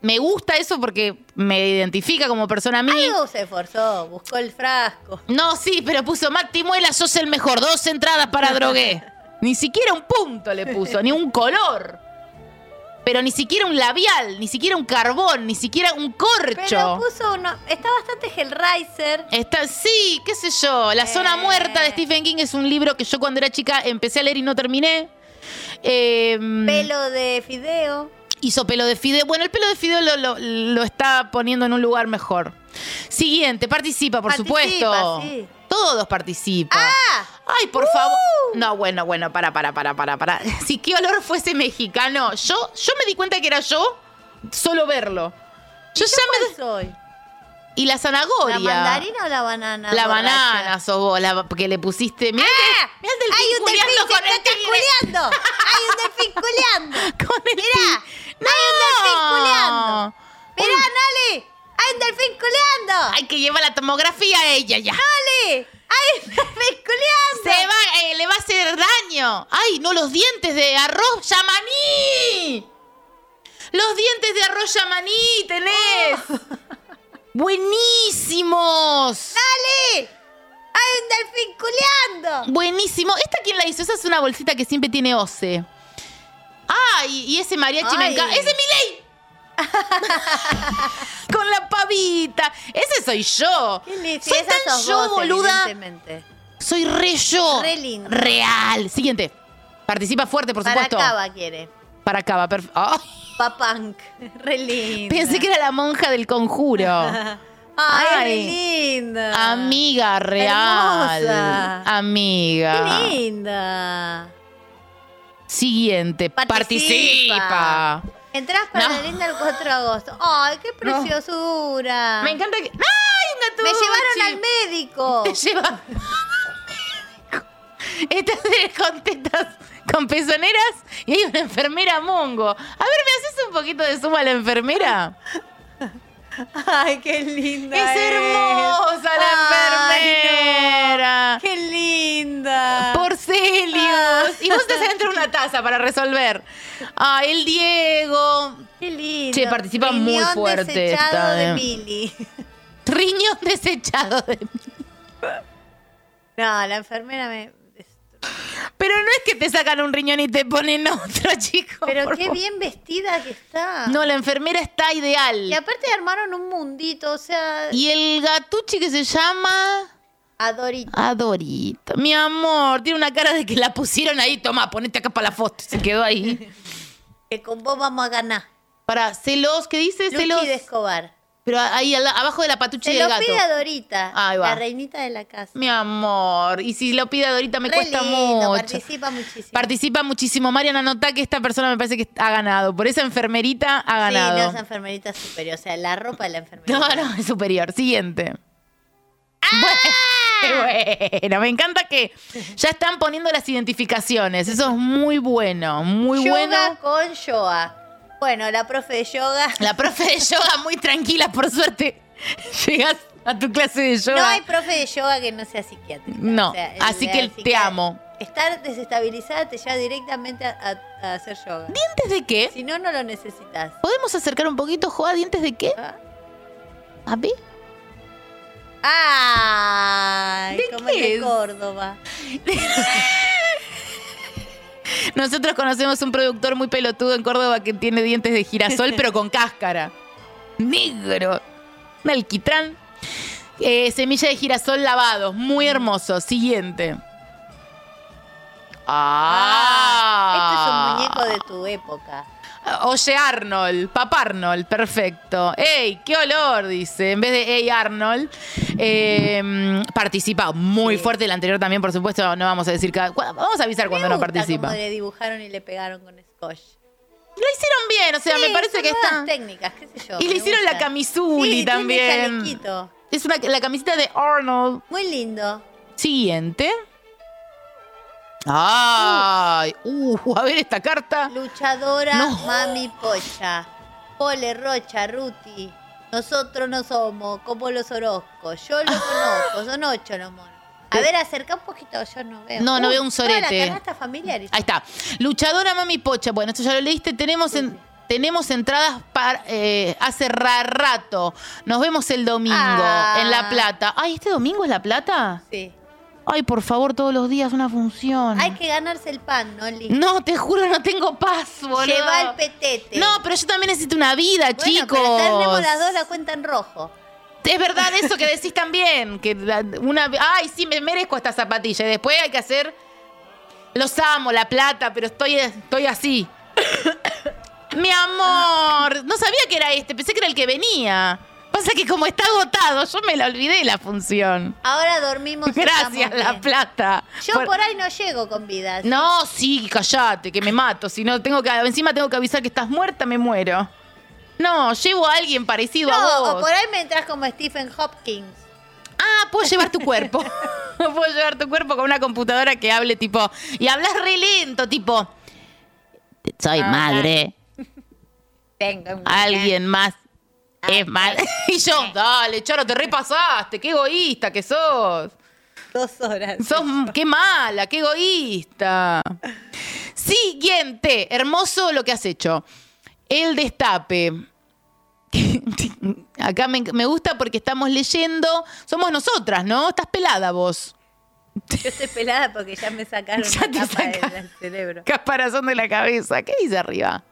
C: Me gusta eso porque me identifica como persona a mí.
B: Algo se esforzó, buscó el frasco.
C: No, sí, pero puso Mati Muela, sos el mejor. Dos entradas para drogué. (laughs) Ni siquiera un punto le puso, ni un color. Pero ni siquiera un labial, ni siquiera un carbón, ni siquiera un
B: Pero
C: corcho.
B: puso uno. Está bastante Hellraiser.
C: Está, sí, qué sé yo. La zona muerta de Stephen King es un libro que yo cuando era chica empecé a leer y no terminé. Em,
B: Pelo de fideo.
C: hizo pelo de fideo. Bueno, el pelo de fideo lo, lo- lo está poniendo en un lugar mejor. Siguiente, participa, por
B: Participa,
C: supuesto.
B: sí. Ah.
C: Todos participan. ¡Ay, por favor!
B: Uh.
C: No, bueno, bueno, para, para, para, para, para. (laughs) Si qué olor fuese mexicano, yo, Pues, yo me di cuenta que era yo solo verlo. Yo ya me.
B: soy?
C: Y la zanahoria.
B: ¿La mandarina o la banana?
C: La
B: borracha? Ah,
C: banana sos vos, la, porque le pusiste. Mirá que- mirá el delfín
B: Hay un delfín
C: culeando
B: que
C: con
B: se
C: el
B: está
C: tigre.
B: culeando. Hay un delfín culeando.
C: (laughs) Con el
B: Mirá, hay un delfín culeando. Mirá, Nali, hay un delfín culeando.
C: Hay que llevar la tomografía a ella ya.
B: Nali, hay un delfín culeando.
C: Se va, eh, le va a hacer daño. Ay, no, los dientes de arroz yamaní. Los dientes de arroz yamaní
B: (laughs)
C: tenés. Buenísimos.
B: Nali, hay un delfín culeando.
C: Buenísimo. ¿Esta quién la hizo? Esa es una bolsita que siempre tiene OCE. Ay, y ese mariachi me
B: Ay.
C: encanta. ¡Ese es
B: (laughs)
C: Milei! Con la pavita. Ese soy yo.
B: Sí,
C: soy
B: esa
C: tan
B: sos
C: yo,
B: vos,
C: boluda.
B: evidentemente.
C: Soy re yo.
B: Re linda.
C: Real. Siguiente. Participa fuerte, por
B: Para
C: supuesto.
B: Cava quiere.
C: Para Cava, perf- Ay,
B: Papunk. (laughs) Re (laughs) linda.
C: pensé que era la monja del conjuro.
B: (laughs) Ay,
C: Ay.
B: re linda.
C: Amiga real.
B: Hermosa.
C: Amiga.
B: Qué linda.
C: Siguiente.
B: Participa.
C: Participa.
B: Entrás para la linda el 4 de agosto. ¡Ay, qué preciosura!
C: Me encanta
B: ¡Ay,
C: que. un
B: Ah. Me
C: gatuchi!
B: llevaron al médico.
C: (laughs) Te lleva. Estás con tetas con pezoneras y hay una enfermera mongo. A ver, ¿me haces un poquito de suma a la enfermera?
B: Ay, qué linda.
C: Es hermosa la
B: Ay,
C: enfermera.
B: no. Qué linda.
C: Porcelius. Y vos te adentro de una taza para resolver. Ah, el Diego.
B: Qué lindo.
C: Che, participa muy
B: Riñón
C: fuerte
B: desechado
C: esta,
B: de
C: eh.
B: Mili.
C: Riñón desechado de
B: (laughs) No, la enfermera me.
C: Pero no es que te sacan un riñón y te ponen otro, (laughs) chico.
B: Pero
C: por
B: qué
C: favor.
B: bien vestida que está.
C: No, la enfermera está ideal.
B: Y aparte armaron un mundito, o sea.
C: Y el gatuchi que se llama.
B: Adorito.
C: Adorito. Mi amor, tiene una cara de que la pusieron ahí. Toma, ponete acá para la foto. Se
B: (laughs)
C: quedó ahí.
B: Que con vos vamos a ganar.
C: Para celos, ¿qué dice?
B: Luchi
C: Celos.
B: de Escobar.
C: Pero ahí al- abajo de la patucha
B: Se
C: del
B: lo
C: gato.
B: pide a Dorita,
C: Ahí va.
B: la reinita de la casa.
C: Mi amor. Y si lo pide Adorita me
B: Re
C: cuesta
B: lindo,
C: mucho.
B: participa muchísimo.
C: Participa muchísimo. Mariana, nota que esta persona me parece que ha ganado. Por esa enfermerita ha
B: Sí,
C: ganado.
B: no es enfermerita superior, o sea, la ropa de la enfermera.
C: No, no, es superior. Siguiente.
B: ¡Ah!
C: Bueno, (laughs) bueno, me encanta que ya están poniendo las identificaciones. Eso es muy bueno, muy bueno.
B: yoga con yoga. Bueno, la profe de yoga.
C: La profe de yoga muy tranquila, por suerte. (laughs) Llegas a tu clase de yoga.
B: No hay profe de yoga que no sea psiquiátrica.
C: No,
B: O sea, el-
C: así que
B: la
C: te
B: psiquiatra-
C: amo.
B: Estar desestabilizada te lleva directamente a, a- a hacer yoga.
C: ¿Dientes de qué?
B: Si no, no lo necesitas.
C: ¿Podemos acercar un poquito, Joa? ¿Dientes de qué? A ver.
B: ¡Ay!
C: ¿De
B: como
C: qué
B: el de
C: es?
B: Córdoba.
C: Nosotros conocemos un productor muy pelotudo en Córdoba que tiene dientes de (laughs) girasol, pero con cáscara. Negro. Un alquitrán. Eh, semilla de girasol lavados. Muy hermoso. Siguiente. Ah.
B: Este es un muñeco de tu época.
C: Oye Arnold, papá Arnold, perfecto. ¡Ey, qué olor! Dice, en vez de ¡Ey Arnold, eh, participa muy fuerte el anterior también, por supuesto, no vamos a decir cada... cua- Vamos a avisar cuando
B: Me
C: no
B: gusta
C: participa.
B: cómo le dibujaron y le pegaron con scotch.
C: Lo hicieron bien, o sea, me parece que está...
B: técnicas, qué sé yo.
C: Y le
B: me
C: hicieron la
B: gusta.
C: camisuli
B: Sí, tiene
C: también.
B: chalequito.
C: Es una, la camiseta de Arnold.
B: Muy lindo.
C: Siguiente.
B: Uh.
C: ¡Ay! Uh, a ver esta carta.
B: Luchadora Mami Pocha. Pole Rocha Ruti. Nosotros no somos como los Orozcos. Yo los
C: Ah.
B: conozco, son ocho los monos. A ver, acerca un poquito, yo no veo.
C: No, no veo un
B: toda
C: sorete.
B: La canasta familiar.
C: Ahí está. Luchadora Mami Pocha. Bueno, esto ya lo leíste. Tenemos, en- tenemos entradas para, eh, hace ra- rato. Nos vemos el domingo
B: Ah.
C: en La Plata. Ay, ¿este domingo es La Plata?
B: Sí.
C: Ay, por favor, todos los días una función.
B: Hay que ganarse el pan, Noli.
C: No, te juro, no tengo paz, boludo.
B: Lleva el petete.
C: No, pero yo también necesito una vida,
B: Bueno,
C: chicos.
B: Pero tenemos las dos la cuenta en rojo.
C: Es verdad eso que decís también, que la- una ay, sí me merezco esta zapatilla y después hay que hacer los amo, la plata, pero estoy estoy así. (coughs) Mi amor, no sabía que era este, pensé que era el que venía. Pasa que como está agotado, yo me la olvidé la función.
B: Ahora dormimos. y
C: Gracias,
B: estamos
C: la
B: bien.
C: plata.
B: Yo por...
C: Por-
B: ahí no llego con vida. así
C: No, sí, callate, que me mato, si no tengo que encima tengo que avisar que estás muerta, me muero. No, llevo a alguien parecido a vos.
B: No, o por ahí me entras como Stephen Hopkins.
C: Ah, puedo llevar tu cuerpo. (laughs) puedo llevar tu cuerpo con una computadora que hable tipo. Y hablas re lento, tipo. Soy
G: Hola.
C: madre.
B: Tengo un
C: Alguien más. Es mal. (laughs) Y yo, dale, Charo, te repasaste. Qué egoísta que sos.
B: Dos horas.
C: Sos, qué mala, qué egoísta. Siguiente. Hermoso lo que has hecho. El destape. (laughs) Acá me, me gusta porque estamos leyendo. Somos nosotras, ¿no? Estás pelada vos.
B: (laughs) Yo estoy pelada porque ya me sacaron
C: Ya
B: la
C: te
B: capa del-
C: sacaron.
B: del cerebro.
C: Caparazón de la cabeza. ¿Qué dice arriba?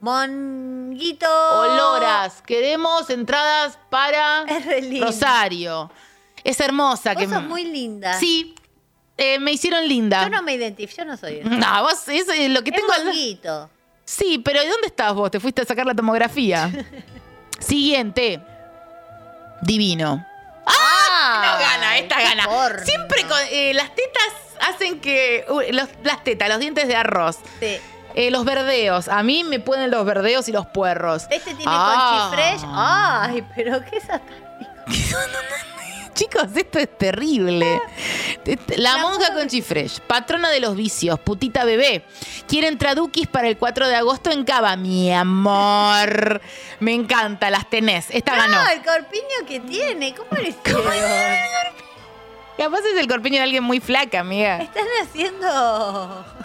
B: Monguito.
C: Oloras. Queremos entradas para
B: lindo.
C: Rosario. Es hermosa. que
B: Vos sos muy linda.
C: Sí. Eh, me hicieron linda.
B: Yo no me identifico, yo no soy eso.
C: (laughs) No, vos, eso es eh, lo Mm, que
B: Es
C: tengo al-
B: monguito.
C: Sí, pero ¿y dónde estás vos? Te fuiste a sacar
B: (laughs)
C: la tomografía. Siguiente. Divino. ¡Ah! No gana, esta gana. Siempre con, eh, las tetas hacen que. uh, los- las tetas, los dientes de arroz.
B: Sí.
C: Eh, los verdeos. A mí me ponen los verdeos y los puerros.
B: Este tiene
C: Ah.
B: conchifresh. Ay, pero qué satánico.
C: Chicos, esto es (laughs) terrible. Este, La monja con chifresh, patrona de los vicios, putita bebé. Quieren traduquis para el 4 de agosto en Cava. Mi amor. Me encanta, las tenés. Esta ganó.
B: No, Ah, el corpiño que tiene. ¿Cómo le hicieron?
C: Capaz es el corpiño de alguien muy flaca, amiga.
B: Están haciendo. (laughs)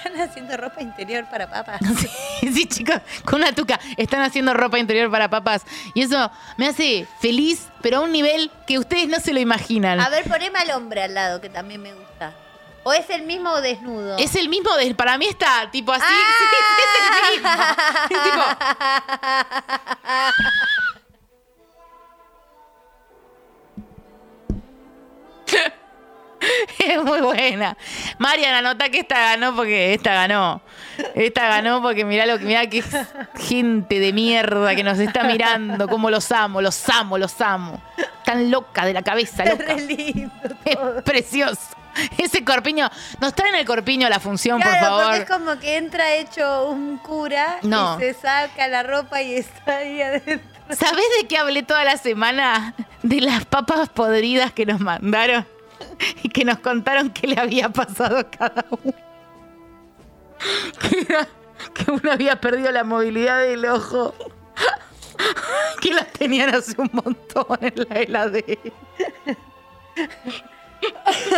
B: Están haciendo ropa interior para papas.
C: (laughs) Sí, chicos, con una tuca. Están haciendo ropa interior para papas. Y eso me hace feliz, pero a un nivel que ustedes no se lo imaginan.
B: A ver, poneme al hombre al lado, que también me gusta. ¿O es el mismo desnudo?
C: Es el mismo, de- para mí está tipo así. sí, es el mismo. Es tipo, (laughs) Es muy buena. Marian, anota que esta ganó porque esta ganó. Esta ganó porque mirá lo que mirá que gente de mierda que nos está mirando, cómo los amo, los amo, los amo. Tan loca de la
B: (laughs)
C: cabeza,
B: Es
C: loca.
B: re lindo
C: Es precioso. Ese corpiño, nos traen el corpiño a la función, por
B: Claro,
C: favor.
B: porque es como que entra hecho un cura
C: No.
B: y se saca la ropa y está ahí adentro.
C: ¿Sabés de qué hablé toda la semana? De las papas podridas que nos mandaron y que nos contaron que le había pasado a cada uno. Que, era- (laughs) que uno había perdido la movilidad del ojo. Que las tenían hace un montón en la heladera.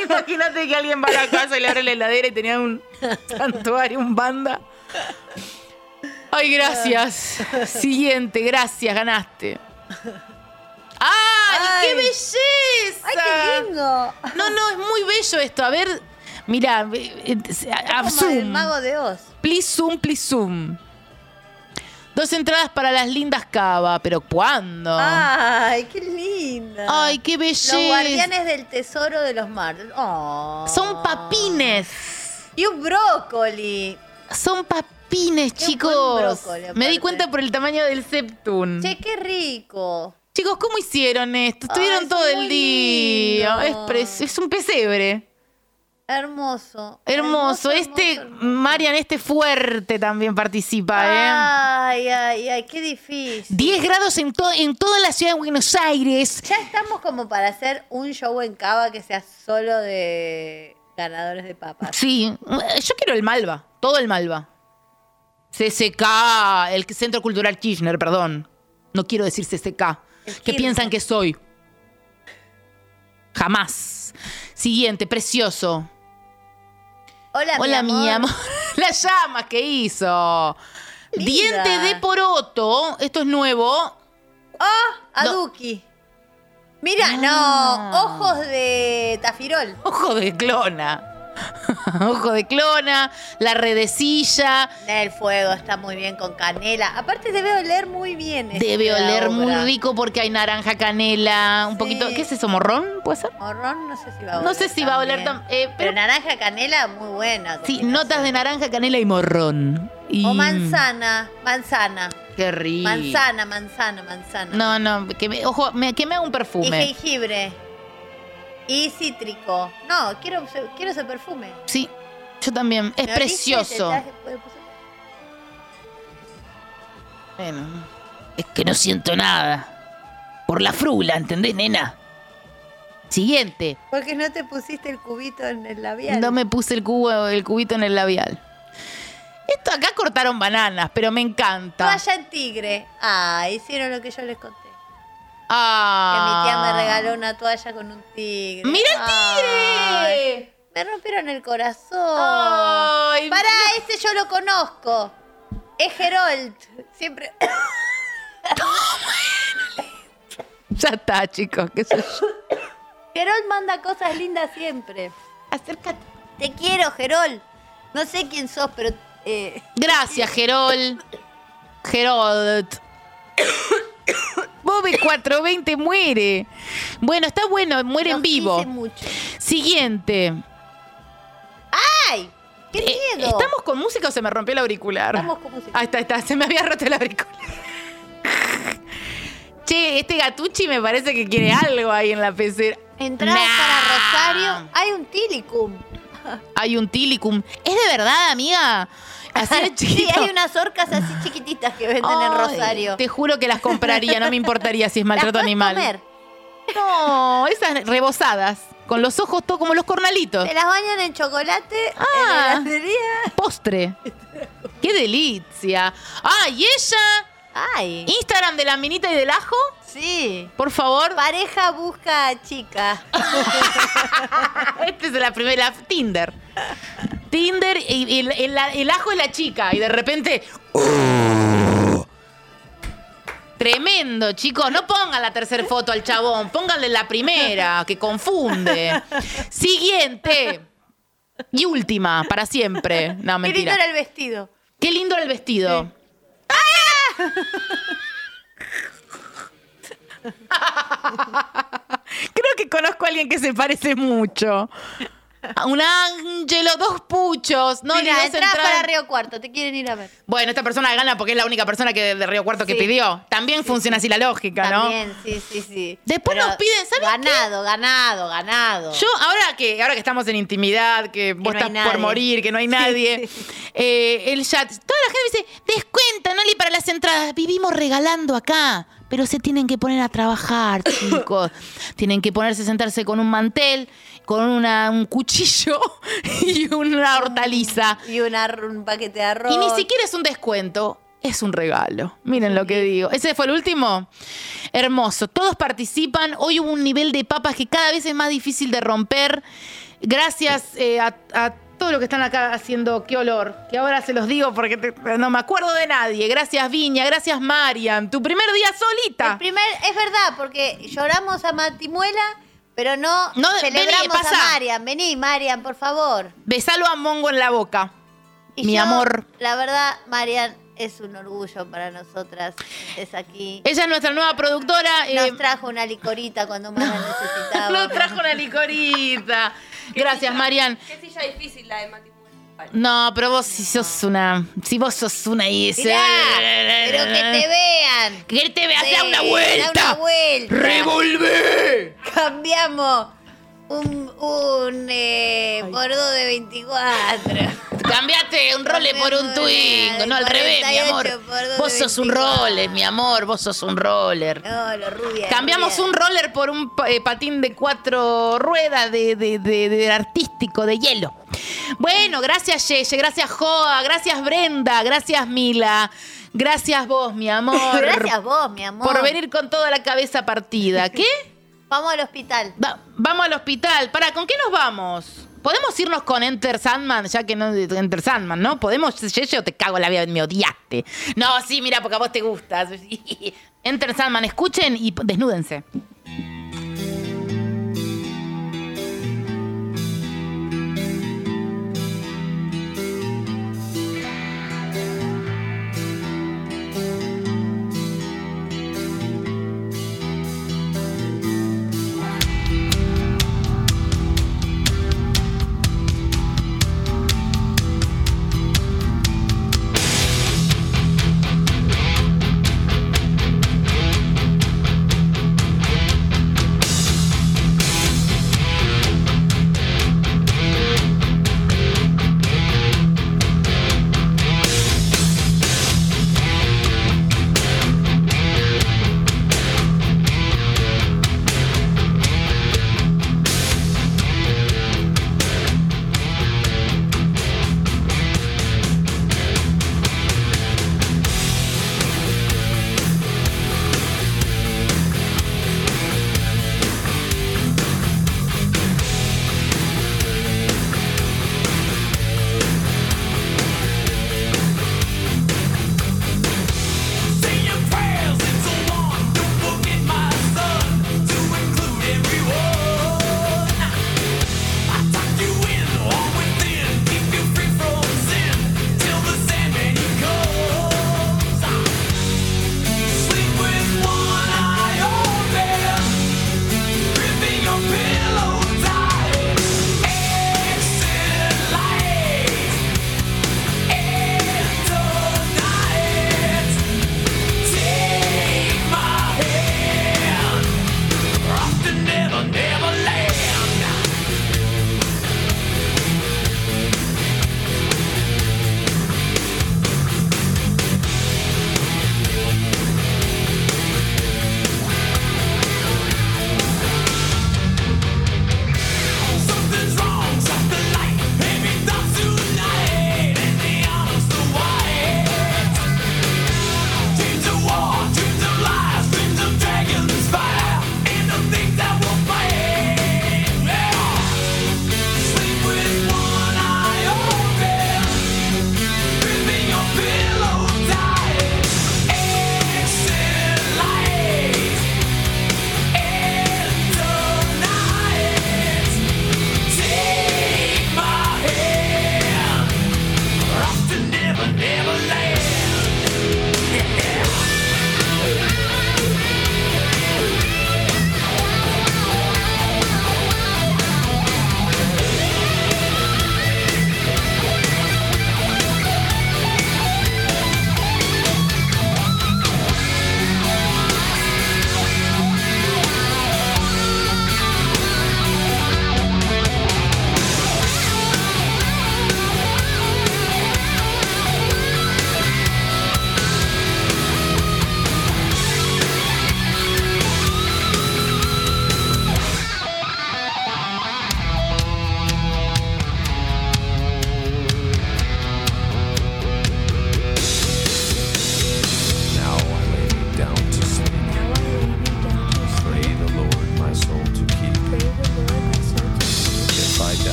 C: Imagínate que alguien va a la casa y le abre la heladera y tenía un santuario, un banda. Ay, gracias. Siguiente, gracias, ganaste. ¡Ay, qué belleza! ¡Ay,
B: qué lindo!
C: No, no, es muy bello esto. A ver, eh, mira,
B: Como el
C: zoom.
B: mago de Oz.
C: Please zoom, please zoom. Dos entradas para las lindas cava, pero ¿cuándo?
B: Ay, qué linda.
C: Ay, qué belleza.
B: Ah. Los guardianes del tesoro de los Martins.
C: Son papines.
B: Y un brócoli.
C: Son papines,
B: Qué
C: chicos.
B: buen brócoli,
C: Me
B: aparte.
C: di cuenta por el tamaño del septum.
B: Che, qué rico.
C: Chicos, ¿cómo hicieron esto? Estuvieron
B: Ay, es
C: todo
B: muy
C: el día. Es,
B: lindo.
C: pres- es un pesebre.
B: Hermoso.
C: Hermoso. este, Marian, este fuerte también participa,
B: Ah.
C: ¿eh?
B: Ay, ay, ay, qué difícil.
C: 10 grados en, to- en toda la ciudad de Buenos Aires.
B: Ya estamos como para hacer un show en Cava que sea solo de ganadores de papas.
C: Sí, yo quiero el Malva, todo el Malva. CCK, el Centro Cultural Kirchner, perdón. No quiero decir CCK. ¿Qué piensan que soy? Jamás. Siguiente, precioso.
B: Hola,
C: Hola,
B: mi
C: mi
B: amor.
C: amor. (laughs) Las llamas que hizo.
B: Linda.
C: Diente de poroto. Esto es nuevo.
B: Ah, Aduki. Mira,
C: Ah.
B: no, ojos de tafirol.
C: Ojo de clona. (laughs) Ojo de clona. La redecilla.
B: El fuego está muy bien con canela. Aparte debe oler muy bien. esta
C: Debe oler
B: obra.
C: muy rico porque hay naranja, canela, un poquito. ¿Qué es eso? ¿Morrón? ¿Puede ser?
B: Morrón, no sé si va a
C: No
B: oler.
C: sé si va a oler
B: también.
C: tan-
B: pero... naranja canela, muy buena.
C: Sí, notas de naranja, canela y morrón. Y-
B: O manzana, manzana.
C: Qué rico.
B: Manzana, manzana, manzana.
C: No, no, que me, ojo, me, que me haga un
B: Y
C: perfume.
B: jengibre. Y cítrico. No, quiero, quiero ese perfume.
C: Sí, yo también. Es
B: ¿Me oliste? Te
C: precioso.
B: traje-
G: Es que no siento nada. Por la frula, ¿entendés, nena? Siguiente.
B: Porque no te pusiste el cubito en el labial.
C: No me puse el, cubo, el cubito en el labial. Esto acá cortaron bananas, pero me encanta.
B: Toalla en tigre. Ah, hicieron lo que yo les conté.
C: Ah.
B: Que mi tía me regaló una toalla con un tigre.
C: ¡Mira
B: el tigre! me rompieron el corazón.
C: Ay,
B: Pará, ese yo lo conozco. Es Herold. Siempre. (coughs)
C: Ya está, chicos, qué sé yo.
B: Gerol manda cosas lindas siempre. Acércate. Te quiero, Gerol. No sé quién sos, pero. eh,
C: Gracias, Gerol. Gerol. Bobby 420 muere. Bueno, está bueno, muere en vivo. Siguiente.
B: ¡Ay! ¡Qué miedo!
C: Eh, ¿Estamos con música o se me rompió el auricular?
B: Estamos con música.
C: Ah, está, está. Se me había roto el auricular. che, este gatuchi me parece que quiere algo ahí en la pecera.
B: Entradas para Rosario. Hay un Tilicum.
C: Hay un Tilicum. ¿Es de verdad, amiga? Así de
B: (laughs) Sí,
C: chiquito.
B: hay unas orcas así chiquititas que venden en
C: Ay,
B: Rosario.
C: Te juro que las compraría, no me importaría si es
B: (laughs)
C: maltrato
B: ¿Las podés
C: animal.
B: comer?
C: No, esas rebozadas, con los ojos todo como los cornalitos.
B: Te las bañan en chocolate.
C: Ah.
B: En la heladería.
C: Postre. ¡Qué delicia! ¡Ah, y ella!
B: ¡Ay!
C: Instagram de la minita y del ajo.
B: Sí.
C: Por favor.
B: Pareja busca chica.
C: Ah, (laughs) Esta Este es la primera, Tinder. Tinder y, y el, el- el ajo es la chica. Y de repente. Tremendo, chicos. No pongan la tercera foto al chabón. Pónganle la primera, que confunde. Siguiente. Y última, para siempre.
B: Qué lindo
C: No, mentira.
B: era el vestido.
C: Qué lindo era el vestido. ¡Ah! (laughs) Creo que conozco a alguien que se parece mucho. A Un ángelo, dos puchos. No, ni
B: Mira,
C: dos
B: entrás
C: entradas.
B: para Río Cuarto. Te quieren ir a ver.
C: Bueno, esta persona gana porque es la única persona que de Río Cuarto que
B: Sí.
C: pidió. También funciona así la lógica, ¿no?
B: También, sí, sí, sí.
C: Después nos piden, ¿sabes
B: Ganado, ganado, ganado.
C: Yo, ahora que, ahora que estamos en intimidad, que vos
B: no hay
C: estás
B: nadie.
C: por morir, que no hay nadie, eh, el chat, toda la gente me dice, descuenta, Noli, para las entradas. Vivimos regalando acá, pero se tienen que poner
B: (laughs)
C: a trabajar, chicos. tienen que ponerse, sentarse con un mantel, con una- un cuchillo (laughs) y una hortaliza.
B: Y una, un paquete de arroz.
C: Y ni siquiera es un descuento, es un regalo. Miren lo que digo. Ese fue el último. Hermoso. Todos participan. Hoy hubo un nivel de papas que cada vez es más difícil de romper. Gracias eh, a, a todos los que están acá haciendo qué olor. Que ahora se los digo porque te- no me acuerdo de nadie. Gracias, Viña. Gracias, Marian. Tu primer día solita.
B: El primer, es verdad, porque lloramos a Matimuela, pero no,
C: No,
B: celebramos
C: vení, pasá.
B: a Marian. Vení, Marian, por favor.
C: Besalo a Mongo en la boca.
B: Y
C: Mi
B: yo,
C: amor.
B: La verdad, Marian es un orgullo para nosotras. Es aquí.
C: Ella es nuestra nueva productora. eh,
B: Nos trajo una licorita cuando más
C: (laughs)
B: la necesitaba.
C: nos trajo una licorita. Gracias, Marian.
T: Qué silla difícil la de Mati Muela.
C: No, pero vos si sos una. Si vos sos una y ese-
T: Mirá, pero
B: Que te vean.
C: Que te veas,
B: Sí,
C: da una vuelta.
B: Da una vuelta.
C: ¡Revolvé!
B: Cambiamos un, un eh, bordo de 24.
G: Cambiate un role por un twingo, no al revés, mi amor.
B: 48 por dos
G: Vos
B: de
G: sos un
B: 24.
G: roller, mi amor, vos sos un roller.
B: No, lo rubia.
C: Cambiamos un roller por un pa- eh, patín de cuatro ruedas de, de- de- de artístico, de hielo. Bueno, gracias Yeye, gracias Joa, gracias Brenda, gracias Mila, gracias vos, mi amor.
B: (laughs) Gracias vos, mi amor.
C: Por venir con toda la cabeza
B: (laughs)
C: partida. ¿Qué?
B: Vamos al hospital.
C: Va- vamos al hospital. Para, ¿con qué nos vamos? ¿Podemos irnos con Enter Sandman? Ya que no Enter Sandman, ¿no? ¿Podemos? Yeye, o te cago en la vida, me (laughs) odiaste. No, sí, mira, porque a vos te gustas. Enter Sandman, escuchen y desnúdense.